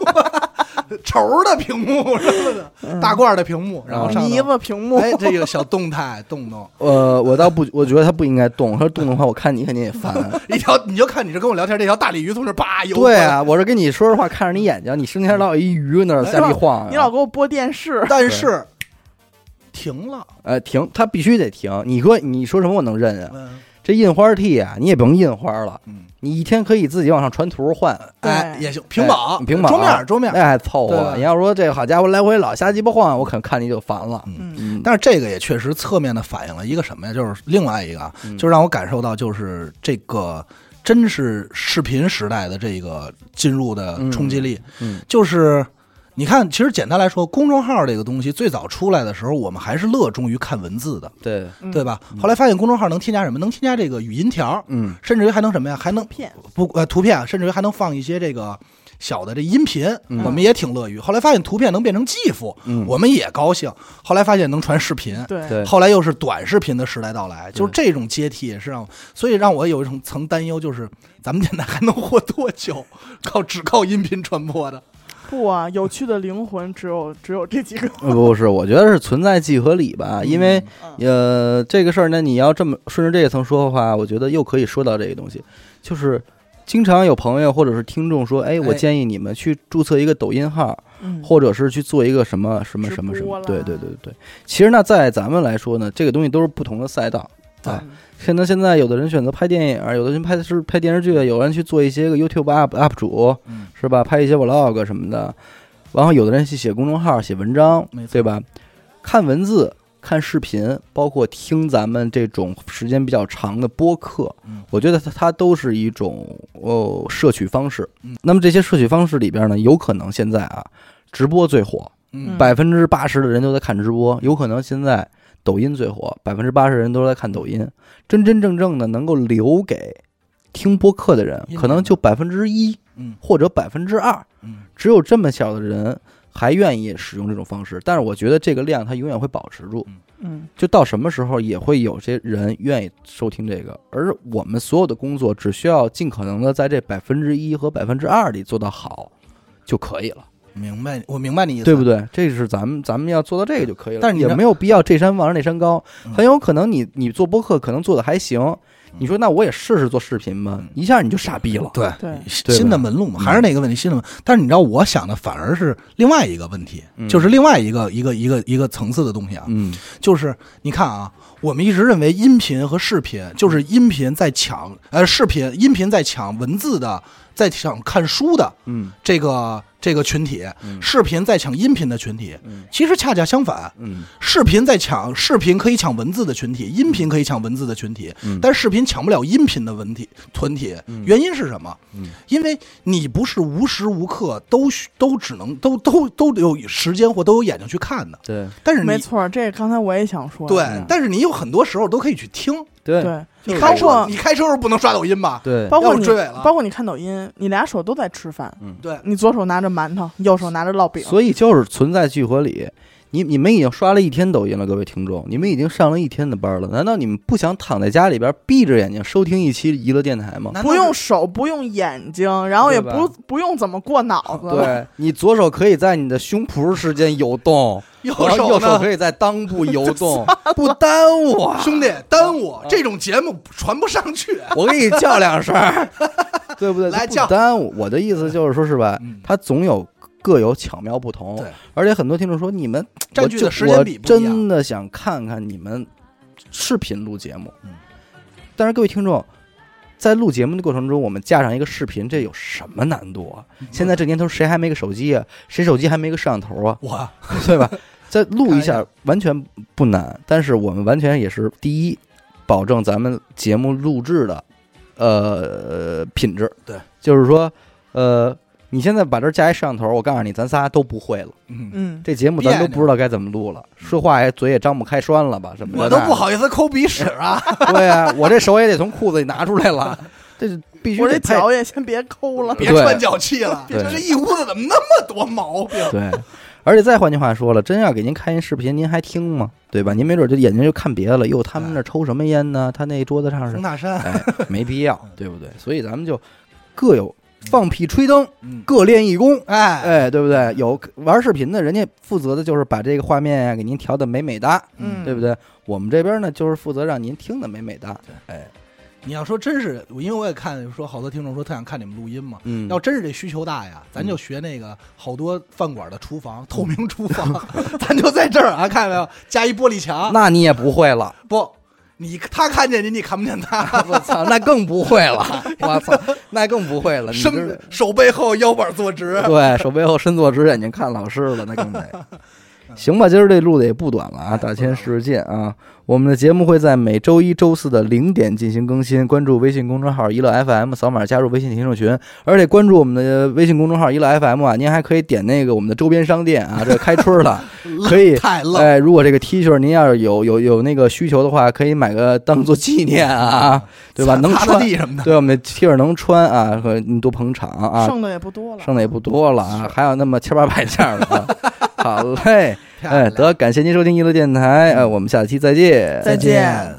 Speaker 3: 绸儿的屏幕什么
Speaker 4: 嗯
Speaker 3: 的，大褂儿的屏幕，然后上头
Speaker 2: 呢子屏幕，
Speaker 3: 哎，这个小动态动动，
Speaker 4: 呃，我倒不，我觉得它不应该动，它动的话，我看你肯定也烦。
Speaker 3: 一条你就看你这跟我聊天，这条大鲤鱼从这叭游 过
Speaker 4: 对
Speaker 3: 来，
Speaker 4: 啊，我是跟你说实话，看着你眼睛，你生前老有一鱼那儿在那晃、啊，
Speaker 2: 你老给我播电视，
Speaker 3: 但是停了，
Speaker 4: 呃停，它必须得停。你说你说什么我能认啊？
Speaker 3: 嗯
Speaker 4: 这印花 T 啊，你也甭印花了，
Speaker 3: 嗯，
Speaker 4: 你一天可以自己往上传图换，
Speaker 3: 哎
Speaker 2: 对
Speaker 3: 也行，屏保
Speaker 4: 哎屏保
Speaker 3: 桌面儿桌面儿，
Speaker 4: 那还凑
Speaker 3: 对
Speaker 4: 合啊
Speaker 3: 吧。
Speaker 4: 你要说这好家伙来回老瞎鸡巴晃，我可看你就烦了。
Speaker 2: 嗯，
Speaker 4: 嗯，
Speaker 3: 但是这个也确实侧面的反映了一个什么呀？就是另外一个啊，
Speaker 4: 嗯
Speaker 3: 就是让我感受到，就是这个真是视频时代的这个进入的冲击力。
Speaker 4: 嗯嗯
Speaker 3: 就是你看，其实简单来说，公众号这个东西最早出来的时候，我们还是乐衷于看文字的，
Speaker 4: 对，
Speaker 2: 嗯
Speaker 3: 对吧？后来发现公众号能添加什么？能添加这个语音条，
Speaker 4: 嗯
Speaker 3: 甚至于还能什么呀？还能
Speaker 2: 片
Speaker 3: 不呃图片，甚至于还能放一些这个小的这音频，
Speaker 4: 嗯
Speaker 3: 我们也挺乐于。后来发现图片能变成 GIF，
Speaker 4: 嗯，
Speaker 3: 我们也高兴。后来发现能传视频，
Speaker 2: 对
Speaker 4: 对
Speaker 3: 后来又是短视频的时代到来，就是这种阶梯也是让我，所以让我有一种层担忧，就是咱们电台还能活多久？ 靠只靠音频传播的，
Speaker 2: 不啊，有趣的灵魂只有只有这几个，
Speaker 4: 不是，我觉得是存在即合理吧，啊因为
Speaker 3: 嗯
Speaker 2: 嗯
Speaker 4: 呃这个事儿呢，你要这么顺着这一层说的话，我觉得又可以说到这个东西，就是。经常有朋友或者是听众说：“哎，我
Speaker 3: 哎
Speaker 4: 建议你们去注册一个抖音号，
Speaker 2: 嗯
Speaker 4: 或者是去做一个什么什么什么什么，
Speaker 2: 直播
Speaker 4: 对
Speaker 2: 啦
Speaker 4: 对对对对。其实呢，在咱们来说呢，这个东西都是不同的赛道。哎，可能现在有的人选择拍电影，有的人拍的是拍电视剧，有人去做一些个 YouTube up up 主，
Speaker 3: 嗯
Speaker 4: 是吧？拍一些 vlog 什么的。然后有的人去写公众号、写文章
Speaker 3: 没，错
Speaker 4: 对吧？看文字、看视频，包括听咱们这种时间比较长的播客，
Speaker 3: 嗯
Speaker 4: 我觉得它它都是一种哦摄取方式。
Speaker 3: 嗯
Speaker 4: 那么这些摄取方式里边呢，有可能现在啊，直播最火，
Speaker 3: 嗯
Speaker 4: 百分之八十的人都在看直播，有可能现在抖音最火，百分之八十人都在看抖音。真真正正的能够留给听播客的人
Speaker 3: 音，频
Speaker 4: 可能就百分之一
Speaker 3: 嗯
Speaker 4: 或者百分之二，
Speaker 3: 嗯，
Speaker 4: 只有这么小的人还愿意使用这种方式。但是我觉得这个量它永远会保持住，
Speaker 2: 嗯
Speaker 4: 就到什么时候也会有些人愿意收听这个。而我们所有的工作只需要尽可能的在这百分之一和百分之二里做到好就可以了。
Speaker 3: 明白，我明白你意思，
Speaker 4: 对不？对？这是咱们咱们要做到这个就可以了，
Speaker 3: 但是你
Speaker 4: 也
Speaker 3: 知道
Speaker 4: 没有必要这山望着那山高
Speaker 3: 嗯，
Speaker 4: 很有可能你你做播客可能做的还行，你说那我也试试做视频吧
Speaker 3: 嗯，
Speaker 4: 一下你就傻逼了。
Speaker 3: 对，
Speaker 2: 对
Speaker 4: 对嗯吧
Speaker 3: 新的门路嘛，还是那个问题，新的门。但是你知道，我想的反而是另外一个问题，
Speaker 4: 嗯
Speaker 3: 就是另外一个一个一个一个层次的东西啊，
Speaker 4: 嗯，
Speaker 3: 就是你看啊，我们一直认为音频和视频就是音频在抢，呃，视频音频在抢文字的，在抢看书的，
Speaker 4: 嗯，
Speaker 3: 这个这个群体，
Speaker 4: 嗯
Speaker 3: 视频在抢音频的群体，
Speaker 4: 嗯
Speaker 3: 其实恰恰相反，
Speaker 4: 嗯，
Speaker 3: 视频在抢视频可以抢文字的群体，音频可以抢文字的群体，
Speaker 4: 嗯
Speaker 3: 但视频抢不了音频的文体团体，原因是什么？
Speaker 4: 嗯
Speaker 3: 因为你不是无时无刻都需都只能都都都有时间或都有眼睛去看的，
Speaker 4: 对
Speaker 3: 但是
Speaker 2: 没
Speaker 3: 你
Speaker 2: 错，这刚才我也想说，
Speaker 3: 对
Speaker 4: 嗯，
Speaker 3: 但是你有很多时候都可以去听。
Speaker 4: 对
Speaker 2: 对，
Speaker 3: 你
Speaker 4: 就是
Speaker 3: 开
Speaker 2: 包
Speaker 3: 车，
Speaker 2: 括
Speaker 3: 你开车时候不能刷抖音吧？
Speaker 4: 对
Speaker 2: 包括
Speaker 3: 要不
Speaker 2: 你
Speaker 3: 追尾了
Speaker 2: 包括你看抖音，你俩手都在吃饭，
Speaker 4: 嗯
Speaker 3: 对，
Speaker 2: 你左手拿着馒头，右手拿着烙饼，
Speaker 4: 所以就是存在聚合里。你你们已经刷了一天抖音了，各位听众，你们已经上了一天的班了，难道你们不想躺在家里边闭着眼睛收听一期娱乐电台吗？
Speaker 3: 难道
Speaker 2: 不
Speaker 3: 是
Speaker 2: 用手，不用眼睛，然后也
Speaker 4: 对
Speaker 2: 不
Speaker 4: 吧
Speaker 2: 不用怎么过脑子，，
Speaker 4: 对你左手可以在你的胸脯之间游 动，
Speaker 3: 右
Speaker 4: 然后
Speaker 3: 手
Speaker 4: 右
Speaker 3: 呢
Speaker 4: 手可以在裆部游 动，不耽误啊。
Speaker 3: 兄弟耽误这种节目传不上去。
Speaker 4: 嗯我给你叫两声儿， 对不对？
Speaker 3: 来
Speaker 4: 不
Speaker 3: 叫
Speaker 4: 耽误。我的意思就是说，是吧
Speaker 3: 嗯？
Speaker 4: 它总有各有巧妙不同
Speaker 3: 对，
Speaker 4: 而且很多听众说，你们
Speaker 3: 占
Speaker 4: 我
Speaker 3: 据
Speaker 4: 就
Speaker 3: 的时间比
Speaker 4: 我
Speaker 3: 不一样
Speaker 4: 真的想看看你们视频录节目
Speaker 3: 嗯。
Speaker 4: 但是各位听众，在录节目的过程中，我们架上一个视频，这有什么难度
Speaker 3: 嗯
Speaker 4: 啊？现在这年头，谁还没个手机啊？谁手机还没个摄像头啊？
Speaker 3: 我
Speaker 4: 对吧？再录一
Speaker 3: 看一
Speaker 4: 下完全不难，但是我们完全也是第一，保证咱们节目录制的呃品质。
Speaker 3: 对，
Speaker 4: 就是说，呃，你现在把这儿架一摄像头，我告诉你，咱仨都不会了，
Speaker 3: 嗯，
Speaker 2: 嗯，
Speaker 4: 这节目
Speaker 3: 别
Speaker 4: 咱
Speaker 3: 扭嗯
Speaker 4: 都不知道该怎么录了，说话也嘴也张不开栓了吧？什么的
Speaker 3: 我都
Speaker 4: 那
Speaker 3: 不。好意思抠鼻屎啊。
Speaker 4: 对啊，我这手也得从裤子里拿出来 了，这是必须
Speaker 2: 我这
Speaker 4: 得配
Speaker 2: 脚也先别抠了，
Speaker 3: 别
Speaker 4: 对
Speaker 3: 穿脚气了，
Speaker 4: 对
Speaker 3: 这一屋子怎么那么多毛病？
Speaker 4: 对，而且再换句话说了，真要给您看一视频，您还听吗？对吧？您没准就眼睛就看别的了。哟，他们那抽什么烟呢？他那桌子上是
Speaker 3: 钟大山，
Speaker 4: 哎，没必要，对不对？所以咱们就各有放屁吹灯，
Speaker 3: 嗯，
Speaker 4: 各练一功。
Speaker 3: 哎，
Speaker 4: 哎，对不对？有玩视频的，人家负责的就是把这个画面呀、给您调的美美哒，
Speaker 2: 嗯
Speaker 4: 对不对？我们这边呢，就是负责让您听的美美哒。
Speaker 3: 你要说真是，因为我也看说好多听众说特想看你们录音嘛。
Speaker 4: 嗯，
Speaker 3: 要真是这需求大呀，咱就学那个好多饭馆的厨
Speaker 4: 嗯
Speaker 3: 房，透明厨 房，咱就在这儿啊，看见没有？加一玻璃墙，
Speaker 4: 那你也不会了，
Speaker 3: 不，你他看见你，你看不见他，
Speaker 4: 我操，那更不会 了，我操，那更不会了，你这
Speaker 3: 身手背后腰板坐直，
Speaker 4: 对手背后伸坐直，眼睛看老师了，那 更得。行吧，今儿这录的也不短了啊，大千世界啊！我们的节目会在每周一周四的零点进行更新，关注微信公众号“一乐 FM”，扫码加入微信听众群，而且关注我们的微信公众号“一乐 FM” 啊，您还可以点那个我们的周边商店啊，这开春 了，可以
Speaker 3: 太愣了。
Speaker 4: 哎，如果这个 T 恤您要是有有有那个需求的话，可以买个 当做纪念啊，对吧？能
Speaker 3: 擦擦
Speaker 4: 穿，
Speaker 3: 地什么的，
Speaker 4: 对我们的 T 恤能穿啊，和你多捧场啊，
Speaker 2: 剩的也不多了。
Speaker 4: 剩的也不多了啊，还有那么千八百件儿呢。好嘞，
Speaker 3: 漂
Speaker 4: 哎，
Speaker 3: 亮嗯
Speaker 4: 得感谢您收听娱乐电台，哎，我们下期再见，
Speaker 2: 再见。